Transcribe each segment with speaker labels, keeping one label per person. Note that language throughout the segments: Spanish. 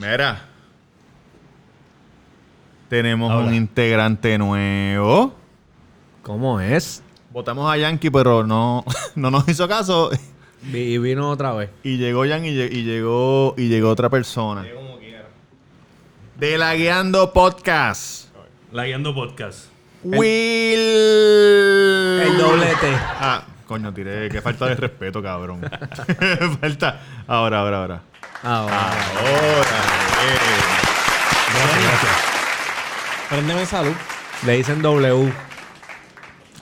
Speaker 1: Mira. Tenemos
Speaker 2: Habla.
Speaker 1: un integrante nuevo.
Speaker 2: ¿Cómo es?
Speaker 1: Votamos a Yankee, pero no, no nos hizo caso.
Speaker 2: Vi- Y vino otra vez.
Speaker 1: Y llegó Yankee y, lle- y llegó y llegó otra persona. De la Guiando Podcast.
Speaker 3: La guiando podcast.
Speaker 1: Will.
Speaker 2: El doblete.
Speaker 1: Ah, coño, tiré. Qué falta de respeto, cabrón. falta. Ahora, ahora, ahora.
Speaker 2: Ah, bueno.
Speaker 1: Ahora.
Speaker 4: Préndeme salud.
Speaker 2: Le dicen W.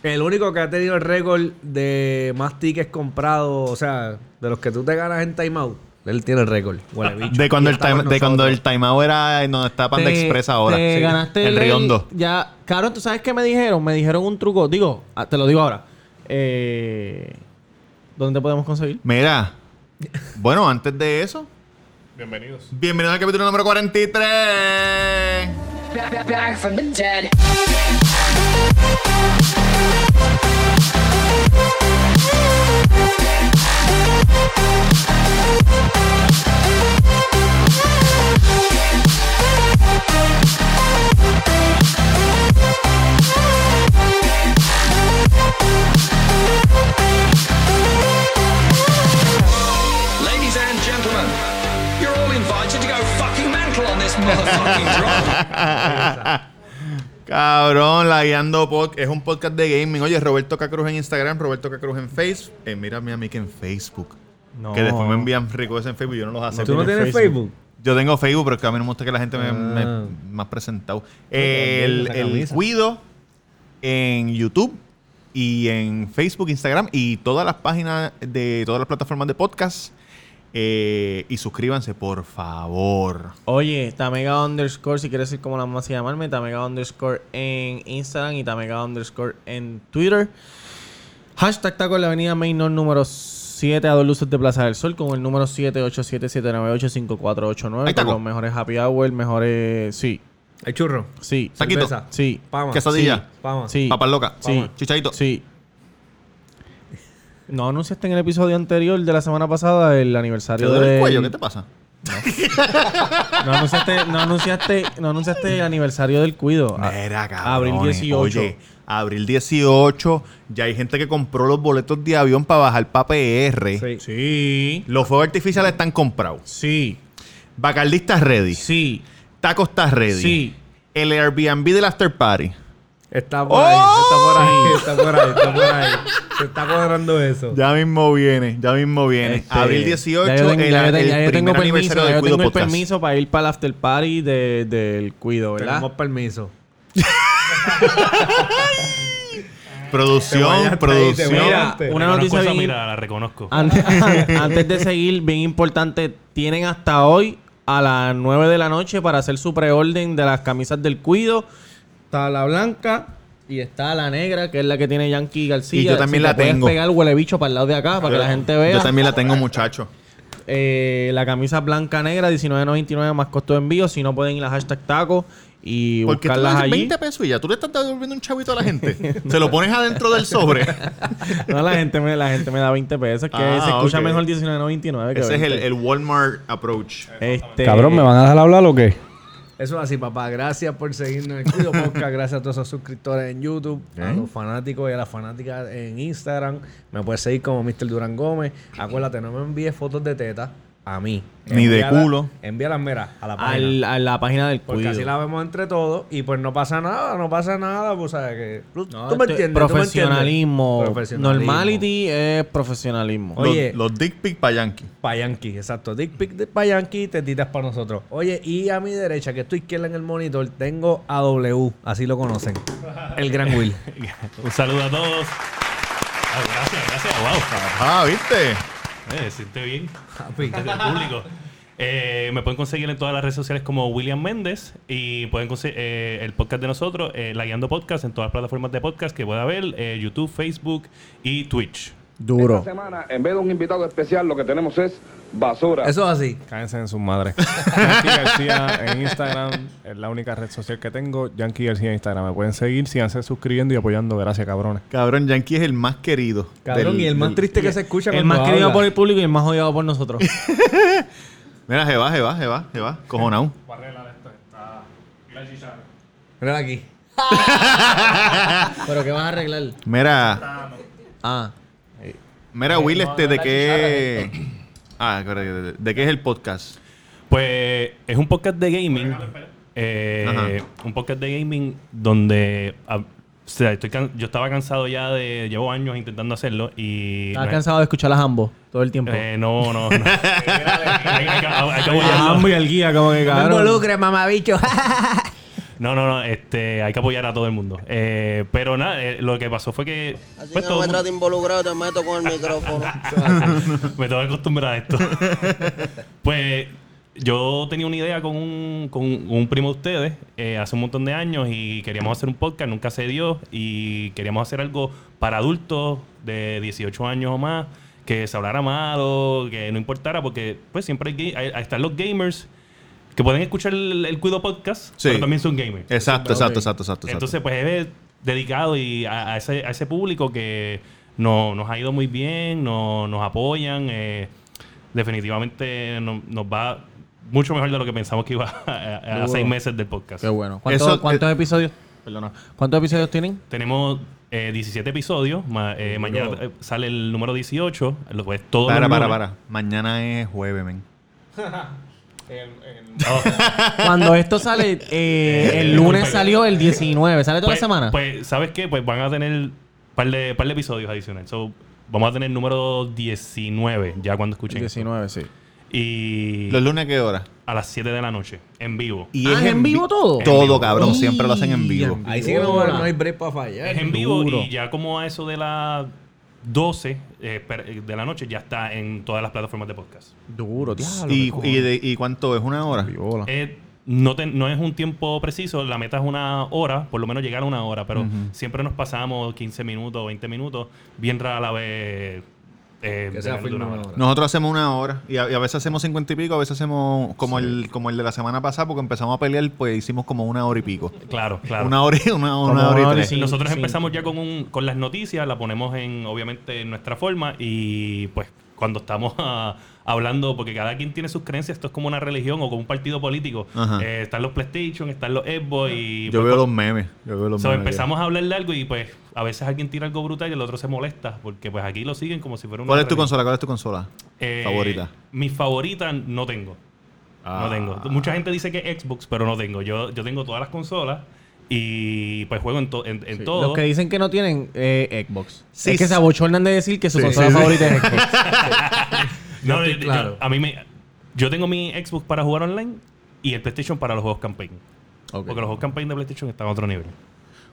Speaker 2: El único que ha tenido el récord de más tickets comprados, o sea, de los que tú te ganas en timeout, él tiene el récord. Huele
Speaker 1: eh.
Speaker 2: bicho.
Speaker 1: De cuando, el
Speaker 2: Y está
Speaker 1: time,
Speaker 2: con
Speaker 1: de cuando el
Speaker 2: nosotros.
Speaker 1: timeout era eh, en donde está Panda
Speaker 4: Te-
Speaker 1: Express ahora.
Speaker 4: Te
Speaker 1: Sí.
Speaker 4: ganaste
Speaker 1: el Riondo.
Speaker 4: Ya, Caro, ¿tú sabes qué me dijeron? Me dijeron un truco. Digo, ah, te lo digo ahora. Eh, ¿Dónde podemos conseguir?
Speaker 1: Mira. Bueno, antes de eso,
Speaker 3: Bienvenidos.
Speaker 1: bienvenidos al capítulo número 43.
Speaker 5: Back, back, back from the dead.
Speaker 6: Ladies and gentlemen, you're all invited to go fucking mental on this motherfucking drop.
Speaker 1: Cabrón, la guiando pod es un podcast de gaming. Oye, Roberto Cacruz en Instagram, Roberto Cacruz en Facebook. Eh, mírame a mí que en Facebook.
Speaker 4: No.
Speaker 1: Que después me envían recuerdos en Facebook y yo no los acepto.
Speaker 2: ¿Tú no tienes Facebook?
Speaker 1: Yo tengo Facebook, pero es que a mí no me gusta que la gente me, me-
Speaker 2: Ah.
Speaker 1: me ha presentado. El,
Speaker 4: esa
Speaker 1: el
Speaker 4: camisa.
Speaker 1: cuido en YouTube y en Facebook, Instagram y todas las páginas de todas las plataformas de podcast. Eh, y suscríbanse, por favor.
Speaker 4: Oye, Tamega underscore, si quieres ser como la más y llamarme, Tamega underscore en Instagram y Tamega underscore en Twitter. Hashtag taco en la avenida Mainor número 7 a dos luces de Plaza del Sol con el número 787-798-5489
Speaker 1: Ahí,
Speaker 4: con
Speaker 1: taco.
Speaker 4: los mejores happy hour, mejores... Sí,
Speaker 2: El churro.
Speaker 4: sí,
Speaker 1: Saquito.
Speaker 2: Cerveza.
Speaker 4: sí,
Speaker 2: Pama.
Speaker 1: Quesadilla.
Speaker 2: Sí, Pama.
Speaker 4: sí.
Speaker 1: Papas locas.
Speaker 4: Sí.
Speaker 1: Chichadito.
Speaker 4: Sí. No anunciaste en el episodio anterior de la semana pasada el
Speaker 1: ¿Te
Speaker 4: aniversario
Speaker 1: duele
Speaker 4: de
Speaker 1: el cuello? ¿Qué te pasa?
Speaker 4: No anunciaste, no anunciaste, no anunciaste el aniversario del cuido. A-
Speaker 1: Mira, cabrón. eh,
Speaker 4: Abril 18.
Speaker 1: Oye, abril 18. Ya hay gente que compró los boletos de avión para bajar para PR.
Speaker 2: Sí.
Speaker 4: Sí.
Speaker 1: Los fuegos artificiales están comprados.
Speaker 4: Sí.
Speaker 1: Bacardí está ready.
Speaker 4: Sí.
Speaker 1: Taco está ready.
Speaker 4: Sí.
Speaker 1: El Airbnb del after party.
Speaker 2: Está por ahí, está por ahí, está por ahí, está por ahí. Se está cuadrando eso.
Speaker 1: Ya mismo viene, ya mismo viene.
Speaker 4: Este,
Speaker 1: abril 18,
Speaker 4: ya yo tengo-
Speaker 1: el,
Speaker 4: ya yo te-
Speaker 1: el
Speaker 4: ya yo
Speaker 1: primer
Speaker 4: tengo permiso,
Speaker 1: aniversario
Speaker 4: ya
Speaker 1: del
Speaker 4: yo
Speaker 1: Cuido
Speaker 4: tengo el
Speaker 1: Podcast.
Speaker 4: permiso para ir para el after party de- del cuido, ¿verdad?
Speaker 2: Tenemos permiso. Te voy
Speaker 1: Producción,
Speaker 2: hasta ahí, te voy
Speaker 1: producción.
Speaker 2: hasta
Speaker 4: Mira,
Speaker 2: Pero
Speaker 4: una
Speaker 3: Reconozco
Speaker 4: noticia
Speaker 3: esa
Speaker 4: bien,
Speaker 3: mirada, la reconozco.
Speaker 4: An- Antes de seguir, bien importante, tienen hasta hoy a las 9 de la noche para hacer su preorden de las camisas del Cuido. Está la blanca y está la negra, que es la que tiene Yankee García.
Speaker 1: Y yo también
Speaker 4: Si
Speaker 1: la
Speaker 4: te puedes
Speaker 1: tengo.
Speaker 4: pegar huele bicho para el lado de acá, para que la gente vea.
Speaker 1: Yo también la tengo, muchacho.
Speaker 4: Eh, la camisa blanca negra, 19.99 más costo de envío. Si no pueden ir a hashtag taco y
Speaker 1: Porque tú le
Speaker 4: buscarlas
Speaker 1: das
Speaker 4: allí.
Speaker 1: 20 pesos y ya tú le estás devolviendo un chavito a la gente. Se lo pones adentro del sobre.
Speaker 4: No, la gente me, la gente me da 20 pesos, que
Speaker 1: Ah,
Speaker 4: se escucha
Speaker 1: ok.
Speaker 4: mejor 19.99. que
Speaker 1: Ese es el,
Speaker 4: 20.
Speaker 1: el Walmart approach.
Speaker 4: Este,
Speaker 7: a dejar hablar o qué?
Speaker 2: Eso es así, papá. Gracias por seguirnos en el Cuido Podcast. Gracias a todos esos suscriptores en YouTube, a los fanáticos y a las fanáticas en Instagram. Me puedes seguir como Mr. Durán Gómez. Acuérdate, no me envíes fotos de teta a mí.
Speaker 1: Ni de
Speaker 2: Envíala-
Speaker 1: culo.
Speaker 2: Envíalas, mira, a la página.
Speaker 4: al- a la página del
Speaker 2: Porque
Speaker 4: Cuido.
Speaker 2: así la vemos entre todos y pues no pasa nada, no pasa nada, pues sabes que... Tú,
Speaker 4: No,
Speaker 2: tú me entiendes, tú me
Speaker 4: este-
Speaker 2: entiendes.
Speaker 4: Profesionalismo.
Speaker 2: Profesionalismo.
Speaker 4: Normality es profesionalismo.
Speaker 1: Los-
Speaker 2: Oye.
Speaker 1: Los, dick pic para Yankee.
Speaker 2: Pa' Yankee, exacto. Dick pic de pa' Yankee, tetitas para nosotros. Oye, y a mi derecha, que estoy izquierda en el monitor, tengo a W, así lo conocen. El Gran Will.
Speaker 3: Un saludo a todos. Ah, gracias, gracias. Wow.
Speaker 1: Ajá, Ah, ¿viste?
Speaker 3: Eh, siente bien.
Speaker 4: Ah, pues,
Speaker 2: Papi.
Speaker 3: Gracias al público. Eh, me pueden conseguir en todas las redes sociales como William Méndez y pueden conseguir eh, el podcast de nosotros, eh, La Guiando Podcast, en todas las plataformas de podcast que pueda haber, eh, YouTube, Facebook y Twitch.
Speaker 4: Duro.
Speaker 8: Esta semana, en vez de un invitado especial, lo que tenemos es basura.
Speaker 2: Eso es así.
Speaker 7: Cállense en sus madres. Yankee García en Instagram es la única red social que tengo. Yankee García en Instagram. Me pueden seguir, síganse suscribiendo y apoyando. Gracias, cabrones.
Speaker 1: Cabrón, Yankee es el más querido.
Speaker 2: Cabrón,
Speaker 1: del-
Speaker 2: y el más
Speaker 1: del-
Speaker 2: triste que se escucha
Speaker 4: El más
Speaker 2: cuando
Speaker 4: querido
Speaker 2: habla.
Speaker 4: por el público y el más odiado por nosotros.
Speaker 1: Mira, se va, se va, se va, se va. Cojonado.
Speaker 2: Mírala aquí. ¿Pero qué vas a arreglar?
Speaker 1: Mira,
Speaker 2: Ah.
Speaker 1: mira Will, este, ¿de qué... Ah, espera, ¿de de qué es el podcast?
Speaker 3: Pues es un podcast de gaming. eh, un podcast de gaming donde ah, o sea, estoy can- yo estaba cansado ya de. Llevo años intentando hacerlo y.
Speaker 4: Estás
Speaker 3: no-
Speaker 4: cansado de escuchar a ambos todo el tiempo.
Speaker 3: eh, no, no, no. Hay- hay que- hay que
Speaker 7: Ah,
Speaker 3: apoyarlo.
Speaker 7: hombre, el guía, como que
Speaker 2: No
Speaker 7: cabrón.
Speaker 2: mamabicho.
Speaker 3: No, no, no, este, hay que apoyar a todo el mundo. Eh, pero nada, eh, lo que pasó fue que.
Speaker 9: Así
Speaker 3: pues,
Speaker 9: que no
Speaker 3: todo
Speaker 9: me
Speaker 3: el mundo-
Speaker 9: trate involucrado, te meto con el micrófono.
Speaker 3: me tengo que acostumbrar a esto. pues yo tenía una idea con un, con un primo de ustedes eh, hace un montón de años y queríamos hacer un podcast, nunca se dio y queríamos hacer algo para adultos de 18 años o más, que se hablara malo, que no importara, porque pues siempre hay, ga- hay- ahí están los gamers que pueden escuchar el, el Cuido Podcast,
Speaker 1: Sí.
Speaker 3: pero también son gamers.
Speaker 1: Exacto, exacto, exacto, exacto.
Speaker 3: Entonces, pues es dedicado y a, a ese, a ese público que no- nos ha ido muy bien, no- nos apoyan. eh, definitivamente no- nos va mucho mejor de lo que pensamos que iba a, a- a seis meses del podcast.
Speaker 4: Qué bueno. ¿Cuántos,
Speaker 1: Eso-
Speaker 4: cuántos episodios? Perdona. ¿Cuántos episodios tienen?
Speaker 3: Tenemos eh, 17 episodios. ma- eh, mañana eh, sale el número 18. Lo pues, todos
Speaker 1: para,
Speaker 3: los
Speaker 1: para,
Speaker 3: lunes.
Speaker 1: para. Mañana es jueves, men.
Speaker 4: Cuando esto sale, eh, el lunes salió el 19. ¿Sale toda
Speaker 3: Pues-
Speaker 4: la semana?
Speaker 3: Pues, ¿sabes qué? Pues van a tener un par de, par de episodios adicionales. So, vamos a tener el número 19 ya cuando escuchen. esto.
Speaker 4: 19, sí.
Speaker 3: Y
Speaker 1: ¿Los lunes a qué hora?
Speaker 3: a las 7 de la noche, en vivo.
Speaker 1: ¿Y
Speaker 4: Ah, ¿es en
Speaker 1: vi-
Speaker 4: vivo todo?
Speaker 1: Todo,
Speaker 3: En vivo.
Speaker 1: cabrón. Siempre lo hacen en vivo.
Speaker 2: Ahí sí que no, no hay break para
Speaker 3: Es
Speaker 2: fallar.
Speaker 3: en vivo
Speaker 4: duro.
Speaker 3: y ya como a eso de las 12 eh, per- eh, de la noche ya está en todas las plataformas de podcast.
Speaker 4: Duro, diablo.
Speaker 1: ¿Y,
Speaker 4: qué
Speaker 1: y, de- ¿Y cuánto es? ¿Una hora?
Speaker 4: Ah.
Speaker 3: Eh, no, te- no es un tiempo preciso, la meta es una hora, por lo menos llegar a una hora, pero siempre nos pasamos 15 minutos, 20 minutos, bien rara la vez. eh,
Speaker 2: Que sea
Speaker 3: de
Speaker 2: firme
Speaker 3: una
Speaker 2: una
Speaker 3: hora.
Speaker 2: hora.
Speaker 1: Nosotros hacemos una hora y a, y a veces hacemos cincuenta y pico, a veces hacemos como el como el de la semana pasada porque empezamos a pelear, pues hicimos como una hora y pico.
Speaker 3: Claro, claro.
Speaker 1: Una hora y una, una
Speaker 4: Como
Speaker 1: hora y
Speaker 4: una hora y
Speaker 1: tres.
Speaker 4: cinco.
Speaker 3: Nosotros
Speaker 4: sí.
Speaker 3: empezamos ya con, un, con las noticias, la ponemos en, obviamente, en nuestra forma y pues cuando estamos ah, hablando, porque cada quien tiene sus creencias, esto es como una religión o como un partido político.
Speaker 1: Ajá.
Speaker 3: Eh, están los PlayStation, están los Xbox y...
Speaker 1: Yo
Speaker 3: pues,
Speaker 1: veo los memes. Yo veo los
Speaker 3: so,
Speaker 1: memes.
Speaker 3: empezamos a hablar de algo y pues a veces alguien tira algo brutal y el otro se molesta porque pues aquí lo siguen como si fuera una
Speaker 1: ¿Cuál es tu
Speaker 3: religión.
Speaker 1: consola? ¿Cuál es tu consola?
Speaker 3: Eh,
Speaker 1: favorita? Ah.
Speaker 3: Mi favorita no tengo. No tengo. Mucha gente dice que Xbox, pero no tengo. Yo, yo tengo todas las consolas y pues juego en, to- en, en todo.
Speaker 4: Los que dicen que no tienen eh, Xbox.
Speaker 1: Sí,
Speaker 4: es que
Speaker 1: sí.
Speaker 4: se abochornan de decir que su
Speaker 1: Sí,
Speaker 4: consola
Speaker 1: sí, sí.
Speaker 4: favorita es Xbox.
Speaker 3: No,
Speaker 2: estoy
Speaker 3: yo-
Speaker 2: claro.
Speaker 3: yo- a mí me, yo tengo mi Xbox para jugar online y el PlayStation para los juegos campaign. Porque los juegos campaign de PlayStation están a otro nivel.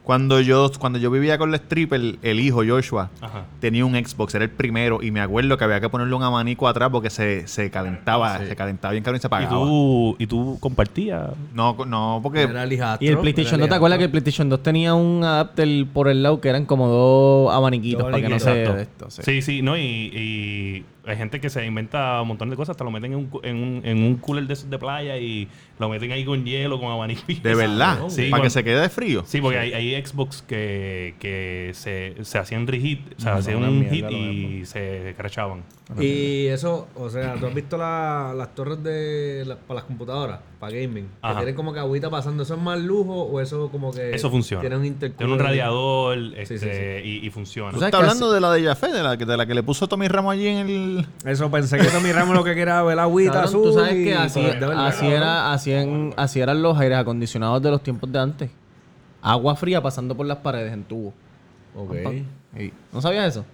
Speaker 1: Cuando yo, cuando yo vivía con la stripper, el, el hijo Joshua
Speaker 3: Ajá.
Speaker 1: tenía un Xbox, era el primero, y me acuerdo que había que ponerle un abanico atrás porque se, se calentaba, se calentaba bien cabrón y se
Speaker 3: Y
Speaker 1: apagaba.
Speaker 3: tú, y tú compartías.
Speaker 1: No, no, porque
Speaker 2: Era hijastro,
Speaker 4: Y el PlayStation 2, ¿te acuerdas que el PlayStation 2 tenía un adapter por el lado que eran como dos abaniquitos
Speaker 2: Dos
Speaker 4: para que no se...
Speaker 3: Exacto.
Speaker 4: de esto, sí.
Speaker 3: Sí, sí, no, y, y hay gente que se inventa un montón de cosas, hasta lo meten en un, cu- en un, en un cooler de esos de playa y lo meten ahí con hielo, con abanico. y-
Speaker 1: de verdad,
Speaker 3: Sí,
Speaker 1: para
Speaker 3: cuando-
Speaker 1: que se quede de frío.
Speaker 3: Sí, porque hay, hay Xbox que, que se, se hacían reheat, o sea, hacían
Speaker 7: una
Speaker 3: un
Speaker 7: mierda
Speaker 3: hit
Speaker 7: lo
Speaker 3: y se crachaban.
Speaker 2: Y eso, o sea, ¿tú has visto la- las torres de la- para las computadoras, para gaming?
Speaker 3: Ajá.
Speaker 2: Que tienen como que agüita pasando. ¿Eso es más lujo o eso como que.
Speaker 3: Eso funciona.
Speaker 2: Tiene un intercooler?
Speaker 3: Tiene un radiador
Speaker 2: Sí,
Speaker 3: este,
Speaker 2: sí,
Speaker 3: Y, y funciona.
Speaker 1: Tú
Speaker 4: sabes
Speaker 1: estás
Speaker 4: que
Speaker 1: hablando de la de Jafé, de la, que- de la que le puso Tommy Ramos allí en el...
Speaker 2: Eso pensé que Tommy Ramos lo que quería era ver la agüita
Speaker 4: Cabrón,
Speaker 2: azul.
Speaker 4: tú sabes
Speaker 2: y-
Speaker 4: que así,
Speaker 2: de verdad,
Speaker 4: así
Speaker 2: cabrón.
Speaker 4: era, así, en- así eran los aires acondicionados de los tiempos de antes. Agua fría pasando por las paredes en tubo.
Speaker 2: Ok.
Speaker 4: Sí. ¿No sabías eso?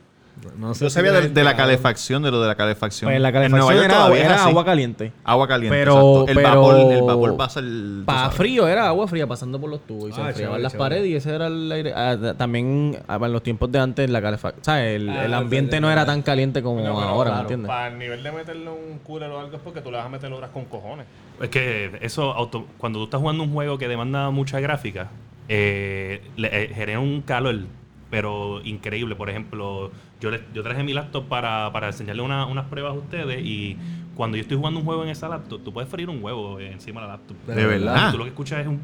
Speaker 2: No sé
Speaker 1: Yo
Speaker 2: si
Speaker 1: sabía de,
Speaker 2: era-
Speaker 1: de la calefacción, de lo de la calefacción.
Speaker 4: Pues la
Speaker 1: En Nueva
Speaker 4: calefacción
Speaker 1: York
Speaker 4: era,
Speaker 1: todavía es
Speaker 4: era
Speaker 1: así.
Speaker 4: agua caliente.
Speaker 1: Agua caliente,
Speaker 4: Pero-
Speaker 1: exacto. El,
Speaker 4: pero-
Speaker 1: vapor, el vapor pasa el... tú
Speaker 4: Para
Speaker 1: sabes.
Speaker 4: frío era agua fría pasando por los tubos y se
Speaker 2: Ah,
Speaker 4: enfriaban
Speaker 2: chévere,
Speaker 4: las
Speaker 2: chévere.
Speaker 4: paredes y ese era el aire. ah, da- también ah, en los tiempos de antes la calefacción. ¿Sabes? El, el ambiente no era tan caliente como
Speaker 7: No, pero
Speaker 4: ahora, ¿me
Speaker 7: claro,
Speaker 4: entiendes?
Speaker 7: Para el nivel de meterle un cooler o algo es porque tú le vas a meter horas con cojones.
Speaker 3: Es que eso, auto- cuando tú estás jugando un juego que demanda mucha gráfica, eh, le- eh, genera un calor, pero increíble. Por ejemplo, yo, le- yo traje mi laptop para, para enseñarle una- unas pruebas a ustedes y cuando yo estoy jugando un juego en esa laptop, tú puedes freír un huevo eh, encima de la laptop.
Speaker 1: De verdad.
Speaker 3: Y tú lo que escuchas es un...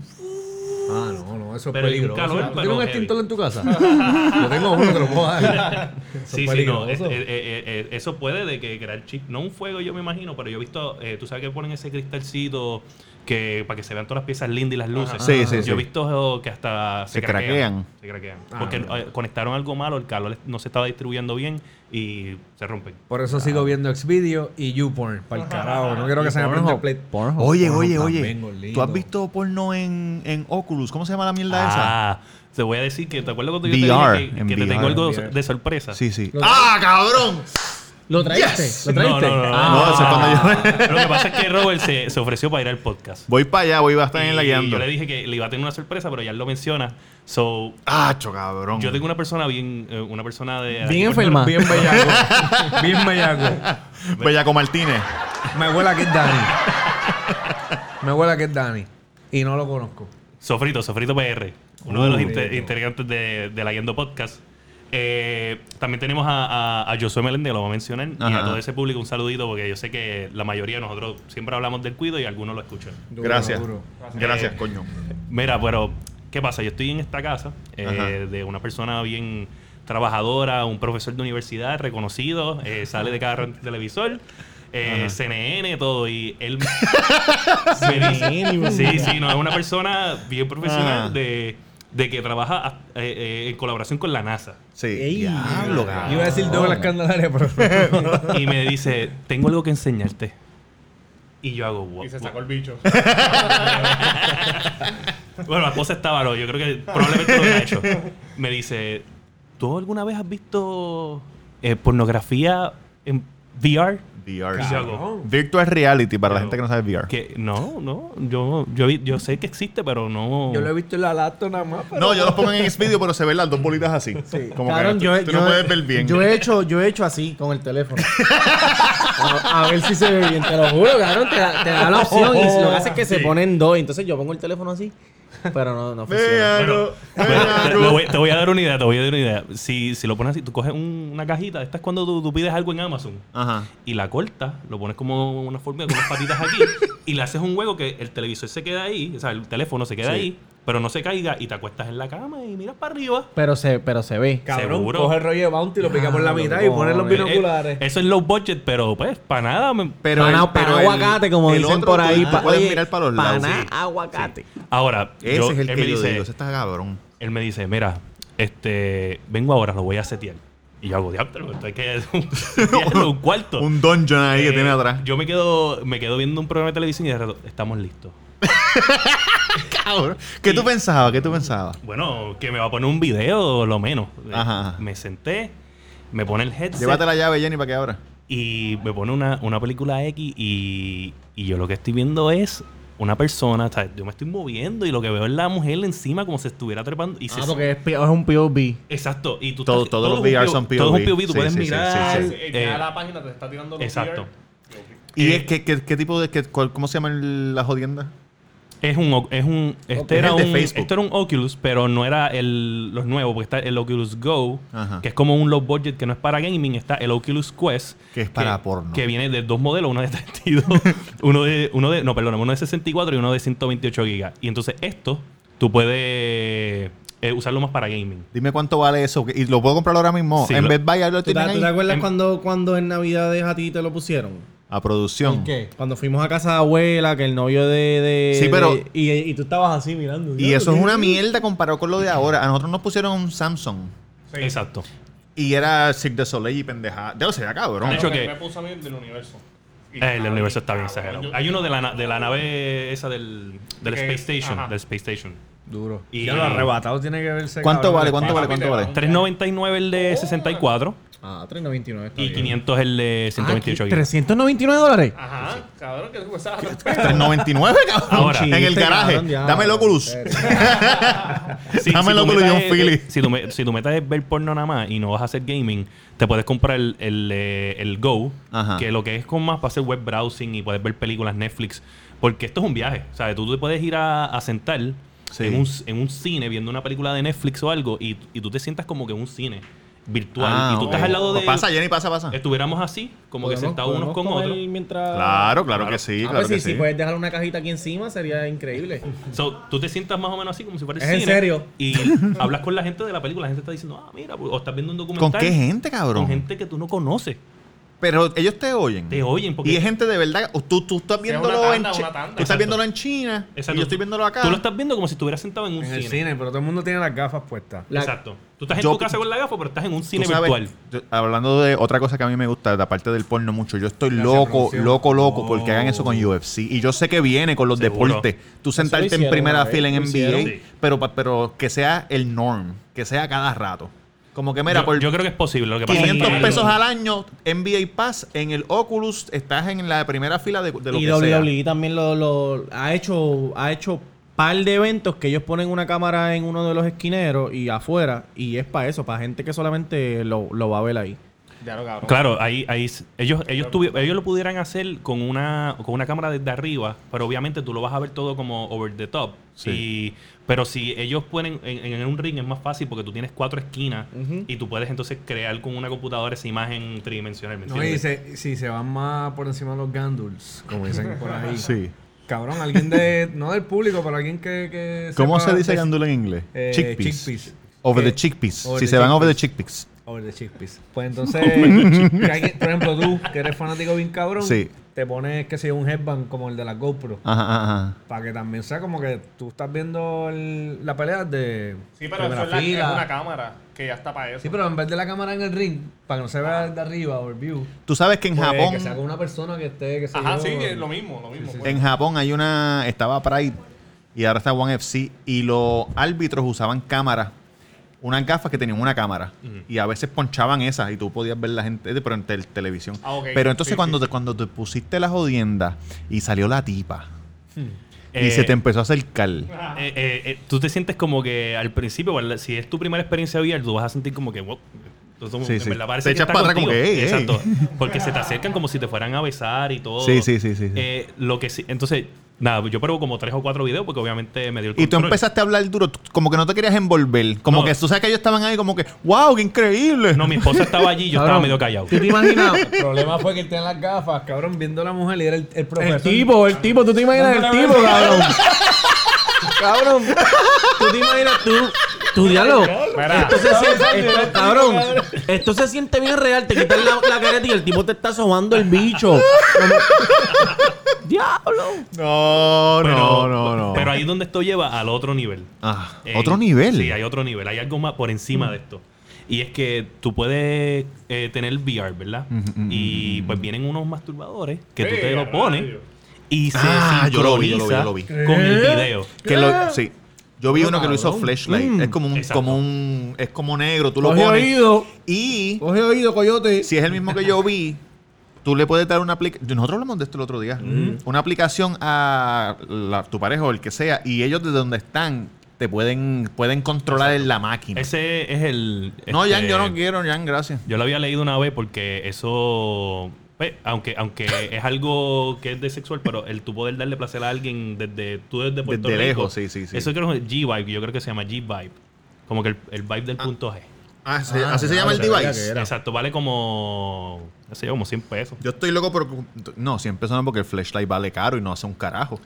Speaker 2: Ah, no, no, eso es
Speaker 3: Pero hay un
Speaker 2: peligroso.
Speaker 3: calor,
Speaker 2: ¿Tú
Speaker 3: pero
Speaker 2: tienes un
Speaker 3: heavy.
Speaker 2: extintor en tu casa? Yo tengo uno, te lo puedo dar. Eso
Speaker 3: Sí,
Speaker 2: es
Speaker 3: sí, no. es-
Speaker 2: peligroso.
Speaker 3: eh, eh, eh, eso puede de que crear chi- No un fuego, yo me imagino, pero yo he visto. eh, Tú sabes que ponen ese cristalcito que para que se vean todas las piezas lindas y las luces.
Speaker 1: Sí, sí,
Speaker 3: yo
Speaker 1: sí.
Speaker 3: he visto que hasta se,
Speaker 1: Se craquean.
Speaker 3: Se craquean.
Speaker 2: Ah,
Speaker 3: porque
Speaker 2: mira.
Speaker 3: eh, conectaron algo malo, el calor no se estaba distribuyendo bien y se rompen.
Speaker 2: Por eso sigo viendo Xvideo y YouPorn. Para el carajo. No quiero que se me prenda el play.
Speaker 1: Oye, oye,
Speaker 2: Pornhub
Speaker 1: oye.
Speaker 2: también, gordito.
Speaker 1: ¿Tú has visto porno en, en Oculus? ¿Cómo se llama la mierda
Speaker 3: Ah, te voy a decir que te acuerdas cuando yo
Speaker 1: VR,
Speaker 3: te dije que,
Speaker 1: en
Speaker 3: que te
Speaker 1: VR.
Speaker 3: tengo algo de sorpresa.
Speaker 1: esa? Sí, sí.
Speaker 2: Lo-
Speaker 1: ¡Ah, cabrón!
Speaker 4: ¿Lo traíste? ¿Lo
Speaker 3: No, no,
Speaker 4: traíste?
Speaker 3: no, no,
Speaker 4: Ah,
Speaker 1: No, eso es cuando yo...
Speaker 3: Lo que pasa es que Robert se, se ofreció para ir al podcast.
Speaker 1: voy para allá, voy a estar en la
Speaker 3: Y
Speaker 1: guiando.
Speaker 3: yo le dije que le iba a tener una sorpresa, pero ya él lo menciona. So,
Speaker 1: ¡Ah, cho, cabrón!
Speaker 3: yo tengo una persona bien, eh, una persona de...
Speaker 4: Bien
Speaker 3: aquí por-
Speaker 4: enferma.
Speaker 2: Bien bellaco. Bien bellaco.
Speaker 1: Bellaco Martínez.
Speaker 2: Me huela que es Dani. Me huela que es Dani. Y no lo conozco.
Speaker 3: Sofrito, Sofrito PR, uno de los
Speaker 2: Uh,
Speaker 3: inter-
Speaker 2: rico.
Speaker 3: integrantes de, de la Yendo Podcast. Eh, también tenemos a, a, a Josué Meléndez, lo voy a mencionar, y a
Speaker 1: Ajá.
Speaker 3: todo ese público un saludito, porque yo sé que la mayoría de nosotros siempre hablamos del cuido y algunos lo escuchan.
Speaker 2: Duro,
Speaker 1: Gracias.
Speaker 2: duro.
Speaker 1: Gracias,
Speaker 3: Eh,
Speaker 1: coño.
Speaker 3: Mira, pero, ¿qué pasa? Yo estoy en esta casa eh,
Speaker 1: Ajá.
Speaker 3: de una persona bien trabajadora, un profesor de universidad reconocido, eh, sale de cada rato en televisor. eh, CNN, todo, y él me dice- Sí, sí, no, es una persona bien profesional
Speaker 1: Ah.
Speaker 3: de, de que trabaja eh, eh, en colaboración con la NASA.
Speaker 1: Sí.
Speaker 4: Ey,
Speaker 1: Diablo, cabrón.
Speaker 2: Iba a decir Douglas Candelaria, pero.
Speaker 3: Y me dice, tengo algo que enseñarte. Y yo hago, wow.
Speaker 7: Y se sacó el bicho.
Speaker 3: Bueno, la cosa estaba, no, yo creo que probablemente lo hubiera hecho. Me dice, ¿tú alguna vez has visto eh, pornografía en VR?
Speaker 1: VR.
Speaker 3: Y yo hago,
Speaker 1: Virtual reality, para la
Speaker 3: Claro.
Speaker 1: gente que no sabe VR.
Speaker 3: que no, no, yo, yo, vi- yo sé que existe, pero no...
Speaker 2: Yo lo he visto en la lato nada más. pero-
Speaker 1: No, yo los pongo en Xvideo, pero se ven las dos bolitas así. Como
Speaker 4: Cabrón,
Speaker 1: que
Speaker 4: yo,
Speaker 1: tú, tú no
Speaker 4: yo-
Speaker 1: puedes ver bien.
Speaker 4: Yo he hecho, yo he hecho así con el teléfono. a, a ver si se ve bien, te lo juro, cabrón. Te da, te da la opción y lo que hace es que se ponen dos. Entonces yo pongo el teléfono así, pero no, no funciona.
Speaker 1: Véalo,
Speaker 3: Bueno, te,
Speaker 1: véalo.
Speaker 3: le voy, te voy a dar una idea, te voy a dar una idea. Si, si lo pones así, tú coges un- una cajita, esta es cuando tú, tú pides algo en Amazon,
Speaker 1: Ajá.
Speaker 3: y la cortas, lo pones como una forma con unas patitas aquí, y le haces un hueco que el televisor se queda ahí, o sea, el teléfono se queda ahí, pero no se caiga, y te acuestas en la cama y miras para arriba.
Speaker 4: Pero se, pero se ve.
Speaker 2: Cabrón,
Speaker 3: Seguro.
Speaker 2: coge el rollo de Bounty, lo pica por la
Speaker 4: Diablo,
Speaker 2: mitad y pone los
Speaker 4: cojones.
Speaker 2: binoculares.
Speaker 3: Eh, Eso es low budget, pero pues, para nada. me-
Speaker 1: Pero
Speaker 4: Pana-
Speaker 1: el- pero
Speaker 4: pana
Speaker 1: el-
Speaker 4: aguacate, como
Speaker 1: el
Speaker 4: dicen
Speaker 1: otro
Speaker 4: por ahí.
Speaker 1: tú
Speaker 4: pa-
Speaker 1: puedes
Speaker 4: oye,
Speaker 1: mirar para los lados.
Speaker 4: pana
Speaker 1: Sí.
Speaker 4: aguacate.
Speaker 3: Ahora,
Speaker 1: Ese
Speaker 3: yo-
Speaker 1: es el
Speaker 3: él,
Speaker 1: que
Speaker 3: me
Speaker 1: yo
Speaker 3: dice,
Speaker 1: digo. Ese está cabrón.
Speaker 3: él me dice, mira, este, vengo ahora, lo voy a setear. Y yo hago, diablo, esto hay que setearlo, un cuarto.
Speaker 1: Un dungeon ahí que
Speaker 3: Eh,
Speaker 1: tiene atrás.
Speaker 3: Yo me quedo, me quedo viendo un programa de televisión y de rato, estamos listos.
Speaker 1: Cabrón. ¿Qué tú pensabas? ¿Qué tú pensabas?
Speaker 3: Bueno, que me va a poner un video, lo menos. Eh,
Speaker 1: Ajá, ajá.
Speaker 3: Me senté, me pone el headset
Speaker 1: Llévate la llave, Jenny, para que abra.
Speaker 3: y me pone una, una película X y, y yo lo que estoy viendo es una persona, o sea, yo me estoy moviendo y lo que veo es la mujer encima como si estuviera trepando y se-
Speaker 4: Ah, porque es, pi- es un POV.
Speaker 3: Exacto, y tú
Speaker 1: Todo-
Speaker 3: estás-
Speaker 1: todos los
Speaker 3: es un
Speaker 1: VR son
Speaker 3: Todo es
Speaker 1: POV.
Speaker 3: un POV, tú
Speaker 1: Sí,
Speaker 3: puedes
Speaker 1: sí, sí,
Speaker 3: mirar.
Speaker 1: sí, sí.
Speaker 3: eh,
Speaker 7: ya la página te está tirando los
Speaker 3: exacto.
Speaker 1: ¿Y
Speaker 3: Eh,
Speaker 1: es que, que- qué tipo de.? que- cuál- ¿Cómo se llama el- la jodienda?
Speaker 3: Es un, o- es un, este
Speaker 1: Es
Speaker 3: era
Speaker 1: el de
Speaker 3: un,
Speaker 1: Facebook.
Speaker 3: esto era un Oculus, pero no era el, los nuevos, porque está el Oculus Go,
Speaker 1: Ajá.
Speaker 3: que es como un low budget que no es para gaming, está el Oculus Quest,
Speaker 1: Que es para porno.
Speaker 3: que viene de dos modelos, uno de 32, uno de, uno de, no, perdón, uno de 64 y uno de 128 gigas. Y entonces esto, tú puedes eh, usarlo más para gaming.
Speaker 1: Dime cuánto vale eso. que- ¿Y lo puedo comprar ahora mismo?
Speaker 3: Sí,
Speaker 1: en
Speaker 3: lo-
Speaker 1: Best Buy, ahí lo
Speaker 4: ¿Tú te,
Speaker 1: tienen
Speaker 4: tú te
Speaker 1: ahí.
Speaker 4: acuerdas
Speaker 3: Em-
Speaker 4: cuando, cuando en Navidades a ti te lo pusieron?
Speaker 1: A producción.
Speaker 4: Cuando fuimos a casa de abuela, que el novio de. de-
Speaker 1: Sí, pero-
Speaker 4: de- y, y tú estabas así mirando.
Speaker 1: Y eso es una mierda comparado con lo de ahora. A nosotros nos pusieron un Samsung.
Speaker 3: Exacto.
Speaker 1: Y era Cirque de Soleil y pendejada. Ya lo sé, ya, cabrón.
Speaker 3: De hecho, que-
Speaker 7: me puso a mí del universo. Y
Speaker 3: Eh, el
Speaker 7: cabrón,
Speaker 3: universo está bien
Speaker 7: cabrón,
Speaker 3: exagerado.
Speaker 7: yo-
Speaker 3: Hay uno de la, na- de la nave esa del, del
Speaker 7: Que-
Speaker 3: Space Station,
Speaker 7: ajá.
Speaker 3: del Space Station.
Speaker 2: Duro.
Speaker 3: Y-
Speaker 2: ya lo arrebatado tiene que verse.
Speaker 1: ¿Cuánto
Speaker 2: cabrón,
Speaker 1: vale?
Speaker 2: de
Speaker 1: ¿Cuánto vale?
Speaker 2: pana.
Speaker 1: ¿Cuánto vale?
Speaker 3: 399 el
Speaker 1: Oh.
Speaker 3: de 64
Speaker 4: Ah, 3.99. está
Speaker 3: y
Speaker 4: bien.
Speaker 3: 500 el de
Speaker 4: Ah,
Speaker 3: 128
Speaker 4: ¿qué?
Speaker 3: gigas.
Speaker 4: ¿399 dólares?
Speaker 7: Ajá, cabrón, que tú usabas a respetar.
Speaker 1: 399, cabrón.
Speaker 3: Ahora,
Speaker 1: en el
Speaker 4: chiste,
Speaker 1: garaje.
Speaker 4: este cabrón, diablo.
Speaker 1: Dame el Oculus.
Speaker 3: Sí,
Speaker 1: Dame el
Speaker 3: tu
Speaker 1: Oculus y
Speaker 3: meta
Speaker 1: un
Speaker 3: es-
Speaker 1: Philly.
Speaker 3: Si tu, me- si tu meta es ver porno nada más y no vas a hacer gaming, te puedes comprar el, el, eh, el Go,
Speaker 1: Ajá.
Speaker 3: que lo que es con más para hacer web browsing y puedes ver películas Netflix. Porque esto es un viaje. O sea, tú te puedes ir a, a sentar
Speaker 1: Sí.
Speaker 3: en, un, en un cine viendo una película de Netflix o algo y, y tú te sientas como que en un cine. virtual.
Speaker 1: Ah,
Speaker 3: y tú estás
Speaker 1: ok.
Speaker 3: al lado de.
Speaker 1: Pasa, Jenny, pasa, pasa.
Speaker 3: Estuviéramos así, como que
Speaker 4: ¿Podemos-
Speaker 3: sentados unos
Speaker 4: podemos
Speaker 3: con
Speaker 4: comer
Speaker 3: otros.
Speaker 4: mientras-
Speaker 1: Claro, claro que sí,
Speaker 4: Ah,
Speaker 1: claro
Speaker 4: pues sí,
Speaker 1: que
Speaker 4: si
Speaker 1: sí.
Speaker 4: puedes dejar una cajita aquí encima sería increíble.
Speaker 3: So, tú te sientas más o menos así, como si fuera el
Speaker 4: ¿Es en
Speaker 3: cine,
Speaker 4: serio?
Speaker 3: Y hablas con la gente de la película. La gente está diciendo, ah, mira, o estás viendo un documental.
Speaker 1: ¿Con qué gente, cabrón?
Speaker 3: Con gente que tú no conoces.
Speaker 1: Pero ellos te oyen.
Speaker 3: Te oyen, porque-
Speaker 1: Y es gente de verdad. o Tú, tú estás
Speaker 7: una
Speaker 1: viéndolo
Speaker 7: tanda,
Speaker 1: en Chi-
Speaker 7: una tanda.
Speaker 1: Tú estás
Speaker 3: Exacto.
Speaker 1: viéndolo en China.
Speaker 3: Exacto.
Speaker 1: Y yo estoy viéndolo acá.
Speaker 3: Tú lo estás viendo como si estuvieras sentado en un
Speaker 2: En el
Speaker 3: cine.
Speaker 2: cine, pero todo el mundo tiene las gafas puestas.
Speaker 4: La-
Speaker 3: Exacto. Tú estás en
Speaker 1: Yo-
Speaker 3: tu casa con la gafa, pero estás en un
Speaker 1: Tú
Speaker 3: cine
Speaker 1: sabes,
Speaker 3: virtual.
Speaker 1: yo- hablando de otra cosa que a mí me gusta, aparte del porno mucho, yo estoy loco,
Speaker 2: producción.
Speaker 1: loco, loco, porque hagan eso con UFC. Y yo sé que viene con los
Speaker 3: Seguro.
Speaker 1: deportes. Tú sentarte en
Speaker 4: hicieron
Speaker 1: primera
Speaker 4: una vez,
Speaker 1: fila en
Speaker 4: lo
Speaker 1: NBA,
Speaker 3: hicieron. Sí.
Speaker 1: pero, pa- pero que sea el norm, que sea cada rato. Como que mira,
Speaker 3: yo,
Speaker 1: por
Speaker 3: yo creo que es posible. Lo que pasa es que
Speaker 1: 500
Speaker 3: no-
Speaker 1: pesos al año, NBA Pass, en el Oculus, estás en la primera fila de, de lo que
Speaker 4: y E.
Speaker 1: sea.
Speaker 4: WWE también lo, lo- ha hecho ha hecho par de eventos que ellos ponen una cámara en uno de los esquineros y afuera y es para eso, para gente que solamente lo, lo va a ver ahí.
Speaker 7: Ya lo cabrón.
Speaker 3: Claro, ahí, ahí s- ellos, ellos, tuvi- ellos lo pudieran hacer con una, con una cámara desde arriba, pero obviamente tú lo vas a ver todo como over the top. Y- pero si ellos ponen en, en un ring es más fácil porque tú tienes cuatro esquinas y tú puedes entonces crear con una computadora esa imagen tridimensional. ¿me
Speaker 2: No, y
Speaker 3: entiendes?
Speaker 2: se- si se van más por encima de los ganduls, como dicen por ahí.
Speaker 1: Sí.
Speaker 2: Cabrón, alguien de. No del público, pero alguien que. que
Speaker 1: ¿Cómo
Speaker 2: sepa-
Speaker 1: se dice
Speaker 2: es-
Speaker 1: gandula en inglés?
Speaker 2: Eh,
Speaker 1: chickpeas.
Speaker 2: chickpeas.
Speaker 1: Over
Speaker 2: ¿Qué?
Speaker 1: the chickpeas.
Speaker 2: Over
Speaker 1: si
Speaker 2: the
Speaker 1: se van over the
Speaker 2: chickpeas.
Speaker 1: chickpeas.
Speaker 2: Over the chickpeas. Pues entonces, que alguien- por ejemplo, tú, que eres fanático bien cabrón,
Speaker 1: Sí.
Speaker 2: te pones, que sé yo, un headband como el de la GoPro.
Speaker 1: Ajá, ajá, ajá.
Speaker 2: Para que también sea como que tú estás viendo el- la pelea de.
Speaker 7: Sí, pero
Speaker 2: primera
Speaker 7: eso es, la-
Speaker 2: fila.
Speaker 7: es una cámara que ya está para eso.
Speaker 2: Sí, pero en vez de la cámara en el ring, para que no se vea de arriba o el view,
Speaker 1: Tú sabes que en
Speaker 2: pues,
Speaker 1: Japón.
Speaker 2: que sea con una persona que esté. Que sé
Speaker 7: Ajá,
Speaker 2: yo,
Speaker 7: sí, es lo mismo, lo mismo. pues.
Speaker 1: En Japón hay una. Estaba Pride y ahora está One FC. Y los árbitros usaban cámaras. Unas gafas que tenían una cámara. Y a veces ponchaban esas y tú podías ver la gente, de- pero en tel- televisión.
Speaker 7: Ah, ok.
Speaker 1: Pero entonces
Speaker 7: Sí,
Speaker 1: cuando,
Speaker 7: sí.
Speaker 1: Te, cuando te pusiste la jodienda y salió la tipa. Y
Speaker 3: Eh,
Speaker 1: se te empezó a acercar.
Speaker 3: Eh, eh, eh, tú te sientes como que al principio, ¿verdad? si es tu primera experiencia VR, tú vas a sentir como que, wow. tú- tú-
Speaker 1: Sí,
Speaker 3: en
Speaker 1: sí.
Speaker 3: verdad parece
Speaker 1: Te
Speaker 3: que
Speaker 1: echas
Speaker 3: está
Speaker 1: para atrás como
Speaker 3: contigo.
Speaker 1: que, "Ey, ey".
Speaker 3: Exacto. Porque se te acercan como si te fueran a besar y todo.
Speaker 1: Sí, sí, sí, sí, sí.
Speaker 3: Eh, lo que sí- entonces, nada, yo pruebo como tres o cuatro videos porque obviamente me dio el
Speaker 1: Y tú
Speaker 3: control.
Speaker 1: empezaste a hablar duro, tú- como que no te querías envolver. Como
Speaker 3: No.
Speaker 1: que tú sabes que ellos estaban ahí, como que, wow, qué increíble.
Speaker 3: No, mi esposa estaba allí y yo estaba
Speaker 4: Cabrón,
Speaker 3: medio callado.
Speaker 4: ¿Tú te imaginas?
Speaker 2: El problema fue que él tenía las gafas, cabrón, viendo a la mujer y era el, el profesor.
Speaker 4: el tipo, el tipo, tú te imaginas el tipo, cabrón. cabrón, tú te imaginas tú, tu diálogo.
Speaker 7: Mira,
Speaker 4: Esto se siente, esto- cabrón, esto se siente bien real. Te quitas la, la careta y el tipo te está sobando el bicho. Como- Diablo.
Speaker 1: No,
Speaker 3: Pero-
Speaker 1: no, no, no.
Speaker 3: Pero ahí es donde esto lleva al otro nivel.
Speaker 1: Ah,
Speaker 3: Eh,
Speaker 1: otro nivel.
Speaker 3: Sí, hay otro nivel. Hay algo más por encima de esto. Y es que tú puedes eh, tener VR, ¿verdad? y pues vienen unos masturbadores que tú te lo pones y se
Speaker 1: Ah, yo lo vi, yo lo vi,
Speaker 3: sincroniza
Speaker 1: yo lo vi.
Speaker 3: con el video.
Speaker 1: Que
Speaker 4: Ah.
Speaker 1: lo, sí. Yo vi uno que lo hizo
Speaker 2: Cabrón.
Speaker 1: Flashlight. Es como un,
Speaker 3: exacto.
Speaker 1: como un, es como negro, tú lo
Speaker 4: Mm. Coge
Speaker 1: pones.
Speaker 4: oído.
Speaker 1: Y
Speaker 4: Coge oído, coyote.
Speaker 1: si es el mismo que yo vi, tú le puedes dar una aplicación. Nosotros hablamos de esto el otro día.
Speaker 4: Mm.
Speaker 1: Una aplicación a la- tu pareja o el que sea, y ellos desde donde están te pueden, pueden controlar en la máquina.
Speaker 3: Ese es el.
Speaker 1: no, Jan,
Speaker 3: este,
Speaker 1: yo no quiero, Jan, gracias.
Speaker 3: Yo lo había leído una vez porque eso. pues, aunque, aunque es algo que es de sexual, pero el tú poder darle placer a alguien desde tú desde Puerto
Speaker 1: Desde
Speaker 3: Rico,
Speaker 1: lejos, sí, sí, sí.
Speaker 3: Eso creo que es G-Vibe, yo creo que se llama G-Vibe. Como que el, el vibe del punto G.
Speaker 1: Ah, se- así se llama el device.
Speaker 3: Exacto, vale como. No sé, como 100 pesos.
Speaker 1: Yo estoy loco, pero. No, siempre son porque el flashlight vale caro y no hace un carajo.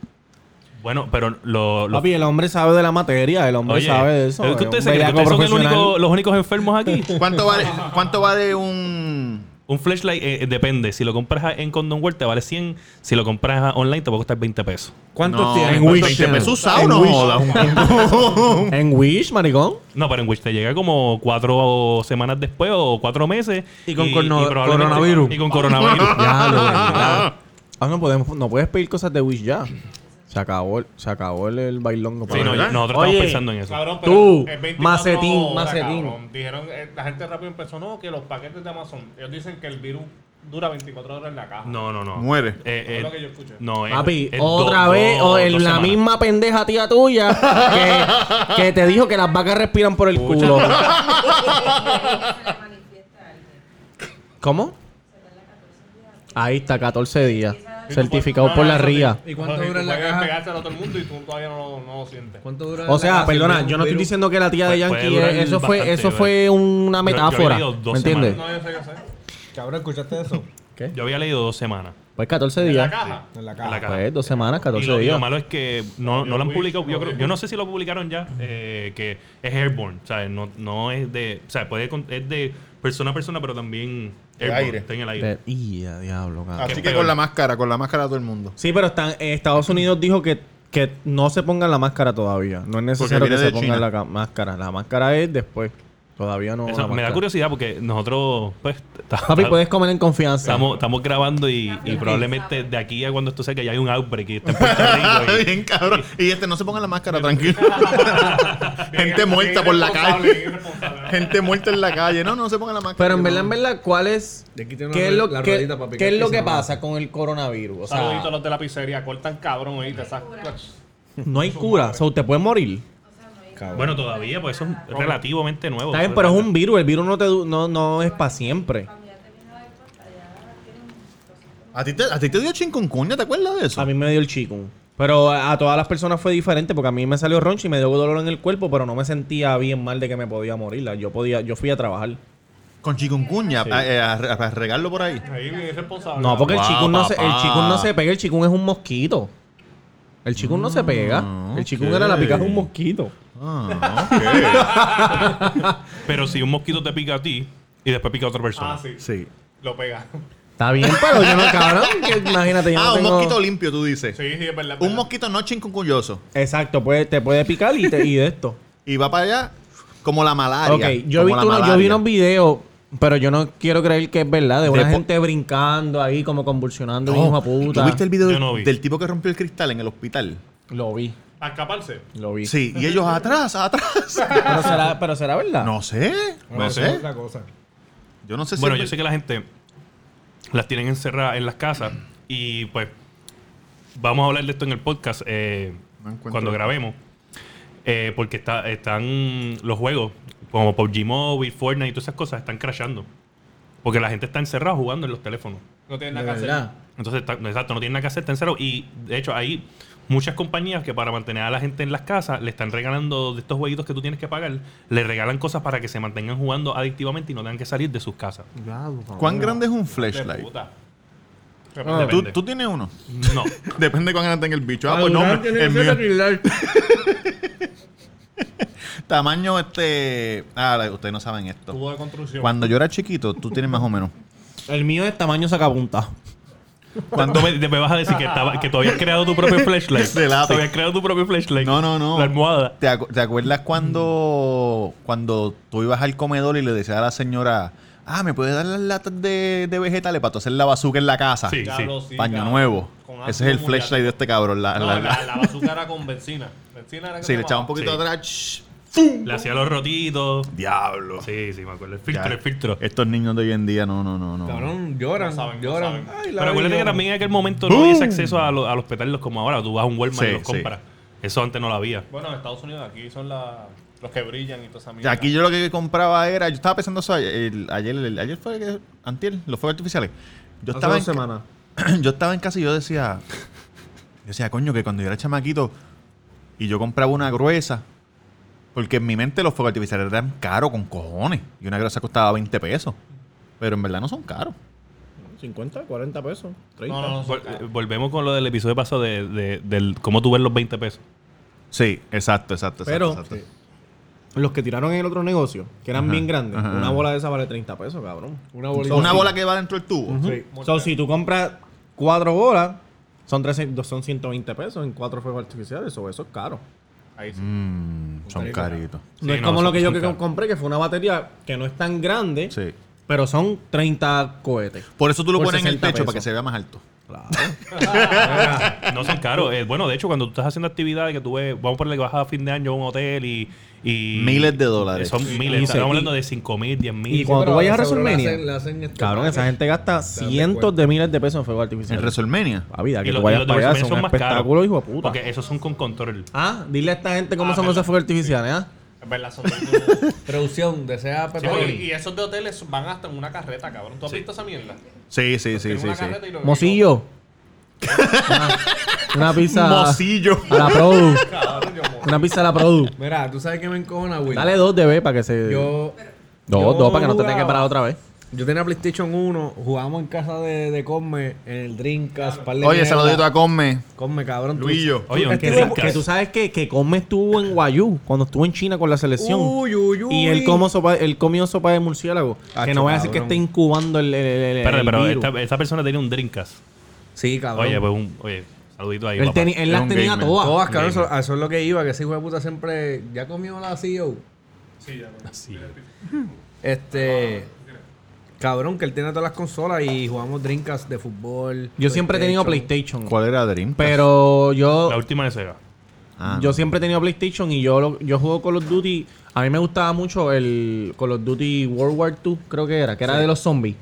Speaker 3: Bueno, pero lo. lo-
Speaker 4: Papi, el hombre sabe de la materia, el hombre
Speaker 3: Oye,
Speaker 4: sabe de eso.
Speaker 3: ¿es que
Speaker 4: es
Speaker 3: ustedes
Speaker 4: un
Speaker 3: se creen que
Speaker 4: bellaco
Speaker 3: ustedes son el
Speaker 4: profesional.
Speaker 3: único- los únicos enfermos aquí?
Speaker 1: ¿Cuánto vale, cuánto vale un.
Speaker 3: Un flashlight eh, depende. Si lo compras en Condom World te vale 100. Si lo compras online te va a costar 20 pesos.
Speaker 2: ¿Cuántos
Speaker 1: No,
Speaker 2: tienen?
Speaker 4: en Wish.
Speaker 1: 20 pesos usado,
Speaker 4: En
Speaker 1: no
Speaker 4: Wish.
Speaker 1: jodas.
Speaker 4: En Wish, maricón.
Speaker 3: No, pero en Wish te llega como cuatro semanas después o cuatro meses.
Speaker 4: Y con corno-
Speaker 3: probablemente-
Speaker 4: coronavirus.
Speaker 3: Y con coronavirus.
Speaker 4: Ya, lo- ya. Ah, no, podemos, no puedes pedir cosas de Wish ya. Se acabó, el- se acabó el, el bailongo.
Speaker 3: Sí, no,
Speaker 1: ¿Verdad?
Speaker 3: nosotros
Speaker 4: Oye,
Speaker 3: estamos pensando en eso.
Speaker 7: Cabrón,
Speaker 4: Tú,
Speaker 7: es 24
Speaker 4: macetín, macetín.
Speaker 7: cabrón. Dijeron, eh, la gente rápido empezó, no, que los paquetes de Amazon, ellos dicen que el virus dura 24 horas en la caja.
Speaker 3: No, no, no.
Speaker 1: Muere.
Speaker 3: Eh, eh,
Speaker 7: Es lo que yo escuché.
Speaker 3: No, es-
Speaker 4: Papi,
Speaker 3: es
Speaker 4: otra
Speaker 3: do-
Speaker 4: vez,
Speaker 3: do-
Speaker 4: o
Speaker 3: dos
Speaker 4: en la
Speaker 3: semanas.
Speaker 4: misma pendeja tía tuya que, que te dijo que las vacas respiran por el culo. ¿Cómo? Ahí está, 14 días. Certificado por la RIA.
Speaker 2: ¿Y cuánto dura en la caja?
Speaker 7: pegárselo a todo el mundo y tú todavía no, lo- no lo sientes.
Speaker 2: ¿Cuánto dura
Speaker 4: O sea,
Speaker 2: la-
Speaker 4: perdona,
Speaker 2: un
Speaker 4: yo no estoy
Speaker 2: virus?
Speaker 4: diciendo que la tía de
Speaker 3: Puede-
Speaker 4: Yankee,
Speaker 3: puede durar
Speaker 4: eh, eso fue,
Speaker 3: bastante,
Speaker 4: eso
Speaker 3: ¿verdad?
Speaker 4: fue una
Speaker 3: Yo- yo
Speaker 4: metáfora.
Speaker 3: había leído dos
Speaker 4: ¿Me entiendes?
Speaker 3: semanas.
Speaker 7: No, yo sé, yo sé.
Speaker 2: Cabrón, ¿escuchaste eso?
Speaker 3: Yo había leído dos semanas.
Speaker 4: Pues 14 días.
Speaker 7: Caja.
Speaker 2: En la
Speaker 3: en
Speaker 2: caja.
Speaker 3: la caja.
Speaker 4: Pues dos semanas,
Speaker 3: Y
Speaker 4: 14
Speaker 3: lo, y lo
Speaker 4: días.
Speaker 3: malo es que no, no lo han publicado. Yo, creo- yo no sé si lo publicaron ya, eh, que es airborne. O sea, no, no es de. O sea, puede, con- es de persona a persona, pero también
Speaker 1: De
Speaker 3: airborne,
Speaker 1: aire.
Speaker 3: Está en el aire.
Speaker 4: Eh, y a diablo, cabrón.
Speaker 1: Así que
Speaker 3: Qué peor.
Speaker 1: con la máscara, con la máscara todo el mundo.
Speaker 4: Sí, pero están, eh, Estados Unidos dijo que, que no se pongan la máscara todavía. No es necesario
Speaker 1: viene
Speaker 4: que se
Speaker 1: de
Speaker 4: pongan
Speaker 1: China.
Speaker 4: la ca- máscara. La máscara es después. Todavía no.
Speaker 3: Eso me
Speaker 4: la
Speaker 3: da
Speaker 4: máscara.
Speaker 3: curiosidad porque nosotros, pues. ta-
Speaker 4: Papi,
Speaker 3: ta-
Speaker 4: puedes comer en confianza.
Speaker 3: Estamos, estamos grabando y, y probablemente de aquí a cuando esto sea que ya hay un outbreak y está en Puerto Rico. y-
Speaker 1: Bien, cabrón. Y este, no se pongan la máscara, tranquilo. Gente muerta por la calle. Gente muerta en la calle. No, no se pongan la máscara.
Speaker 4: Pero en
Speaker 1: que
Speaker 4: verdad,
Speaker 1: no-
Speaker 4: en verdad, ¿cuál es.
Speaker 2: Le quité una
Speaker 4: ¿Qué es lo,
Speaker 2: la
Speaker 4: qué-
Speaker 2: ruedita, papi,
Speaker 4: qué
Speaker 2: que
Speaker 4: es lo
Speaker 2: empieza
Speaker 4: que
Speaker 2: a
Speaker 4: pasa con el coronavirus? O sea,
Speaker 7: Saluditos a los de la pizzería. Cortan cabrón ahí. Te sacas.
Speaker 4: no hay cura. O sea, te puedes morir.
Speaker 3: bueno, todavía, pues eso es relativamente nuevo.
Speaker 4: Está bien, pero es un virus. El virus no, te, du- no, no es para siempre.
Speaker 1: ¿A ti, te, a ti te dio chikungunya, ¿te acuerdas de eso?
Speaker 4: A mí me dio el chikungunya. Pero a a todas las personas fue diferente porque a mí me salió roncha y me dio dolor en el cuerpo, pero no me sentía bien mal de que me podía morir. La- Yo podía, yo fui a trabajar.
Speaker 1: Con chikungunya, a, eh, a- a- a regarlo por ahí.
Speaker 7: Ahí bien irresponsable.
Speaker 4: No, porque el
Speaker 1: Wow,
Speaker 4: chikun no, se, el
Speaker 1: papá.
Speaker 4: chikun no se pega, el chikun es un mosquito. El chikun no se pega. El chikun
Speaker 1: ok.
Speaker 4: era la picada de un mosquito.
Speaker 1: Ah,
Speaker 3: Pero si un mosquito te pica a ti y después pica a otra persona.
Speaker 7: Ah, sí.
Speaker 1: sí.
Speaker 7: Lo pega.
Speaker 4: Está bien, pero yo no, cabrón. que imagínate, yo no
Speaker 1: Ah, un
Speaker 4: tengo-
Speaker 1: mosquito limpio, tú dices.
Speaker 7: Sí, sí, es verdad. es
Speaker 1: Un
Speaker 7: verdad.
Speaker 1: mosquito no chikungunyoso.
Speaker 4: Exacto, puede- te puede picar y, te, y de esto.
Speaker 1: Y va para allá como la malaria.
Speaker 4: Ok, yo, he
Speaker 1: como la
Speaker 4: visto uno- yo vi
Speaker 1: malaria.
Speaker 4: unos videos, pero yo no quiero creer que es verdad, de una
Speaker 1: Depo-
Speaker 4: gente brincando ahí, como convulsionando,
Speaker 1: No,
Speaker 4: hijo de puta.
Speaker 1: ¿Tú viste el video
Speaker 3: Yo
Speaker 1: del-
Speaker 3: no vi.
Speaker 1: del tipo que rompió el cristal en el hospital?
Speaker 4: Lo vi,
Speaker 7: A escaparse.
Speaker 4: lo vi.
Speaker 1: Sí, y ellos atrás, atrás.
Speaker 4: Pero será, pero será verdad.
Speaker 1: No sé,
Speaker 2: Bueno,
Speaker 1: no
Speaker 2: eso es
Speaker 1: sé.
Speaker 2: otra cosa.
Speaker 1: Yo no sé si.
Speaker 3: Bueno,
Speaker 1: es
Speaker 3: yo
Speaker 1: ver-
Speaker 3: sé que la gente las tienen encerradas en las casas y pues vamos a hablar de esto en el podcast eh,
Speaker 1: No encuentro.
Speaker 3: cuando grabemos. eh, porque está, están los juegos como PUBG Mobile, Fortnite y todas esas cosas están crashando. Porque la gente está encerrada jugando en los teléfonos.
Speaker 7: No tiene
Speaker 2: De
Speaker 7: nada que hacer.
Speaker 2: verdad.
Speaker 3: Entonces, está- exacto, no tienen nada que hacer, está encerrado. Y de hecho, hay muchas compañías que para mantener a la gente en las casas le están regalando de estos jueguitos que tú tienes que pagar, le regalan cosas para que se mantengan jugando adictivamente y no tengan que salir de sus casas.
Speaker 1: ¿Cuán grande es un
Speaker 7: De
Speaker 1: flashlight?
Speaker 7: puta.
Speaker 1: ¿Tú,
Speaker 3: Depende.
Speaker 1: tú tienes uno.
Speaker 3: Ah, No.
Speaker 1: Depende cuán grande tenga el bicho. Ah, pues no,
Speaker 2: Alguna tiene
Speaker 1: el
Speaker 2: que
Speaker 1: mío.
Speaker 2: ser similar.
Speaker 1: Tamaño este. Ah, la- ustedes no saben esto.
Speaker 7: Tubo de construcción.
Speaker 1: Cuando yo era chiquito, tú tienes más o menos.
Speaker 4: El mío es tamaño sacapunta.
Speaker 3: ¿Cuándo me, me vas a decir que, estaba, que tú habías creado tu propio flashlight?
Speaker 1: De lápiz.
Speaker 3: Tú habías creado tu propio flashlight.
Speaker 1: No, no, no.
Speaker 3: La almohada.
Speaker 1: ¿Te, acu- te acuerdas cuando, cuando tú ibas al comedor y le decías a la señora, ah, ¿me puedes dar las latas de, de vegetales para tú hacer la bazooka en la casa?
Speaker 3: Sí, sí.
Speaker 7: Diablo, sí,
Speaker 1: Paño
Speaker 7: cabrón.
Speaker 1: nuevo.
Speaker 7: Con
Speaker 1: Ese es el
Speaker 7: ácido
Speaker 1: flashlight de este cabrón. La,
Speaker 7: No,
Speaker 1: la-
Speaker 7: la, la bazooka era con benzina. Benzina era que
Speaker 1: sí, le
Speaker 7: tomaba.
Speaker 1: echaba un poquito
Speaker 3: Sí.
Speaker 1: atrás. ¡ch!
Speaker 3: Le hacía los rotitos.
Speaker 1: Diablo.
Speaker 3: Sí, sí, me acuerdo. El
Speaker 1: Ya,
Speaker 3: filtro, el filtro.
Speaker 1: Estos niños de hoy en día, no, no, no, no.
Speaker 2: Cabrón, lloran,
Speaker 7: No saben, no
Speaker 2: lloran.
Speaker 7: saben.
Speaker 2: Ay, la
Speaker 3: Pero acuérdate que
Speaker 2: vida.
Speaker 3: también en aquel momento no había ese acceso a, los a los petardos como ahora. Tú vas a un Walmart y
Speaker 1: Sí,
Speaker 3: los
Speaker 1: sí.
Speaker 3: compras. Eso antes no lo había.
Speaker 7: Bueno, en Estados Unidos aquí son la- los que brillan y toda esa
Speaker 1: O
Speaker 7: mierda.
Speaker 1: sea, aquí yo lo que compraba era, yo estaba pensando eso ayer, el- ayer, el- ayer fue que- antier, los fuegos artificiales. Yo estaba, en, ca-
Speaker 4: semanas.
Speaker 1: yo estaba en casa y yo decía, yo decía, coño, que cuando yo era chamaquito y yo compraba una gruesa, porque en mi mente los fuegos artificiales eran caros con cojones y una gruesa costaba 20 pesos, pero en verdad no son caros.
Speaker 4: 50, 40 pesos, 30.
Speaker 7: No, no, no. son
Speaker 3: Vol-
Speaker 7: caros.
Speaker 3: eh, volvemos con lo del episodio pasado de, de- del cómo tú ves los 20 pesos.
Speaker 1: Sí, exacto, exacto, exacto.
Speaker 4: Pero-
Speaker 1: exacto.
Speaker 4: Los que tiraron en el otro negocio, que eran bien grandes,
Speaker 1: ajá,
Speaker 4: una
Speaker 1: ajá.
Speaker 4: bola de esa vale 30 pesos, cabrón.
Speaker 2: Una bolita.
Speaker 1: Una bola que va dentro del tubo.
Speaker 4: Sí. So, si tú compras cuatro bolas, son, 300 son 120 pesos en cuatro fuegos artificiales, o eso es caro.
Speaker 7: Ahí sí.
Speaker 1: Mm, son caritos.
Speaker 4: No
Speaker 3: Sí,
Speaker 4: es
Speaker 3: no,
Speaker 4: como
Speaker 3: son-
Speaker 4: lo que yo
Speaker 3: son
Speaker 4: que
Speaker 3: caros.
Speaker 4: compré, que fue una batería que no es tan grande,
Speaker 1: Sí.
Speaker 4: pero son 30 cohetes.
Speaker 1: Por eso tú lo
Speaker 4: Por
Speaker 1: pones en el
Speaker 4: 60
Speaker 1: techo para que
Speaker 4: pesos.
Speaker 1: se vea más alto.
Speaker 3: No son caros. Eh, bueno, de hecho, cuando tú estás haciendo actividades que tú ves, vamos a ponerle que vas a fin de año a un hotel y. y-
Speaker 1: Miles de dólares.
Speaker 3: Son
Speaker 4: Y
Speaker 3: miles.
Speaker 4: se-
Speaker 3: Estamos hablando
Speaker 4: y-
Speaker 3: de 5 mil, 10 mil.
Speaker 4: Y cuando tú
Speaker 2: pero
Speaker 4: vayas a
Speaker 2: seguro la
Speaker 4: WrestleMania,
Speaker 2: hacen- la hacen este
Speaker 4: cabrón, esa
Speaker 2: paquete.
Speaker 4: gente gasta cientos
Speaker 2: cuenta.
Speaker 4: de miles de pesos en fuegos
Speaker 1: En
Speaker 4: artificiales.
Speaker 1: WrestleMania.
Speaker 4: La vida, que
Speaker 3: y
Speaker 4: tú
Speaker 3: los, y
Speaker 4: vayas
Speaker 3: los de
Speaker 4: para allá
Speaker 3: WrestleMania
Speaker 4: son un
Speaker 3: son más caros.
Speaker 4: espectáculo, hijo de puta.
Speaker 3: Porque esos son con control.
Speaker 4: Ah, dile a esta gente cómo
Speaker 7: Ah,
Speaker 4: son
Speaker 7: verdad.
Speaker 4: esos fuegos artificiales, ¿ah?
Speaker 7: Es verdad, son todos-
Speaker 2: Producción, desea
Speaker 7: Sí,
Speaker 2: pepperoni.
Speaker 7: porque- y esos de hoteles van hasta en una carreta, cabrón. ¿Tú has visto esa mierda?
Speaker 1: Sí, sí, sí,
Speaker 7: Tienen
Speaker 1: sí,
Speaker 7: una
Speaker 1: sí.
Speaker 7: carreta y lo-
Speaker 4: Mocillo, Una pizza
Speaker 1: Mocillo.
Speaker 4: a la Produ. Una pizza a la Produ.
Speaker 2: Mira, tú sabes que me encojona, Will.
Speaker 4: Dale dos de B para que se.
Speaker 2: Pues, Yo,
Speaker 4: dos,
Speaker 2: yo
Speaker 4: dos, para que no te tengas que
Speaker 2: jugaba-
Speaker 4: parar otra vez.
Speaker 2: yo tenía PlayStation 1, jugábamos en casa de, de Cosme, en el Dreamcast. par de
Speaker 1: Oye,
Speaker 2: mierda.
Speaker 1: saludito a Cosme.
Speaker 2: Cosme, cabrón. tú-
Speaker 1: Luillo.
Speaker 3: Oye, un
Speaker 4: Que,
Speaker 3: Dreamcast.
Speaker 4: que tú sabes que, que Cosme estuvo en Guayú cuando estuvo en China con la selección.
Speaker 2: Uy, uy, uy.
Speaker 4: Y él, como sopa, él comió sopa de murciélago. que
Speaker 2: Acho,
Speaker 4: no voy a decir que
Speaker 2: cabrón.
Speaker 4: esté incubando el. el, el- el-
Speaker 3: Espérate,
Speaker 4: el
Speaker 3: pero
Speaker 4: virus.
Speaker 3: esta, esta persona tenía un Dreamcast.
Speaker 2: Sí, cabrón.
Speaker 3: Oye, pues un. Oye, saludito ahí.
Speaker 4: él,
Speaker 3: papá.
Speaker 4: teni- él
Speaker 1: Era
Speaker 4: las
Speaker 1: un
Speaker 4: tenía
Speaker 1: gamer.
Speaker 4: todas.
Speaker 2: Todas, cabrón. Eso, a Ah, eso es lo que iba, que ese hijo de puta siempre. ¿Ya comió la E CEO?
Speaker 3: Sí.
Speaker 2: Este. Cabrón, que él tiene todas las consolas y jugamos Dreamcast de fútbol.
Speaker 4: Yo siempre he tenido PlayStation.
Speaker 1: ¿Cuál era Dream?
Speaker 4: Pero yo.
Speaker 3: La última de Sega.
Speaker 1: Ah,
Speaker 4: Yo siempre he tenido PlayStation y yo lo- yo juego Call of Duty. A mí me gustaba mucho el Call of Duty World War II, creo que era, que era de los zombies.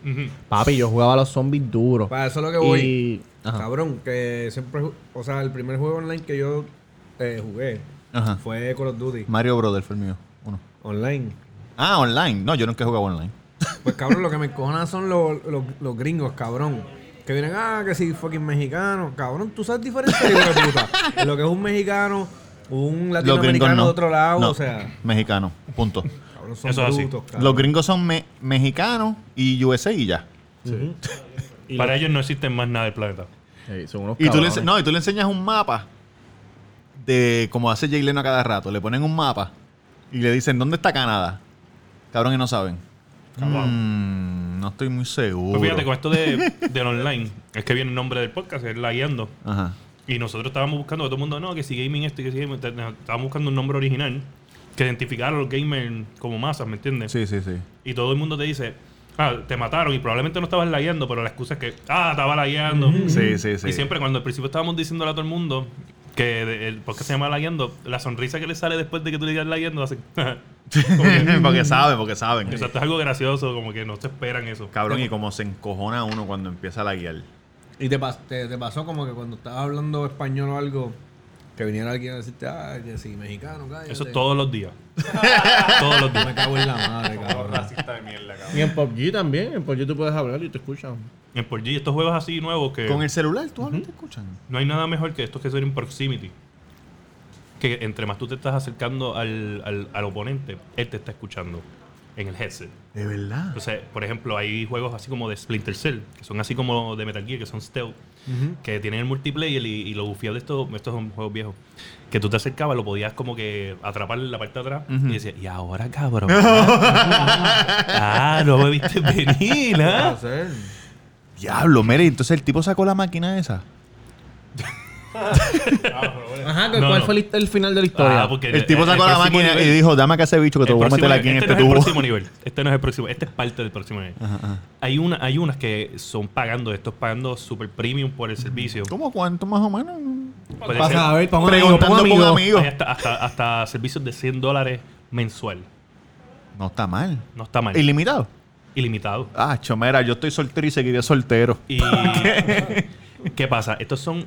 Speaker 4: Papi, yo jugaba a los zombies duros.
Speaker 2: Para eso es lo que voy.
Speaker 4: Y- ajá.
Speaker 2: Cabrón, que siempre. ju- O sea, el primer juego online que yo eh, jugué
Speaker 1: Ajá.
Speaker 2: fue Call of Duty
Speaker 1: Mario Brother fue el mío. Uno.
Speaker 2: online.
Speaker 1: Ah, online. No, yo nunca he jugado online.
Speaker 2: Pues cabrón, lo que me encojona son los, los, los gringos, cabrón. Que vienen, ah, que si fucking mexicano. Cabrón, tú sabes diferencia, hijo de puta. En Lo que es un mexicano, un
Speaker 1: Los gringos
Speaker 2: latinoamericano
Speaker 1: no.
Speaker 2: de otro lado,
Speaker 1: No.
Speaker 2: o sea.
Speaker 1: Mexicano. Punto.
Speaker 2: Cabrón, son
Speaker 3: Eso es así.
Speaker 2: brutos, cabrón.
Speaker 1: Los gringos son me- mexicanos y USA y ya.
Speaker 3: Para ellos no existe más nada del planeta.
Speaker 4: Sí, son unos
Speaker 1: Y tú, le, ense-
Speaker 4: cabrones.
Speaker 1: no, y tú le enseñas un mapa de como hace Jay Leno a cada rato. Le ponen un mapa y le dicen, ¿dónde está Canadá? Cabrón, y no saben. Mm, no estoy muy seguro.
Speaker 3: Pues fíjate, con esto de, del online, es que viene el nombre del podcast, es La Guiando.
Speaker 1: Ajá.
Speaker 3: Y nosotros estábamos buscando, todo el mundo, no, que si gaming esto y que si gaming. te- te- Estábamos buscando un nombre original que identificara a los gamers como masas, ¿me entiendes?
Speaker 1: Sí, sí, sí.
Speaker 3: Y todo el mundo te dice, ah, te mataron y probablemente no estabas lagueando, pero la excusa es que, ah, estaba lagueando.
Speaker 1: Sí, sí, sí.
Speaker 3: Y siempre cuando al principio estábamos diciéndole a todo el mundo que de- el podcast se llama lagueando, la sonrisa que le sale después de que tú le digas lagueando, hace. como que-
Speaker 1: porque saben, porque saben.
Speaker 3: o sea, esto es algo gracioso, como que no se esperan eso.
Speaker 1: Cabrón, y como se encojona uno cuando empieza la guiar.
Speaker 2: Y te, pas- te, te pasó como que cuando estabas hablando español o algo, que viniera alguien a decirte, ah, que sí, mexicano, cállate.
Speaker 3: Eso es todos los días. todos los días.
Speaker 2: Me cago en la madre, cabrón.
Speaker 7: Racista de mierda, cabrón.
Speaker 4: Y en PUBG también. En PUBG tú puedes hablar y te escuchan.
Speaker 3: En por G, estos juegos así nuevos que
Speaker 1: Con el celular, tú no te escuchan.
Speaker 3: no hay nada mejor que estos que son en proximity. Que entre más tú te estás acercando al, al, al oponente, él te está escuchando en el headset.
Speaker 1: De verdad.
Speaker 3: Entonces, por ejemplo, hay juegos así como de Splinter Cell, que son así como de Metal Gear, que son stealth, que tienen el multiplayer y, y lo bufiado de estos, estos son juegos viejos, que tú te acercabas, lo podías como que atrapar en la parte de atrás y decías, y ahora cabrón. ah, no me viste venir, ¿ah?
Speaker 1: Diablo, mire, entonces el tipo sacó la máquina esa.
Speaker 4: Ajá, ¿cuál
Speaker 3: No,
Speaker 4: cuál
Speaker 3: no.
Speaker 4: fue el, el final de la historia?
Speaker 3: Ah, porque
Speaker 1: El tipo sacó
Speaker 3: el
Speaker 1: la
Speaker 3: próximo
Speaker 1: máquina
Speaker 3: nivel-
Speaker 1: y dijo, dame acá ese bicho que te
Speaker 3: el
Speaker 1: lo voy a
Speaker 3: próximo-
Speaker 1: meter aquí en
Speaker 3: este
Speaker 1: este
Speaker 3: no es el
Speaker 1: tubo.
Speaker 3: próximo nivel. Este no es el próximo. Este es parte del próximo nivel. Hay, una, hay unas que son pagando. Estos pagando super premium por el servicio.
Speaker 1: ¿Cómo cuánto más o menos?
Speaker 3: Puede ser-
Speaker 4: Pasa a ver, pon un amigo,
Speaker 1: Preguntando
Speaker 4: pon un
Speaker 1: con
Speaker 4: amigo.
Speaker 1: amigos.
Speaker 3: hay hasta, hasta, hasta servicios de 100 dólares mensual.
Speaker 1: No está mal.
Speaker 3: No está mal.
Speaker 1: Ilimitado.
Speaker 3: Ilimitado.
Speaker 1: Ah, chomera, yo estoy soltero y seguiré soltero.
Speaker 3: Y, ¿Qué pasa? Estos son...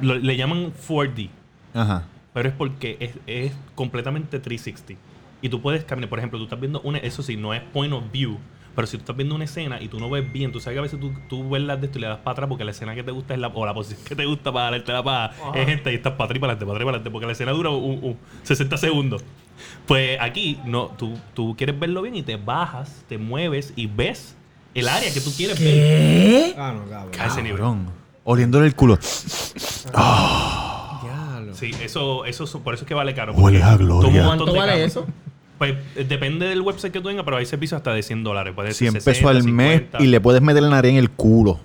Speaker 3: lo- le llaman 4D.
Speaker 1: Ajá.
Speaker 3: Pero es porque es, es completamente 360. Y tú puedes caminar, por ejemplo, tú estás viendo una, eso sí, no es point of view, pero si tú estás viendo una escena y tú no ves bien, tú sabes que a veces tú, tú ves las de esto y le das para atrás porque la escena que te gusta es la, o la posición que te gusta para darte la para es esta y estás para atrás y para adelante, para atrás y para adelante, porque la escena dura un- un 60 segundos. Pues aquí, no, tú, tú quieres verlo bien y te bajas, te mueves y ves el área que tú quieres ver
Speaker 2: Ah, no, cabrón.
Speaker 3: a ese nivel.
Speaker 1: Cabrón. Oliéndole el culo.
Speaker 3: Sí, eso, eso, son- por eso es que vale caro.
Speaker 1: Huele
Speaker 3: porque
Speaker 1: a gloria.
Speaker 3: toma un montón
Speaker 4: ¿Cuánto
Speaker 3: de
Speaker 4: vale
Speaker 3: cama.
Speaker 4: eso?
Speaker 3: Pues eh, depende del website que tú tengas, pero hay servicios hasta de 100 dólares. Puede ser
Speaker 1: 100 pesos
Speaker 3: 60,
Speaker 1: al mes
Speaker 3: 50.
Speaker 1: y le puedes meter la nariz en el culo.